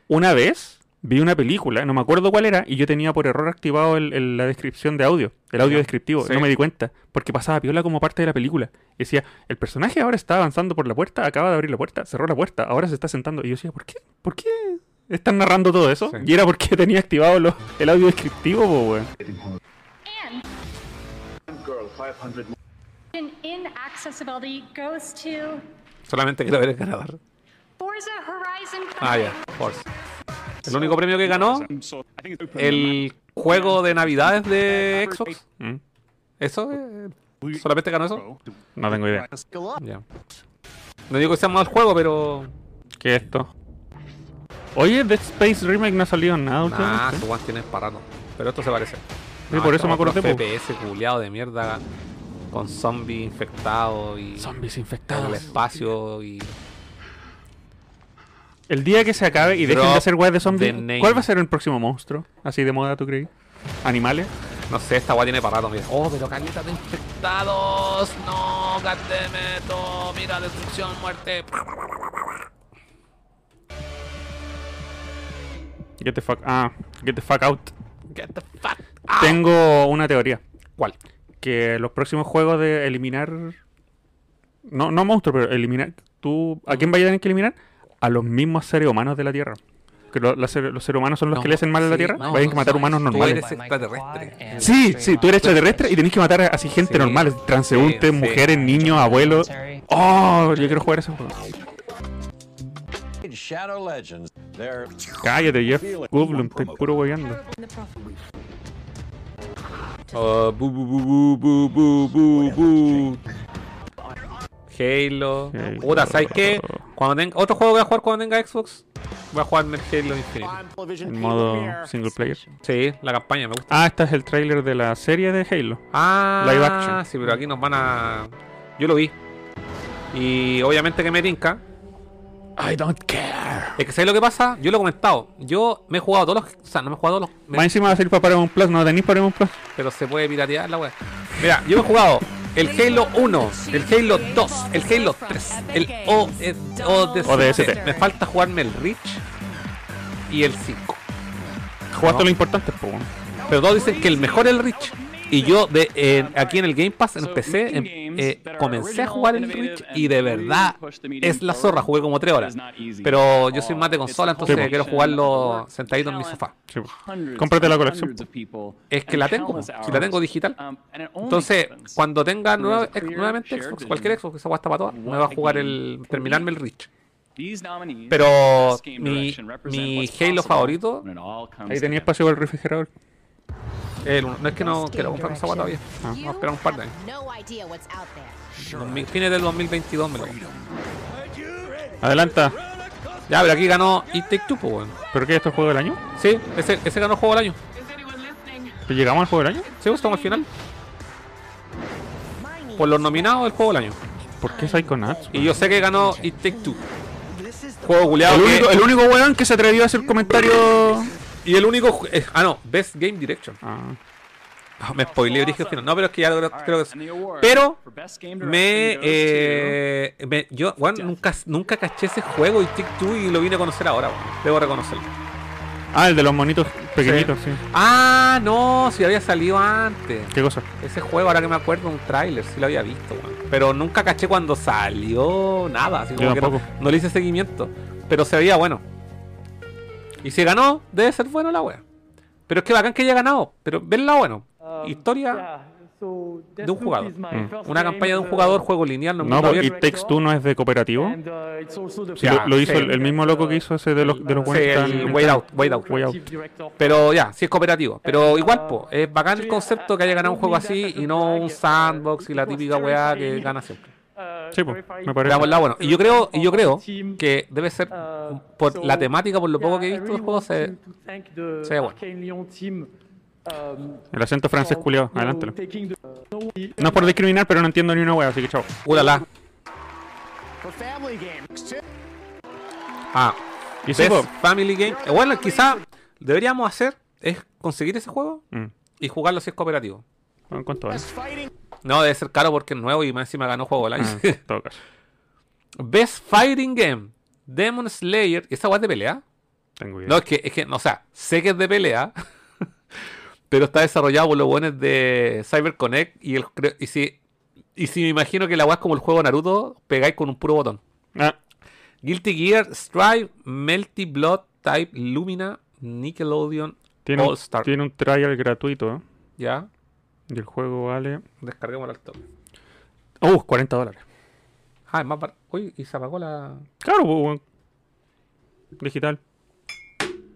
C: Una vez vi una película, no me acuerdo cuál era, y yo tenía por error activado el- el- la descripción de audio, el audio
B: Ya,
C: descriptivo,
B: sí.
C: no me di cuenta, porque pasaba piola como parte de la película. Y decía, el personaje ahora está avanzando por la puerta, acaba de abrir la puerta, cerró la puerta, ahora se está sentando. Y yo decía, ¿por qué? ¿Por qué están narrando todo eso? Y era porque tenía activado lo- el audio descriptivo, po, weón.
F: And
A: Girl, 500
F: in, in accessibility goes to
B: Solamente quiero ver el ganador.
F: Forza Horizon 5.
B: Ah, ya, Forza. El único premio que ganó, Ah. el juego de navidades de Xbox.
C: Mm.
B: ¿Eso? eh, ¿Solamente ganó eso?
C: No tengo idea.
B: Ya. No digo que sea mal juego, pero.
C: ¿Qué es esto? Oye, Dead Space Remake no ha salido nada
B: Nah,
C: últimamente.
B: su guan tiene parado. Pero esto se parece.
C: Sí, por eso me
B: estamos
C: acordé,
B: con FPS culiado de mierda. Con zombies infectados y.
C: Zombies infectados.
B: En el espacio y.
C: El día que se acabe y dejen de
B: Drop
C: hacer weas de zombies,
B: the name.
C: ¿cuál va a ser el próximo monstruo? Así de moda, ¿tú crees? ¿Animales?
B: No sé, esta guay tiene parado, mira. Oh, pero caleta de infectados. No, goddammit. Oh, mira, destrucción, muerte.
C: Get the fuck, ah, get the fuck out.
B: Get the fuck.
C: Tengo una teoría.
B: ¿Cuál?
C: Que los próximos juegos de eliminar. No, no monstruos, pero eliminar. ¿Tú, ¿A quién vaya a tener que eliminar? A los mismos seres humanos de la Tierra. Que lo- la ser- los seres humanos son los
B: No,
C: que le hacen mal a la
B: sí,
C: Tierra.
B: no,
C: Vayan que
B: no,
C: matar
B: no,
C: humanos
B: tú
C: normales.
B: eres extraterrestre.
C: Sí, sí, tú eres extraterrestre y tenés que matar a- así gente normal, transeúntes,
B: sí.
C: mujeres, niños, abuelos. Oh, yo quiero jugar ese juego.
V: Shadow Legends. They're
C: Cállate, Jeff Goldblum, estoy puro hueveando.
B: Uh, bu, bu, bu, bu, bu, bu, bu, bu. Halo. Puta, ¿sabes qué? Cuando tenga, otro juego que voy a jugar cuando tenga Xbox, voy a jugar en el Halo Infinite.
C: En modo single player.
B: Sí, la campaña me gusta.
C: Ah, este es el tráiler de la serie de Halo.
B: Ah,
C: Live action.
B: sí, pero aquí nos van a. Yo lo vi. Y obviamente que me tinca.
C: I don't care.
B: Es que ¿sabes lo que pasa? Yo lo he comentado. Yo me he jugado todos los. O sea, no me he jugado todos los. me-
C: Más encima va a salir para Paramount Plus, no tenéis Paramount Plus.
B: Pero se puede piratear la wea. Mira, yo he jugado el Halo 1, el Halo 2, el Halo 3, el O- eh, ODST.
C: ODST.
B: Me falta jugarme el Reach y el 5.
C: Jugaste
B: No.
C: lo importante, po.
B: Pero todos dicen que el mejor es el Reach. Y yo de, eh, aquí en el Game Pass empecé, em- eh, comencé a jugar el Reach y de verdad es la zorra, jugué como 3 horas. Pero yo soy más de consola, entonces
C: Sí, po.
B: quiero jugarlo sentadito en mi sofá.
C: Sí, po. Cómprate la colección. po.
B: Es que la tengo, po, si la tengo digital. Entonces, cuando tenga nueva- ex- nuevamente Xbox, cualquier Xbox, esa guasta para todas, me va a jugar el. terminarme el Reach. Pero mi, mi Halo favorito.
C: Ahí tenía espacio para el refrigerador.
B: el uno. no es que no quiero comprarme esa guata todavía.
C: Ah.
B: Vamos a esperar un par de años.
W: No idea what's out there.
B: Dos mil- fines del 2022 me lo compro.
C: Adelanta.
B: Ya, pero aquí ganó It Take Two, pues, weón.
C: ¿Pero qué? ¿Esto es el juego del año?
B: Sí, ese, ese ganó juego del año.
C: ¿Pero ¿Llegamos al juego del año?
B: Sí, pues, estamos al final. Por los nominados, el juego del año.
C: ¿Por qué Psychonauts?
B: Y yo sé que ganó It Take Two. Juego culiado.
C: El
B: que-
C: único, el único weón que se atrevió a hacer comentario.
B: Y el único. ju- eh, ah, no, Best Game Direction. Ah, me spoileé, dije al final. No, pero es que ya lo- creo que. Pero. Eh, Me, eh, me- Yo, weón, nunca, nunca caché ese juego y Take-Two y lo vine a conocer ahora, weón. Debo reconocerlo.
C: Ah, el de los monitos pequeñitos, sí.
B: Ah, no, si había salido antes.
C: ¿Qué cosa?
B: Ese juego, ahora que me acuerdo, un tráiler, sí lo había visto, weón. Pero nunca caché cuando salió nada. Así
C: Yo
B: como que no,
C: tampoco.
B: no le hice seguimiento. Pero se veía bueno. Y si ganó, debe ser bueno la wea. Pero es que bacán que haya ganado. Pero verla bueno. Historia de un jugador.
C: Mm.
B: Una campaña de un jugador, juego lineal, no,
C: No,
B: mundo
C: porque
B: abierto.
C: It Takes Two no es de cooperativo. Sí,
B: Ya,
C: lo, lo hizo
B: sí.
C: el, el mismo loco que hizo ese de los, de los
B: Sí,
C: buenos que
B: el
C: están-
B: Way Out, Way Out.
C: Way Out.
B: Pero ya, sí es cooperativo. Pero igual, po, es bacán el concepto que haya ganado Ah, un juego así y no un sandbox y la típica weá que gana siempre.
C: Sí, pues, me parece.
B: Veamos la bueno. Y yo creo, y yo creo que debe ser por la temática, por lo poco que he visto del juego, se, se ve bueno.
C: El acento francés culiao, adelántalo. No es por discriminar, pero no entiendo ni una wea, así que chao.
B: Ulala. Ah,
C: ¿Y ese
B: Best
C: juego?
B: Family Game. Eh, Bueno, quizá deberíamos hacer es conseguir ese juego
C: Mm. Ah,
B: y jugarlo si es cooperativo.
C: Bueno, ¿Cuánto vale?
B: No, debe ser caro porque es nuevo y más encima ganó juego del año.
C: Ah, en todo caso.
B: Best Fighting Game. Demon Slayer. ¿Esa guay es de pelea?
C: Tengo idea.
B: No, es que, es que, no, o sea, sé que es de pelea. pero está desarrollado por los buenos de CyberConnect. Y, el, creo- y, si, y si me imagino que la guay es como el juego Naruto, pegáis con un puro botón.
C: Ah,
B: Guilty Gear, Strive, Melty Blood, Type, Lumina, Nickelodeon,
C: Tiene, un-
B: All Star.
C: tiene un trial gratuito. ¿eh?
B: Ya,
C: Y el juego vale.
B: descarguémoslo al toque.
C: Uh, 40 dólares.
B: Ah, es más barato. Uy, y se apagó la.
C: Claro, pues, weón. Digital.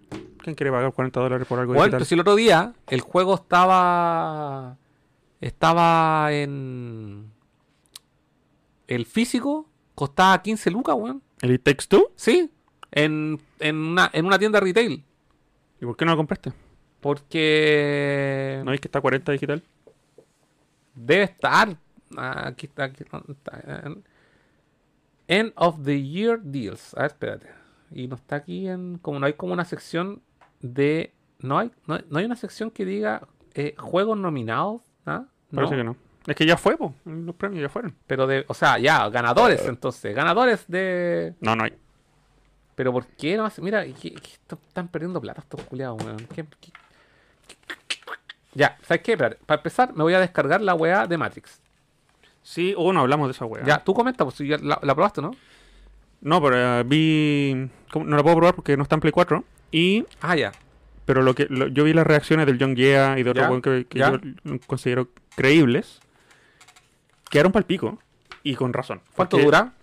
C: ¿Quién quiere pagar 40 dólares por algo
B: Bueno,
C: digital?
B: pero si el otro día el juego estaba. Estaba en. El físico costaba 15 lucas, weón.
C: ¿El It Takes Two?
B: Sí, en, en, una, en una tienda retail.
C: ¿Y por qué no lo compraste?
B: Porque.
C: ¿No veis que está a 40 digital?
B: Debe estar. ah, Aquí está. Aquí está. en- End of the Year Deals. A ver, espérate. Y no está aquí en. Como no hay como una sección de. No hay, no, hay- no hay una sección que diga eh, juegos nominados. ¿ah?
C: Parece que no. Es que ya fue, po. Los premios ya fueron.
B: Pero de. O sea, ya, ganadores entonces. Ganadores de.
C: No, no hay.
B: Pero ¿por qué no hace? Mira, que- que esto- están perdiendo plata estos culiados, weón. ¿Qué- qué- Ya, ¿sabes qué? Espérate, Para empezar, me voy a descargar la weá de Matrix.
C: Sí, o no hablamos de esa weá.
B: Ya, tú comenta, pues si ya la, la probaste, ¿no?
C: No, pero eh, vi. ¿cómo? No la puedo probar porque no está en Play 4. Y.
B: Ah, ya.
C: Pero lo que lo- yo vi las reacciones del John Yea y de otro
B: Ya,
C: weón que, que
B: ya.
C: yo l- considero creíbles. Quedaron pal pico. Y con razón.
B: ¿Cuánto
C: Porque
B: dura?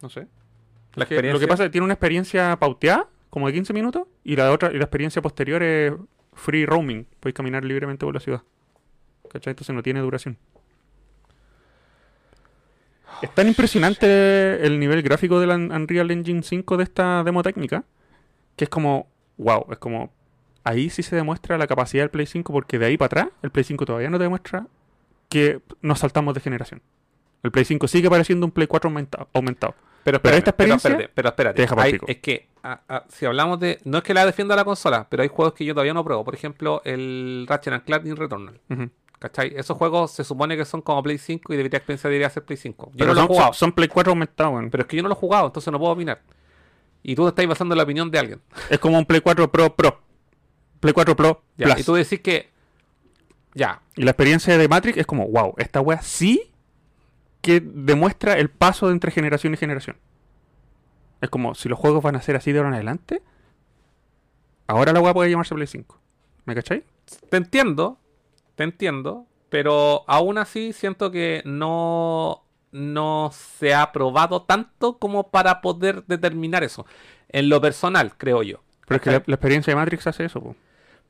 C: No
B: La
C: sé. Es que Lo que
B: experiencia.
C: pasa es que tiene una experiencia pauteada, como de 15 minutos, y la otra, y la experiencia posterior es free roaming. Podéis caminar libremente por la ciudad. ¿Cachai? Entonces no tiene duración. Es tan impresionante el nivel gráfico del Un- Unreal Engine 5 de esta demo técnica, que es como, wow, es como, ahí sí se demuestra la capacidad del Play 5, porque de ahí para atrás, el Play 5 todavía no demuestra que nos saltamos de generación. El Play 5 sigue pareciendo un Play 4 aumenta- aumentado.
B: Pero,
C: Pero
B: espérame,
C: esta experiencia
B: espérate, pero espérate.
C: te deja pal
B: Hay-
C: pico.
B: es que ah, ah, si hablamos de. No es que la defienda la consola, pero hay juegos que yo todavía no pruebo. Por ejemplo, el Ratchet and Clank y Returnal.
C: Ujú.
B: ¿Cachai? Esos juegos se supone que son como Play 5 y debería experiencia debería ser Play 5. Yo
C: Pero
B: no lo he
C: son-
B: jugado.
C: son Play 4 aumentados, weón.
B: Pero es que yo no lo he jugado, entonces no puedo opinar. Y tú te estás basando en la opinión de alguien.
C: Es como un Play 4 Pro Pro. Play 4 Pro
B: Ya,
C: Plus.
B: Y tú decís que. Ya.
C: Y la experiencia de Matrix es como, wow, esta wea sí que demuestra el paso de entre generación y generación. Es como, si los juegos van a ser así de ahora en adelante, ahora la wea puede llamarse Play 5. ¿Me cachai?
B: Te entiendo. Te entiendo. Pero aún así siento que no. No se ha probado tanto como para poder determinar eso. En lo personal, creo yo.
C: Pero es que la, la experiencia de Matrix hace eso, po.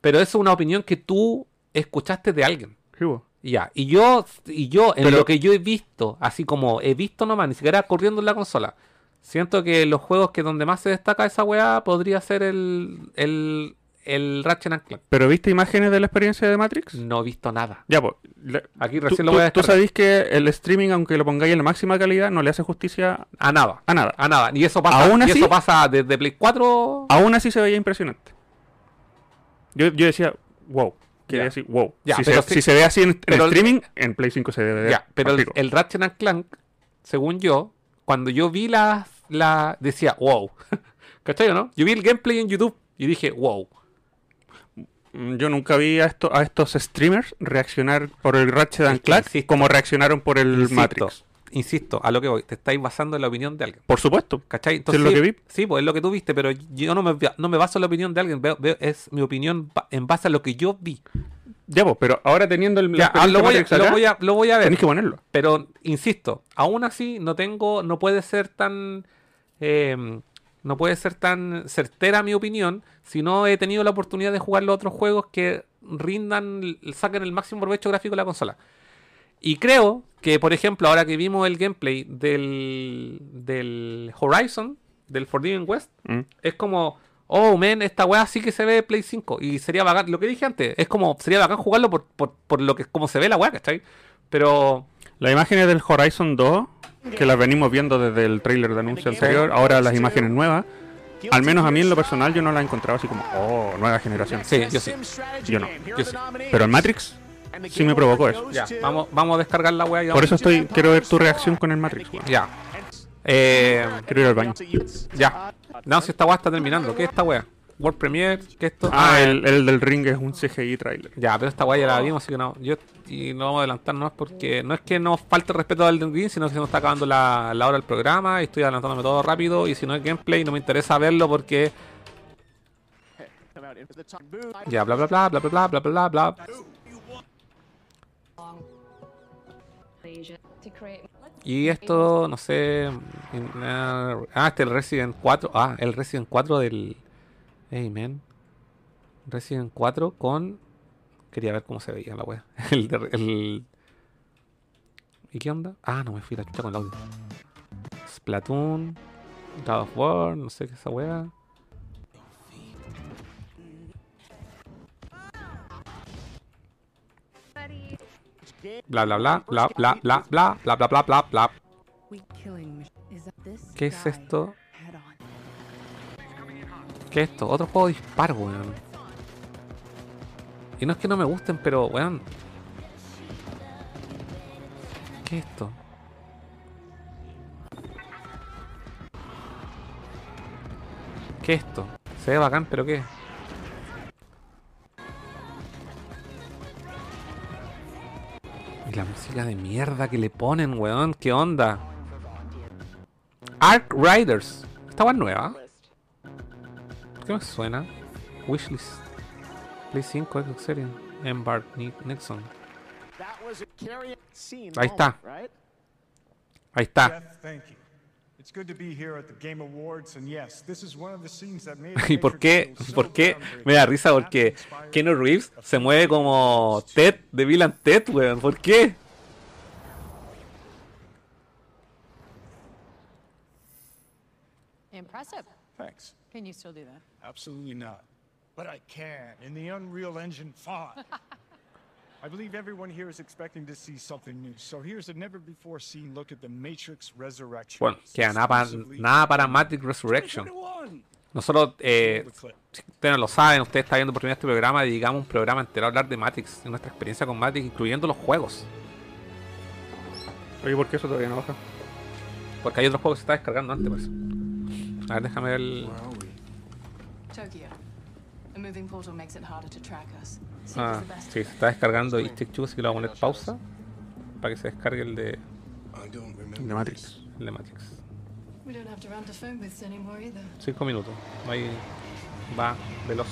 B: Pero eso es una opinión que tú escuchaste de alguien.
C: Sí, po.
B: Ya, y yo, y yo en
C: Pero-
B: lo que yo he visto, así como he visto nomás, ni siquiera corriendo en la consola, siento que los juegos que donde más se destaca esa weá podría ser el, el, el Ratchet and Clank.
C: ¿Pero viste imágenes de la experiencia de Matrix?
B: No he visto nada.
C: Ya, pues. la-
B: Mm. Aquí
C: tú-
B: recién lo
C: tú-
B: voy a
C: Tú
B: descargar.
C: sabés que el streaming, aunque lo pongáis en la máxima calidad, no le hace justicia
B: A nada,
C: a nada.
B: a nada. Y eso pasa,
C: Aún
B: y
C: así-
B: eso pasa desde Play 4.
C: Aún así se veía impresionante. Yo, yo decía, wow. Quería
B: Ya.
C: decir, wow.
B: Ya,
C: si,
B: pero
C: se,
B: sí-
C: si se ve así en, en
B: pero el-
C: streaming, en Play 5 se debe ver.
B: Ya, pero el,
C: Palpico.
B: el Ratchet and Clank, según yo, cuando yo vi las la decía, wow. ¿Cachai o no? Yo vi el gameplay en YouTube y dije, wow.
C: Mm, Yo nunca vi a, esto, a estos streamers reaccionar por el Ratchet and Clank como reaccionaron por el
B: Insisto,
C: Matrix.
B: Insisto, a lo que voy, te estáis basando en la opinión de alguien.
C: Por supuesto.
B: ¿Cachai?
C: es lo que vi.
B: Sí, pues es lo que tú viste, pero yo no me, no me baso en la opinión de alguien, veo- veo- es mi opinión ba- en base a lo que yo vi.
C: Ya, pues, pero ahora teniendo el. la
B: Ya, ah,
C: experiencia
B: lo, voy a,
C: Matrix
B: lo
C: acá,
B: voy a- lo voy a ver.
C: Tenéis que ponerlo.
B: Pero, insisto, aún así no tengo, no puede ser tan, eh, no puede ser tan certera mi opinión si no he tenido la oportunidad de jugar los otros juegos que rindan, saquen el máximo provecho gráfico de la consola. Y creo que, por ejemplo, ahora que vimos el gameplay del, del Horizon, del Forbidden West,
C: Mm.
B: es como, oh men, esta weá sí que se ve de Play 5. Y sería bacán, lo que dije antes, es como, sería bacán jugarlo por, por, por lo que como se ve la weá, ¿cachai? Pero
C: Las imágenes del Horizon 2, que las venimos viendo desde el tráiler de anuncio anterior, ahora las imágenes nuevas. Al menos a mí en lo personal yo no las encontraba así como, oh, nueva generación.
B: Sí, yo sí.
C: Yo no.
B: Yo sí.
C: Pero en Matrix, sí me provocó eso.
B: Ya, vamos, vamos a descargar la wea y
C: Por eso estoy, quiero ver tu reacción con el Matrix, weón.
B: Ya. Eh,
C: Quiero ir al baño.
B: Ya. No, si esta wea está terminando. ¿Qué es esta wea? World Premiere, ¿qué es esto?
C: Ah, el, el del ring es un CGI trailer.
B: Ya, pero esta guay ya la vimos, así que no. Yo y no vamos a adelantar nomás porque no es que nos falte el respeto al Green, sino que se nos está acabando la, la hora del programa y estoy adelantándome todo rápido. Y si no es gameplay, no me interesa verlo porque. Ya, bla bla bla bla bla bla bla bla bla. Y esto, no sé. in- eh, Ah, este es el Resident 4. Ah, el Resident 4 del. Hey, man. Resident 4 con. Quería ver cómo se veía la wea. El, de- el- ¿Y qué onda? Ah, no me fui la chuta con el audio. Splatoon. God of War, no sé qué es esa wea. Bla bla bla bla bla bla bla bla bla bla bla bla. ¿Qué es esto? ¿Qué es esto? Otro juego de disparo, weón. Y no es que no me gusten, pero weón. ¿Qué es esto? ¿Qué es esto? Se ve bacán, pero ¿qué? Y la música de mierda que le ponen, weón. ¿Qué onda? Ark Riders. Esta weá es nueva. ¿Qué me suena? Wishlist. Play 5, Xbox Series. Embark, Ni- Nixon. Ahí está. Ahí está.
E: Jeff, thank you. It's good to be here at the Game Awards, and yes, this is one of the scenes that made
B: ¿Y por qué? ¿Por qué? Me da risa porque Keanu Reeves se mueve como Ted de Villain Ted, weón. ¿Por qué?
G: Impressive.
E: Thanks.
G: Can you still do that?
E: Absolutely not. But I can in the Unreal Engine 5. I believe everyone here is expecting to see something new, so here's a never before seen look at the Matrix Resurrection.
B: Bueno, queda nada para, nada para Matrix Resurrection. Nosotros, eh, si ustedes no lo saben, ustedes están viendo por primera vez este programa, digamos un programa entero a hablar de Matrix, de nuestra experiencia con Matrix, incluyendo los juegos.
C: Oye, ¿por qué eso todavía no baja?
B: Porque hay otros juegos que se está descargando antes, por eso. A ver, déjame ver el...
J: Tokyo. A moving portal makes it harder to track us. Seek is
B: Ah,
J: the best.
B: sí, se está descargando y Take Two, así que le voy a poner pausa para que se descargue el de...
C: El de Matrix.
B: El de Matrix.
J: We don't have to run to phone booths anymore either.
B: Cinco minutos. Ahí va veloz.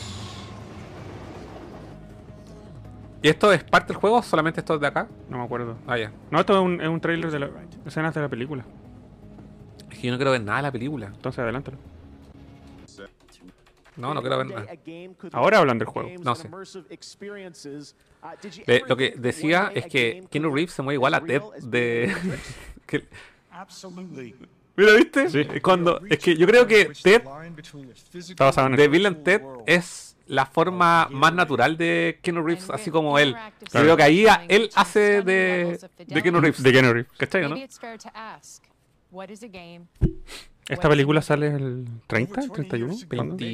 B: ¿Y esto es parte del juego o solamente esto de acá?
C: No me acuerdo.
B: Ah, ya.
C: No, esto es un, es un trailer de la, escenas de la película.
B: Es que yo no quiero ver nada de la película.
C: Entonces adelántalo.
B: No, no quiero ver nada.
C: Ahora hablan del juego.
B: No sé.
D: Uh,
B: Le- Eh, lo que decía es que Keanu Reeves se mueve igual a Ted de... que-
E: Absolutely.
B: Mira, ¿viste? Es Cuando, es que yo creo que Ted,
E: Está basado en
B: de
E: eso.
B: Bill and Ted, es la forma más natural de Keanu Reeves, así como él. Yo
C: Claro.
B: Creo que ahí a- él hace de, de Keanu Reeves.
C: De Keanu Reeves.
B: ¿Cachai, o no?
G: Maybe it's fair to ask, what is a game?
C: Esta película sale el 30, 31,
B: 20,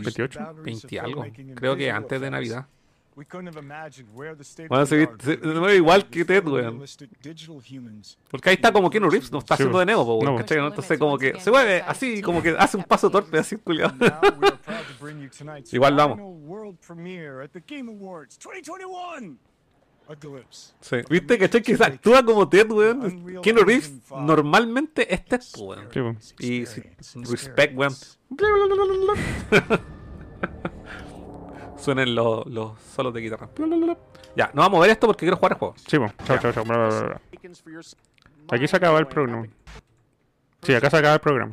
C: 28.
B: 20 algo. Creo que antes de Navidad.
E: We couldn't have imagined where the state
B: Bueno,
E: of
B: se,
E: the
B: vi-
E: art
B: se-
E: would
B: se
E: be
B: mueve igual que Ted,
E: for
B: weón.
E: realistic digital humans.
B: Porque ahí está como Keanu Reeves, no está
C: Sí,
B: haciendo de
C: weón.
B: nuevo, po, weón,
C: No, weón.
B: ¿cachai, no? Entonces como que se mueve así, como que hace un paso torpe así, culiado.
E: Proud to bring you tonight's
B: Igual lo amo.
E: final world premiere at the Game Awards 2021. A glimpse.
B: Sí. ¿Viste, cachai? Que actúa como Ted, weón. Keanu Reeves normalmente es Ted, po,
C: Sí,
B: weón.
C: weón.
B: Y si- respect, weón. Suenen los, los solos de guitarra. Ya, no vamos a ver esto porque quiero jugar el juego.
C: Sí, bueno. Chao,
B: Ya.
C: chao, chao. Bla, bla, bla, bla. Aquí se acaba el programa. Sí, acá se acaba el programa.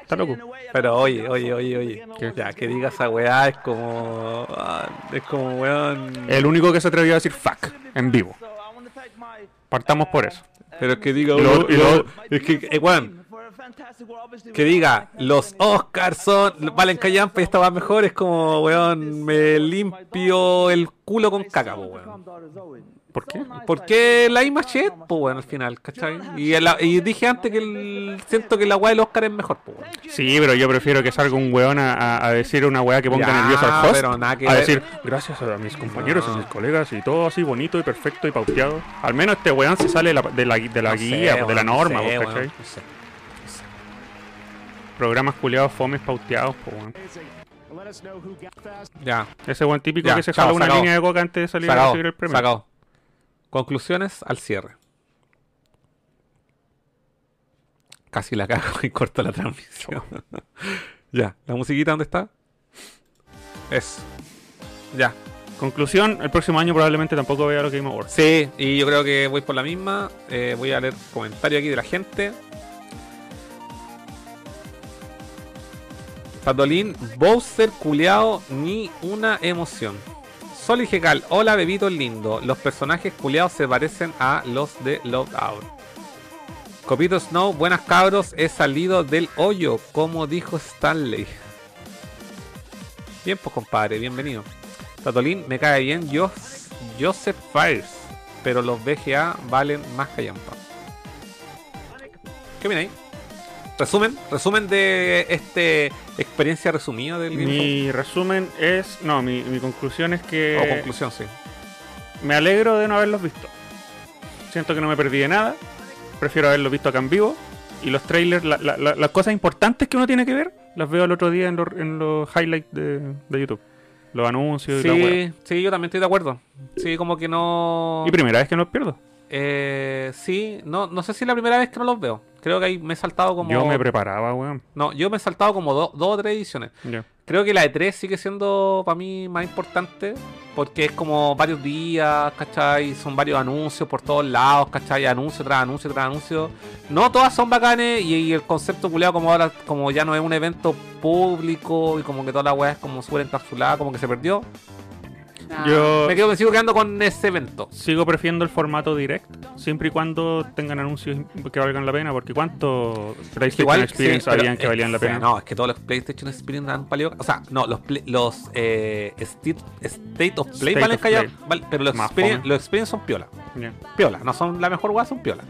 C: Está loco.
B: Pero oye, oye, oye, oye. Ya, que diga esa weá es como. ah, Es como weón.
C: El único que se atrevió a decir fuck en vivo. Partamos por eso.
B: Pero que diga
C: Y lo-
B: uno-
C: y lo-
B: uno- es que, eh, weón, que diga, los Oscars son, valen callampa y esta va mejor, es como, weón, me limpio el culo con caca, po, weón.
C: ¿Por qué?
B: Porque la Imachet, pues weón, al final, ¿cachai? Y, el- y dije antes que el- siento que la weá del Oscar es mejor, po, weón.
C: Sí, pero yo prefiero que salga un weón a- a, a decir una weá que ponga
B: Ya,
C: nervioso al host.
B: pero nada que
C: a
B: ver.
C: decir, gracias a mis compañeros y
B: No.
C: mis colegas y todo así bonito y perfecto y pauteado. Al menos este weón se sale de la, de la, de la
B: No sé,
C: guía, pues, de la
B: weón, no
C: norma,
B: sé,
C: pues,
B: weón,
C: ¿cachai?
B: no sé.
C: Programas culiados, fomes, pauteados, pues, weón.
B: Ya.
C: Ese buen típico
B: Ya,
C: que se
B: chao,
C: jala una
B: acabó.
C: línea de coca antes de salir
B: Se
C: a
B: acabó,
C: recibir el premio.
B: se acabó. Conclusiones al cierre. Casi la cago y corto la transmisión. ya, ¿la musiquita dónde está? Eso. Ya.
C: Conclusión, el próximo año probablemente tampoco vea lo que Game Awards.
B: Sí, y yo creo que voy por la misma. Eh, voy a leer comentarios aquí de la gente. Patolín, Bowser culeado, ni una emoción. Sol y Gecal, hola bebito lindo. Los personajes culeados se parecen a los de Out. Copito Snow, buenas cabros, he salido del hoyo, como dijo Stanley. Bien, pues compadre, bienvenido. Tatolín, me cae bien Jos- Joseph Fires, pero los BGA valen más que Yampa. ¿Qué viene ahí? Resumen, resumen de este experiencia resumida del Game
C: Mi resumen es. No, mi, mi conclusión es que.
B: O conclusión, sí.
C: Me alegro de no haberlos visto. Siento que no me perdí de nada. Prefiero haberlos visto acá en vivo. Y los trailers, la- la- la- las cosas importantes que uno tiene que ver, las veo el otro día en los, en los highlights de, de YouTube. Los anuncios y la web.
B: Sí, sí, yo también estoy de acuerdo. Sí, como que no.
C: Y primera vez que no los pierdo.
B: Eh, sí, no, no sé si es la primera vez que no los veo. Creo que ahí me he saltado como.
C: Yo me preparaba, weón.
B: No, yo me he saltado como do- dos o tres ediciones.
C: Ya.
B: Creo que la de 3 sigue siendo para mí más importante porque es como varios días, ¿cachai? Son varios anuncios por todos lados, ¿cachai? Anuncio tras anuncio tras anuncio. No todas son bacanes y, y el concepto culiado como ahora, como ya no es un evento público y como que toda la weá es como súper encapsulada, como que se perdió.
C: Yo
B: Ah. Me, quedo, me sigo quedando con ese evento.
C: sigo prefiriendo el formato direct, siempre y cuando tengan anuncios que valgan la pena, porque cuánto PlayStation Experience
B: sí, pero
C: habían que
B: es
C: valían la
B: feo.
C: pena.
B: No, es que todos los PlayStation Experience dan palio. O sea, no, los, play- los eh, State, State of Play
C: State
B: valen
C: of
B: callar.
C: Play.
B: vale, pero los
C: Más
B: experience,
C: fome.
B: los experience son piola.
C: Ya.
B: Piola, no son la mejor guay, son piola.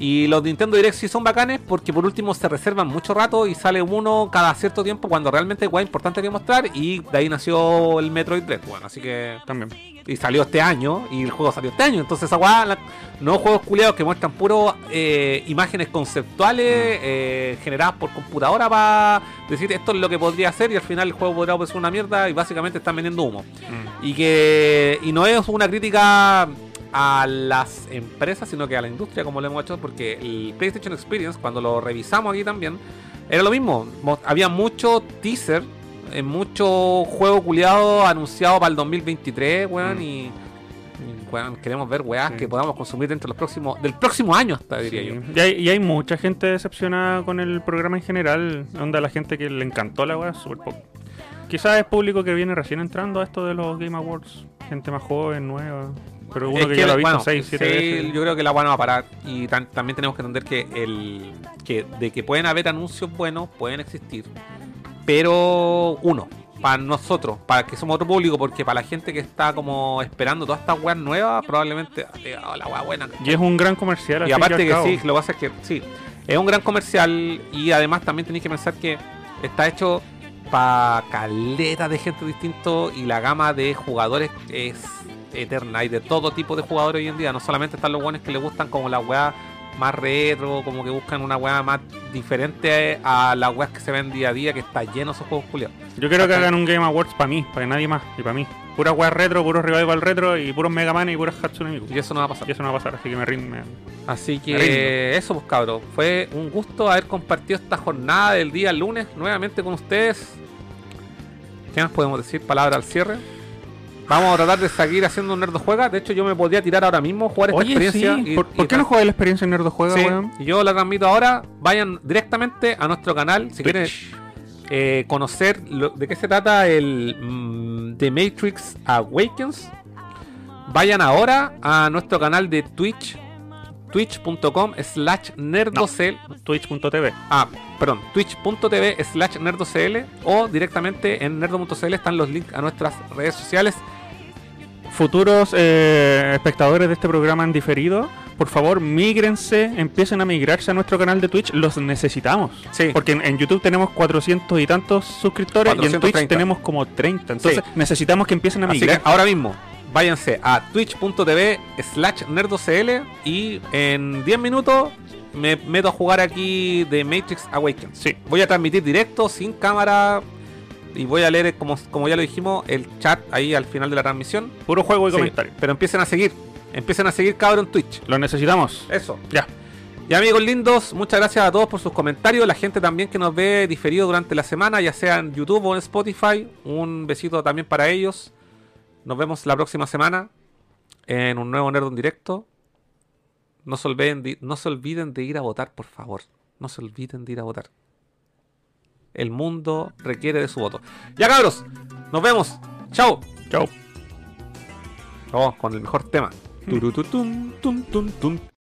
B: Y los Nintendo Direct sí son bacanes porque por último se reservan mucho rato y sale uno cada cierto tiempo cuando realmente hay guay importante que mostrar y de ahí nació el Metroid Dread, bueno, así que...
C: También.
B: Y salió este año y el juego salió este año, entonces esa guay, la- no juegos culiados que muestran puro eh, imágenes conceptuales eh, generadas por computadora para decir esto es lo que podría ser y al final el juego podría ser una mierda y básicamente están vendiendo humo Mm. y que y no es una crítica a las empresas sino que a la industria como lo hemos hecho porque el PlayStation Experience cuando lo revisamos aquí también era lo mismo Mo- había mucho teaser eh, mucho juego culiado anunciado para el 2023 weón y, y, weón, queremos ver weás que podamos consumir dentro de los próximos del próximo año hasta diría yo
C: Y hay, y hay mucha gente decepcionada con el programa en general. Onda, la gente que le encantó la weá, súper poco. Quizás es público que viene recién entrando a esto de los Game Awards. Gente más joven, nueva. Pero uno
B: Es
C: que, ya lo ha visto
B: bueno,
C: 6, 7
B: sí,
C: veces.
B: Yo creo que la buena va a parar. Y tan- también tenemos que entender que el que de que pueden haber anuncios buenos, pueden existir. Pero uno, para nosotros, para que somos otro público, porque para la gente que está como esperando todas estas weas nuevas, probablemente eh, oh, la wea buena.
C: Y es un gran comercial. al
B: Y
C: fin al
B: aparte que
C: cabo.
B: sí, lo que pasa es que sí, es un gran comercial y además también tenéis que pensar que está hecho para caleta de gente distinto y la gama de jugadores es eterna y de todo tipo de jugadores hoy en día. No solamente están los buenos que le gustan como la weá más retro, como que buscan una weá más diferente a las weas que se ven día a día, que está lleno de esos juegos culiados.
C: Yo quiero que hagan un Game Awards para mí, para nadie más y para mí. Pura weá retro, puros revival retro y puros Mega Man y puros Hatsune Miku.
B: Y eso no va a pasar.
C: Y eso no va a pasar, así que me rindo. me-
B: Así
C: me rindo.
B: que eso, pues cabros. Fue un gusto haber compartido esta jornada del día lunes nuevamente con ustedes. ¿Qué más podemos decir? Palabra al cierre. Vamos a tratar de seguir haciendo un Nerdo Juega. De hecho, yo me podría tirar ahora mismo, jugar esta
C: Oye,
B: experiencia.
C: sí.
B: y-
C: ¿Por,
B: y
C: por qué no juegas la experiencia en Nerdo Juega,
B: Sí,
C: weón?
B: yo la transmito ahora. Vayan directamente a nuestro canal si quieren eh, conocer lo- de qué se trata el mm, The Matrix Awakens. Vayan ahora a nuestro canal de Twitch, twitch.com slash nerdocl.
C: Twitch.tv.
B: Ah, perdón, twitch.tv slash nerdocl o directamente en nerdo.cl están los links a nuestras redes sociales.
C: Futuros eh, espectadores de este programa han diferido. Por favor, migrense, empiecen a migrarse a nuestro canal de Twitch. Los necesitamos. Sí. Porque en, en YouTube tenemos 400 y tantos suscriptores y en Twitch
B: 430.
C: tenemos como 30. Entonces,
B: Sí.
C: necesitamos que empiecen a
B: Así
C: migrar.
B: que ah, ahora mismo, váyanse a twitch.tv slash nerdocl y en 10 minutos me meto a jugar aquí de Matrix Awakens. Sí. Voy a transmitir directo, sin cámara. Y voy a leer, como, como ya lo dijimos, el chat ahí al final de la transmisión.
C: Puro juego y comentario.
B: comentario. Pero empiecen a seguir. Empiecen a seguir, cabrón, Twitch.
C: Lo necesitamos.
B: Eso.
C: Ya.
B: Y amigos lindos, muchas gracias a todos por sus comentarios. La gente también que nos ve diferido durante la semana, ya sea en YouTube o en Spotify. Un besito también para ellos. Nos vemos la próxima semana en un nuevo Nerd en directo. No se olviden de, no se olviden de ir a votar, por favor. No se olviden de ir a votar. El mundo requiere de su voto. Ya cabros, nos vemos. Chao.
C: Chao.
B: Oh, con el mejor tema. Turututum, tum, tum, tum.